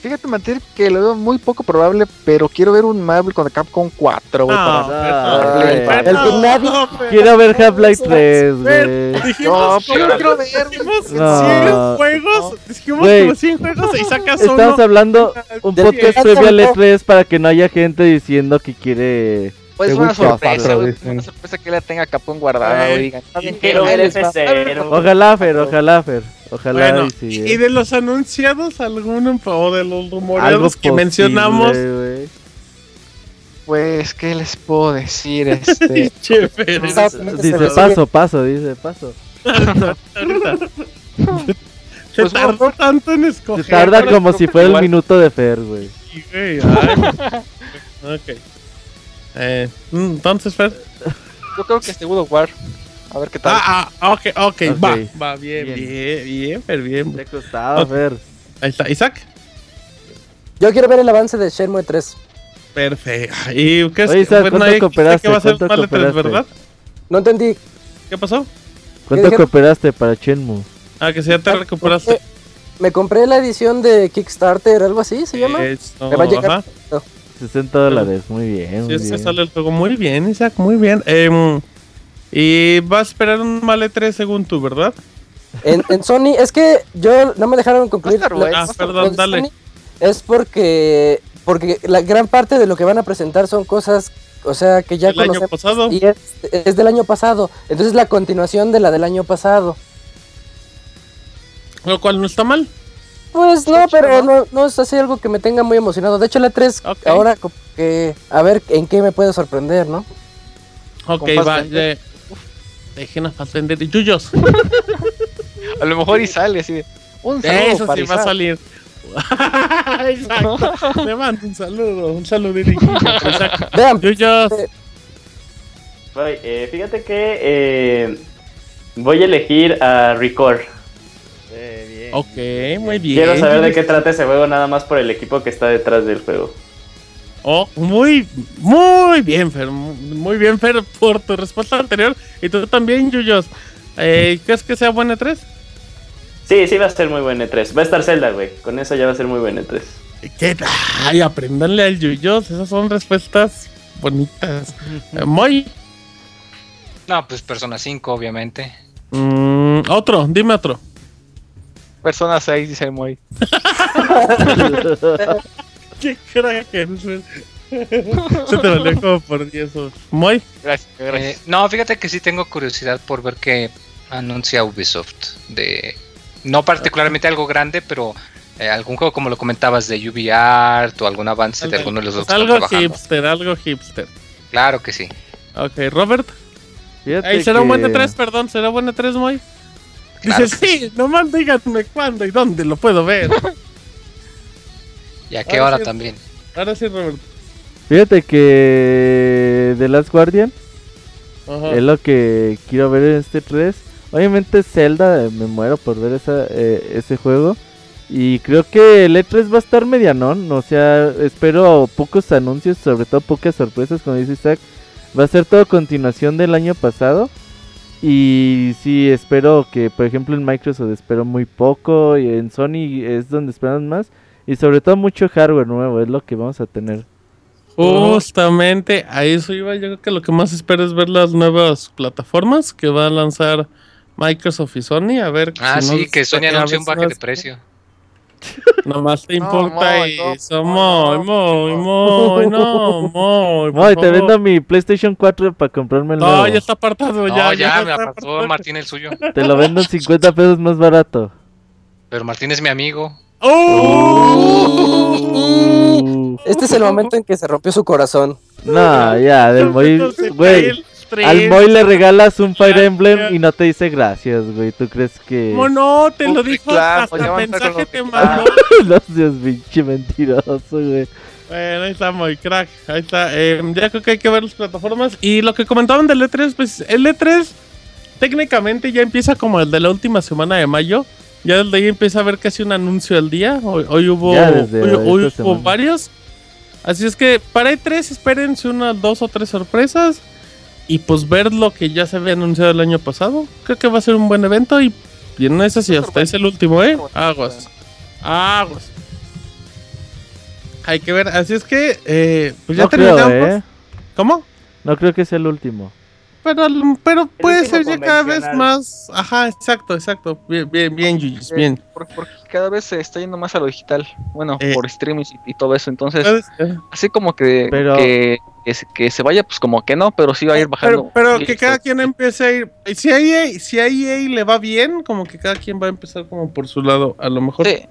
Fíjate, Mantir, que lo veo muy poco probable, pero quiero ver un Marvel con Capcom 4, güey. No, para- Ay, para- el Eh, no, que nadie- no, Fer. Quiero ver Half-Life 3, Fer, güey. No, dijimos, pero como- yo quiero ver. dijimos No. 100 juegos, dijimos Güey. como 100 juegos y sacas Estamos uno. hablando un Del- podcast previo al E E3 para que no haya gente diciendo que quiere... Pues Te una gusta sorpresa, cuatro, güey. dicen. Una sorpresa que la tenga Capcom guardada, Güey, güey. digan, "Saben qué, Quiero ahí ver les va". F0. Ojalá, Fer, ojalá, Fer. Ojalá Bueno, y sí, y, eh. y de los anunciados, alguno o de los Algo rumoreados que posible, mencionamos. güey. Pues, ¿qué les puedo decir? Este. Che, Fer, es- Dice paso, paso, dice paso. Se Pues, tardó tanto en Se escoger. tarda ahora como si fuera el igual. minuto de Fer, güey. sí, güey, ay. ok. Eh, mm, entonces, Fer. Yo creo que este God of War. A ver qué tal. Ah, ah, ok, ok, Ok. va. Va, bien, bien, Bien. bien, Fer, bien. Te costaba, Fer. Ahí está, Isaac. Yo quiero ver el avance de Shenmue 3. Perfecto. ¿Y qué es Oye, Isaac, ¿cuánto nadie dijiste cooperaste? que va a ser ¿Cuánto mal de tres, cooperaste? verdad? No entendí. ¿Qué pasó? ¿Cuánto dijeron? cooperaste para Chenmu? Ah, que si ya te recuperaste. Me compré la edición de Kickstarter, algo así se llama. Eso, Me va a llegar. ajá. 60 dólares, muy bien. Sí, Muy es que bien. sale el juego muy bien, Isaac, muy bien. Em, y va a esperar un mal E3 según tú, ¿verdad? En, en Sony, es que yo no me dejaron concluir. Va a estar bueno. Ah, lo perdón, de dale. Sony es porque porque la gran parte de lo que van a presentar son cosas, o sea, que ya El año conocemos pasado. y es, es del año pasado. Entonces la continuación de la del año pasado. Lo cual no está mal. Pues no, pero no, no es así algo que me tenga muy emocionado. De hecho, la 3 Ok. ahora como que a ver en qué me puede sorprender, ¿no? Ok, Con va. Fassbender. eh, Dejen a Fassbender. Yuyos. A lo mejor y sale así de. Un saludo Eso para sí va a Isaac". salir. Exacto. Le mando un saludo. Un saludo Exacto. Vean, Yuyos. Bye. Eh, fíjate que eh, pues. voy a elegir a Record. Ok, muy bien. Quiero saber de qué trata ese juego nada más por el equipo que está detrás del juego. Oh, muy, muy bien, Fer. Muy bien, Fer, por tu respuesta anterior. Y tú también, Yuyos. Eh, ¿Crees que sea buena 3? Sí, sí va a ser muy buen E3. Va a estar Zelda, güey. Con eso ya va a ser muy buen E E3. ¿Qué? Ay, aprendanle al Yuyos. Esas son respuestas bonitas. Eh, Moy. No, pues Persona 5, obviamente. Mm, otro, dime otro. Persona 6, dice el Moy. Qué crack eres, Fer. Se te valió como por 10. o- Moy. Gracias, gracias. Eh, no, fíjate que sí tengo curiosidad por ver qué anuncia Ubisoft. De, no particularmente algo grande, pero eh, algún juego como lo comentabas de UbiArt o algún avance de alguno de los dos. que están Algo trabajando. hipster, algo hipster. Claro que sí. Ok, Robert. Ay, será un buen de tres, perdón, será un buen de tres, Moy. Claro Dice, sí, nomás díganme cuándo y dónde lo puedo ver. ¿Y a qué Ahora sí. hora también? Ahora sí, Robert. Fíjate que The Last Guardian Ajá. es lo que quiero ver en este 3. Obviamente Zelda, eh, me muero por ver esa, eh, ese juego. Y creo que el E3 va a estar medianón. O sea, espero pocos anuncios, sobre todo pocas sorpresas, como dice Isaac. Va a ser todo continuación del año pasado. Y sí, espero que, por ejemplo, en Microsoft espero muy poco. Y en Sony es donde esperan más. Y sobre todo mucho hardware nuevo, es lo que vamos a tener. Oh, Justamente a eso iba. Yo creo que lo que más espero es ver las nuevas plataformas que va a lanzar Microsoft y Sony. A ver. Ah, si no sí, que se- Sony a anunció ver un si baje no de precio. Nomás te No, importa Moy, no, eso, muy, muy, muy, no, muy. Moy, te vendo mi PlayStation 4 para comprarme el No, nuevo. ya está apartado, No, ya. ya, ya me está apartó Martín el suyo. Te lo vendo en 50 pesos más barato. Pero Martín es mi amigo. ¡Oh! Este es el momento en que se rompió su corazón. No, ya, del Moy, güey. Al Moy le regalas un Fire Emblem y no te dice gracias, güey. ¿Tú crees que...? Mo, no, te lo dijo reclamo, ya hasta van a estar mensaje con te mandó. no seas pinche mentiroso, güey. Bueno, ahí está muy crack. Ahí está. Eh, ya creo que hay que ver las plataformas. Y lo que comentaban del E3, pues el E3 técnicamente ya empieza como el de la última semana de mayo. Ya desde ahí empieza a ver casi un anuncio al día. Hoy, hoy hubo, Ya desde hoy- esta hoy hubo semana. varios. Así es que para E3 espérense unas dos o tres sorpresas. Y pues ver lo que ya se había anunciado el año pasado. Creo que va a ser un buen evento. Y, y no es así, hasta es el último, ¿eh? Aguas. Aguas. Hay que ver. Así es que, eh, pues ya No creo, terminamos. ¿eh? ¿Cómo? No creo que sea el último. Pero, pero puede ser ya cada vez convencional. más. Ajá, exacto, exacto. Bien, bien, bien, Yuyis, Eh, bien. Eh. por- Porque cada vez se está yendo más a lo digital. Bueno, por streaming y, y todo eso. Puede Entonces, ser. así como que, Pero- que, que se- que se vaya, pues como que no, pero sí va a ir bajando. Pero, pero que Sí, cada quien empiece a ir. Si a, EA, si a EA le va bien, como que cada quien va a empezar como por su lado, a lo mejor. Sí.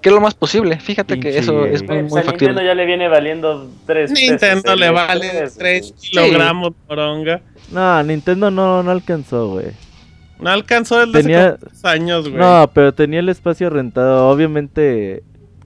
Que es lo más posible. Fíjate que eso es muy, Bueno, muy pues a Nintendo factible. ya le viene valiendo 3 Nintendo E le vale 3 kilogramos, moronga. No, Nintendo no, no alcanzó, güey. No alcanzó el de Tenía- hace cuántos años, güey. No, pero tenía el espacio rentado. Obviamente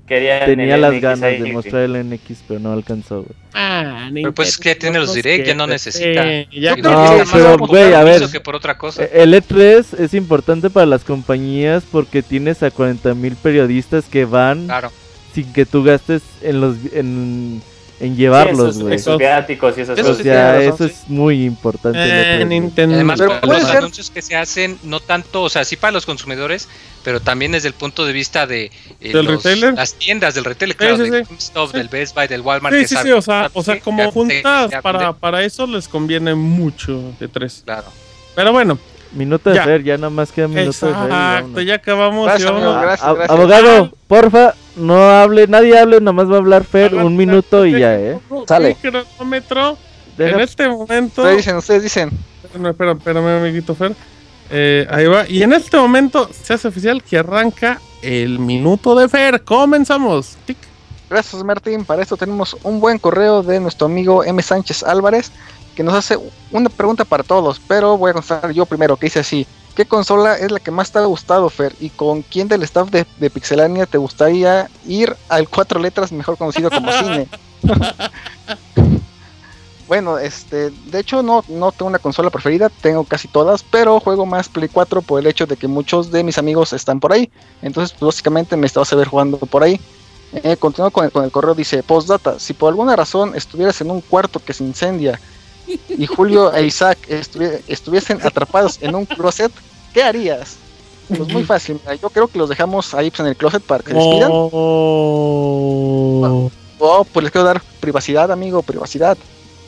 Querían tenía el las NX ganas ahí, de sí. mostrar el NX, pero no alcanzó, güey. Ah, Pero pues es que ya tiene los direct, ya no necesita. ya Yo creo que No, está más pero por güey, a ver. compromiso que por otra cosa. eh, El E3 es importante para las compañías porque tienes a 40.000 mil periodistas que van Claro. sin que tú gastes en los en, en llevarlos, Sí, güey. esos, esos viáticos y esas o cosas. sea, eso es muy importante. en Eh, E3, güey. Nintendo. Además, Pero para puede los ser- anuncios que se hacen, no tanto, o sea, sí para los consumidores, pero también desde el punto de vista de eh, ¿Del los- retailer? las tiendas del retailer, Sí, claro, sí, del sí. GameStop, del Best Buy, del Walmart. Sí, que sí, saben sí, o sea, o exactamente sea como que- juntas que- para, para eso les conviene mucho de tres. Claro. Pero bueno, Minuto de Ya. Fer, ya nada más queda minuto de Fer. y exacto, vámonos. ya acabamos. Gracias, ya amigo, vámonos. gracias, A- gracias. Abogado, porfa, no hable, nadie hable, nada más va a hablar Fer un minuto y ya, eh. Sale. Cronómetro. Deja- En este momento. Ustedes dicen, ustedes dicen. Espérame, espérame, espérame, amiguito Fer. Eh, ahí va. Y en este momento se hace oficial que arranca el minuto de Fer. Comenzamos. Tic. Gracias, Martín. Para esto tenemos un buen correo de nuestro amigo M. Sánchez Álvarez, que nos hace una pregunta para todos, pero voy a contestar yo primero, que dice así. ¿Qué consola es la que más te ha gustado, Fer? ¿Y con quién del staff de, de Pixelania te gustaría ir al cuatro letras mejor conocido como cine? bueno, este, de hecho no, no tengo una consola preferida, tengo casi todas, pero juego más Play 4 por el hecho de que muchos de mis amigos están por ahí. Entonces, pues, básicamente me estaba a ver jugando por ahí. Eh, continúo con el, con el correo, dice, postdata, si por alguna razón estuvieras en un cuarto que se incendia y Julio e Isaac estuvi- estuviesen atrapados en un closet, ¿qué harías? Pues muy fácil, mira, yo creo que los dejamos ahí pues, en el closet para que se despidan. Oh. Oh, pues les quiero dar privacidad, amigo, privacidad,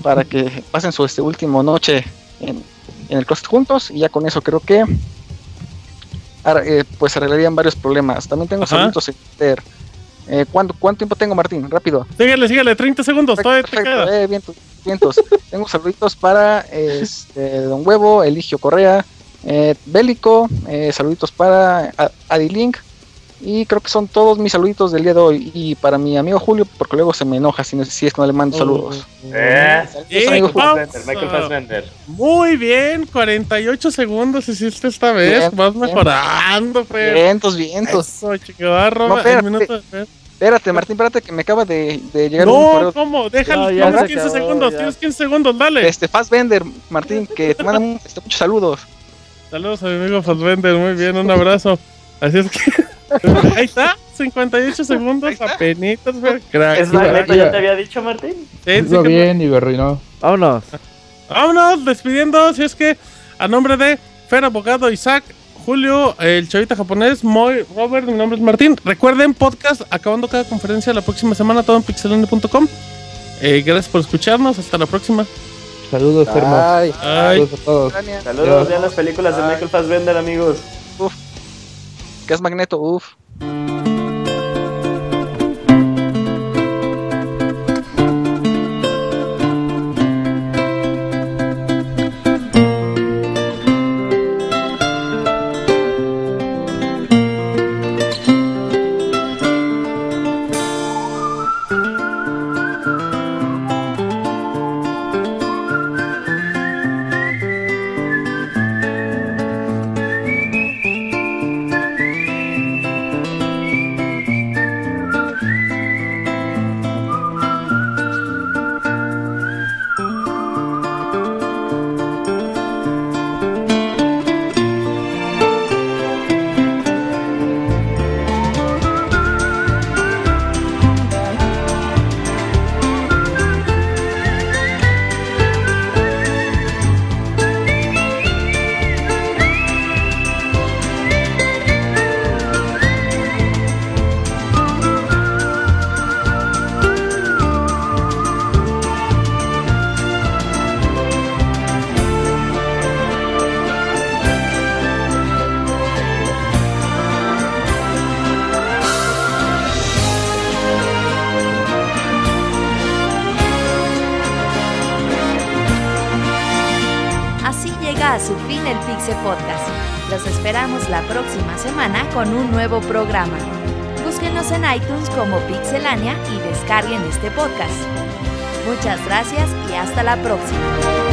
para que pasen su este último noche en, en el closet juntos y ya con eso creo que ar- eh, pues arreglarían varios problemas. También tengo Ajá. saludos en Twitter. Eh, ¿cuánto, ¿Cuánto tiempo tengo, Martín? Rápido. Síguele, síguele, 30 segundos. Todavía te Perfecto, queda. eh, pues. vientos, vientos. Tengo saluditos para este, Don Huevo, Eligio Correa, eh, Bélico, eh, saluditos para A- Adilink, Y creo que son todos mis saluditos del día de hoy. Y para mi amigo Julio, porque luego se me enoja si, no, si es que no le mando saludos. Eh, Eh, Michael pausa. Fassbender, Michael Fassbender. Muy bien, 48 segundos hiciste esta vez. Bien, Vas bien. mejorando, pues. Fer. Vientos, vientos. Eso, chico, va, Roma, No, espérate. el minuto de Fer. Espérate, Martín, espérate que me acaba de, de llegar un No, correo. ¿cómo? Déjalo, No, ya tienes se 15 acabó, segundos, ya. tienes 15 segundos, dale. Este, Fassbender, Martín, que te mandan este, muchos saludos. Saludos a mi amigo Fassbender, muy bien, un abrazo. Así es que. Ahí está, 58 segundos, apenas, Fer. Crack. Es la neta, ya te había dicho, Martín. Sí, sí Hazlo que- bien, Iberruinó. Vámonos. Vámonos, despidiendo. Si es que a nombre de Fer Abogado, Isaac, Julio, el chavita japonés, Moy, Robert, mi nombre es Martín. Recuerden, podcast acabando cada conferencia la próxima semana, todo en pixelone.com. Eh, gracias por escucharnos. Hasta la próxima. Saludos, hermosos. Ay. Ay. Saludos a todos. Saludos, vean las películas de Michael Fassbender, amigos. Ah. Que es Magneto, uff. Así llega a su fin el Pixel Podcast. Los esperamos la próxima semana con un nuevo programa. Búsquenos en iTunes como Pixelania y descarguen este podcast. Muchas gracias y hasta la próxima.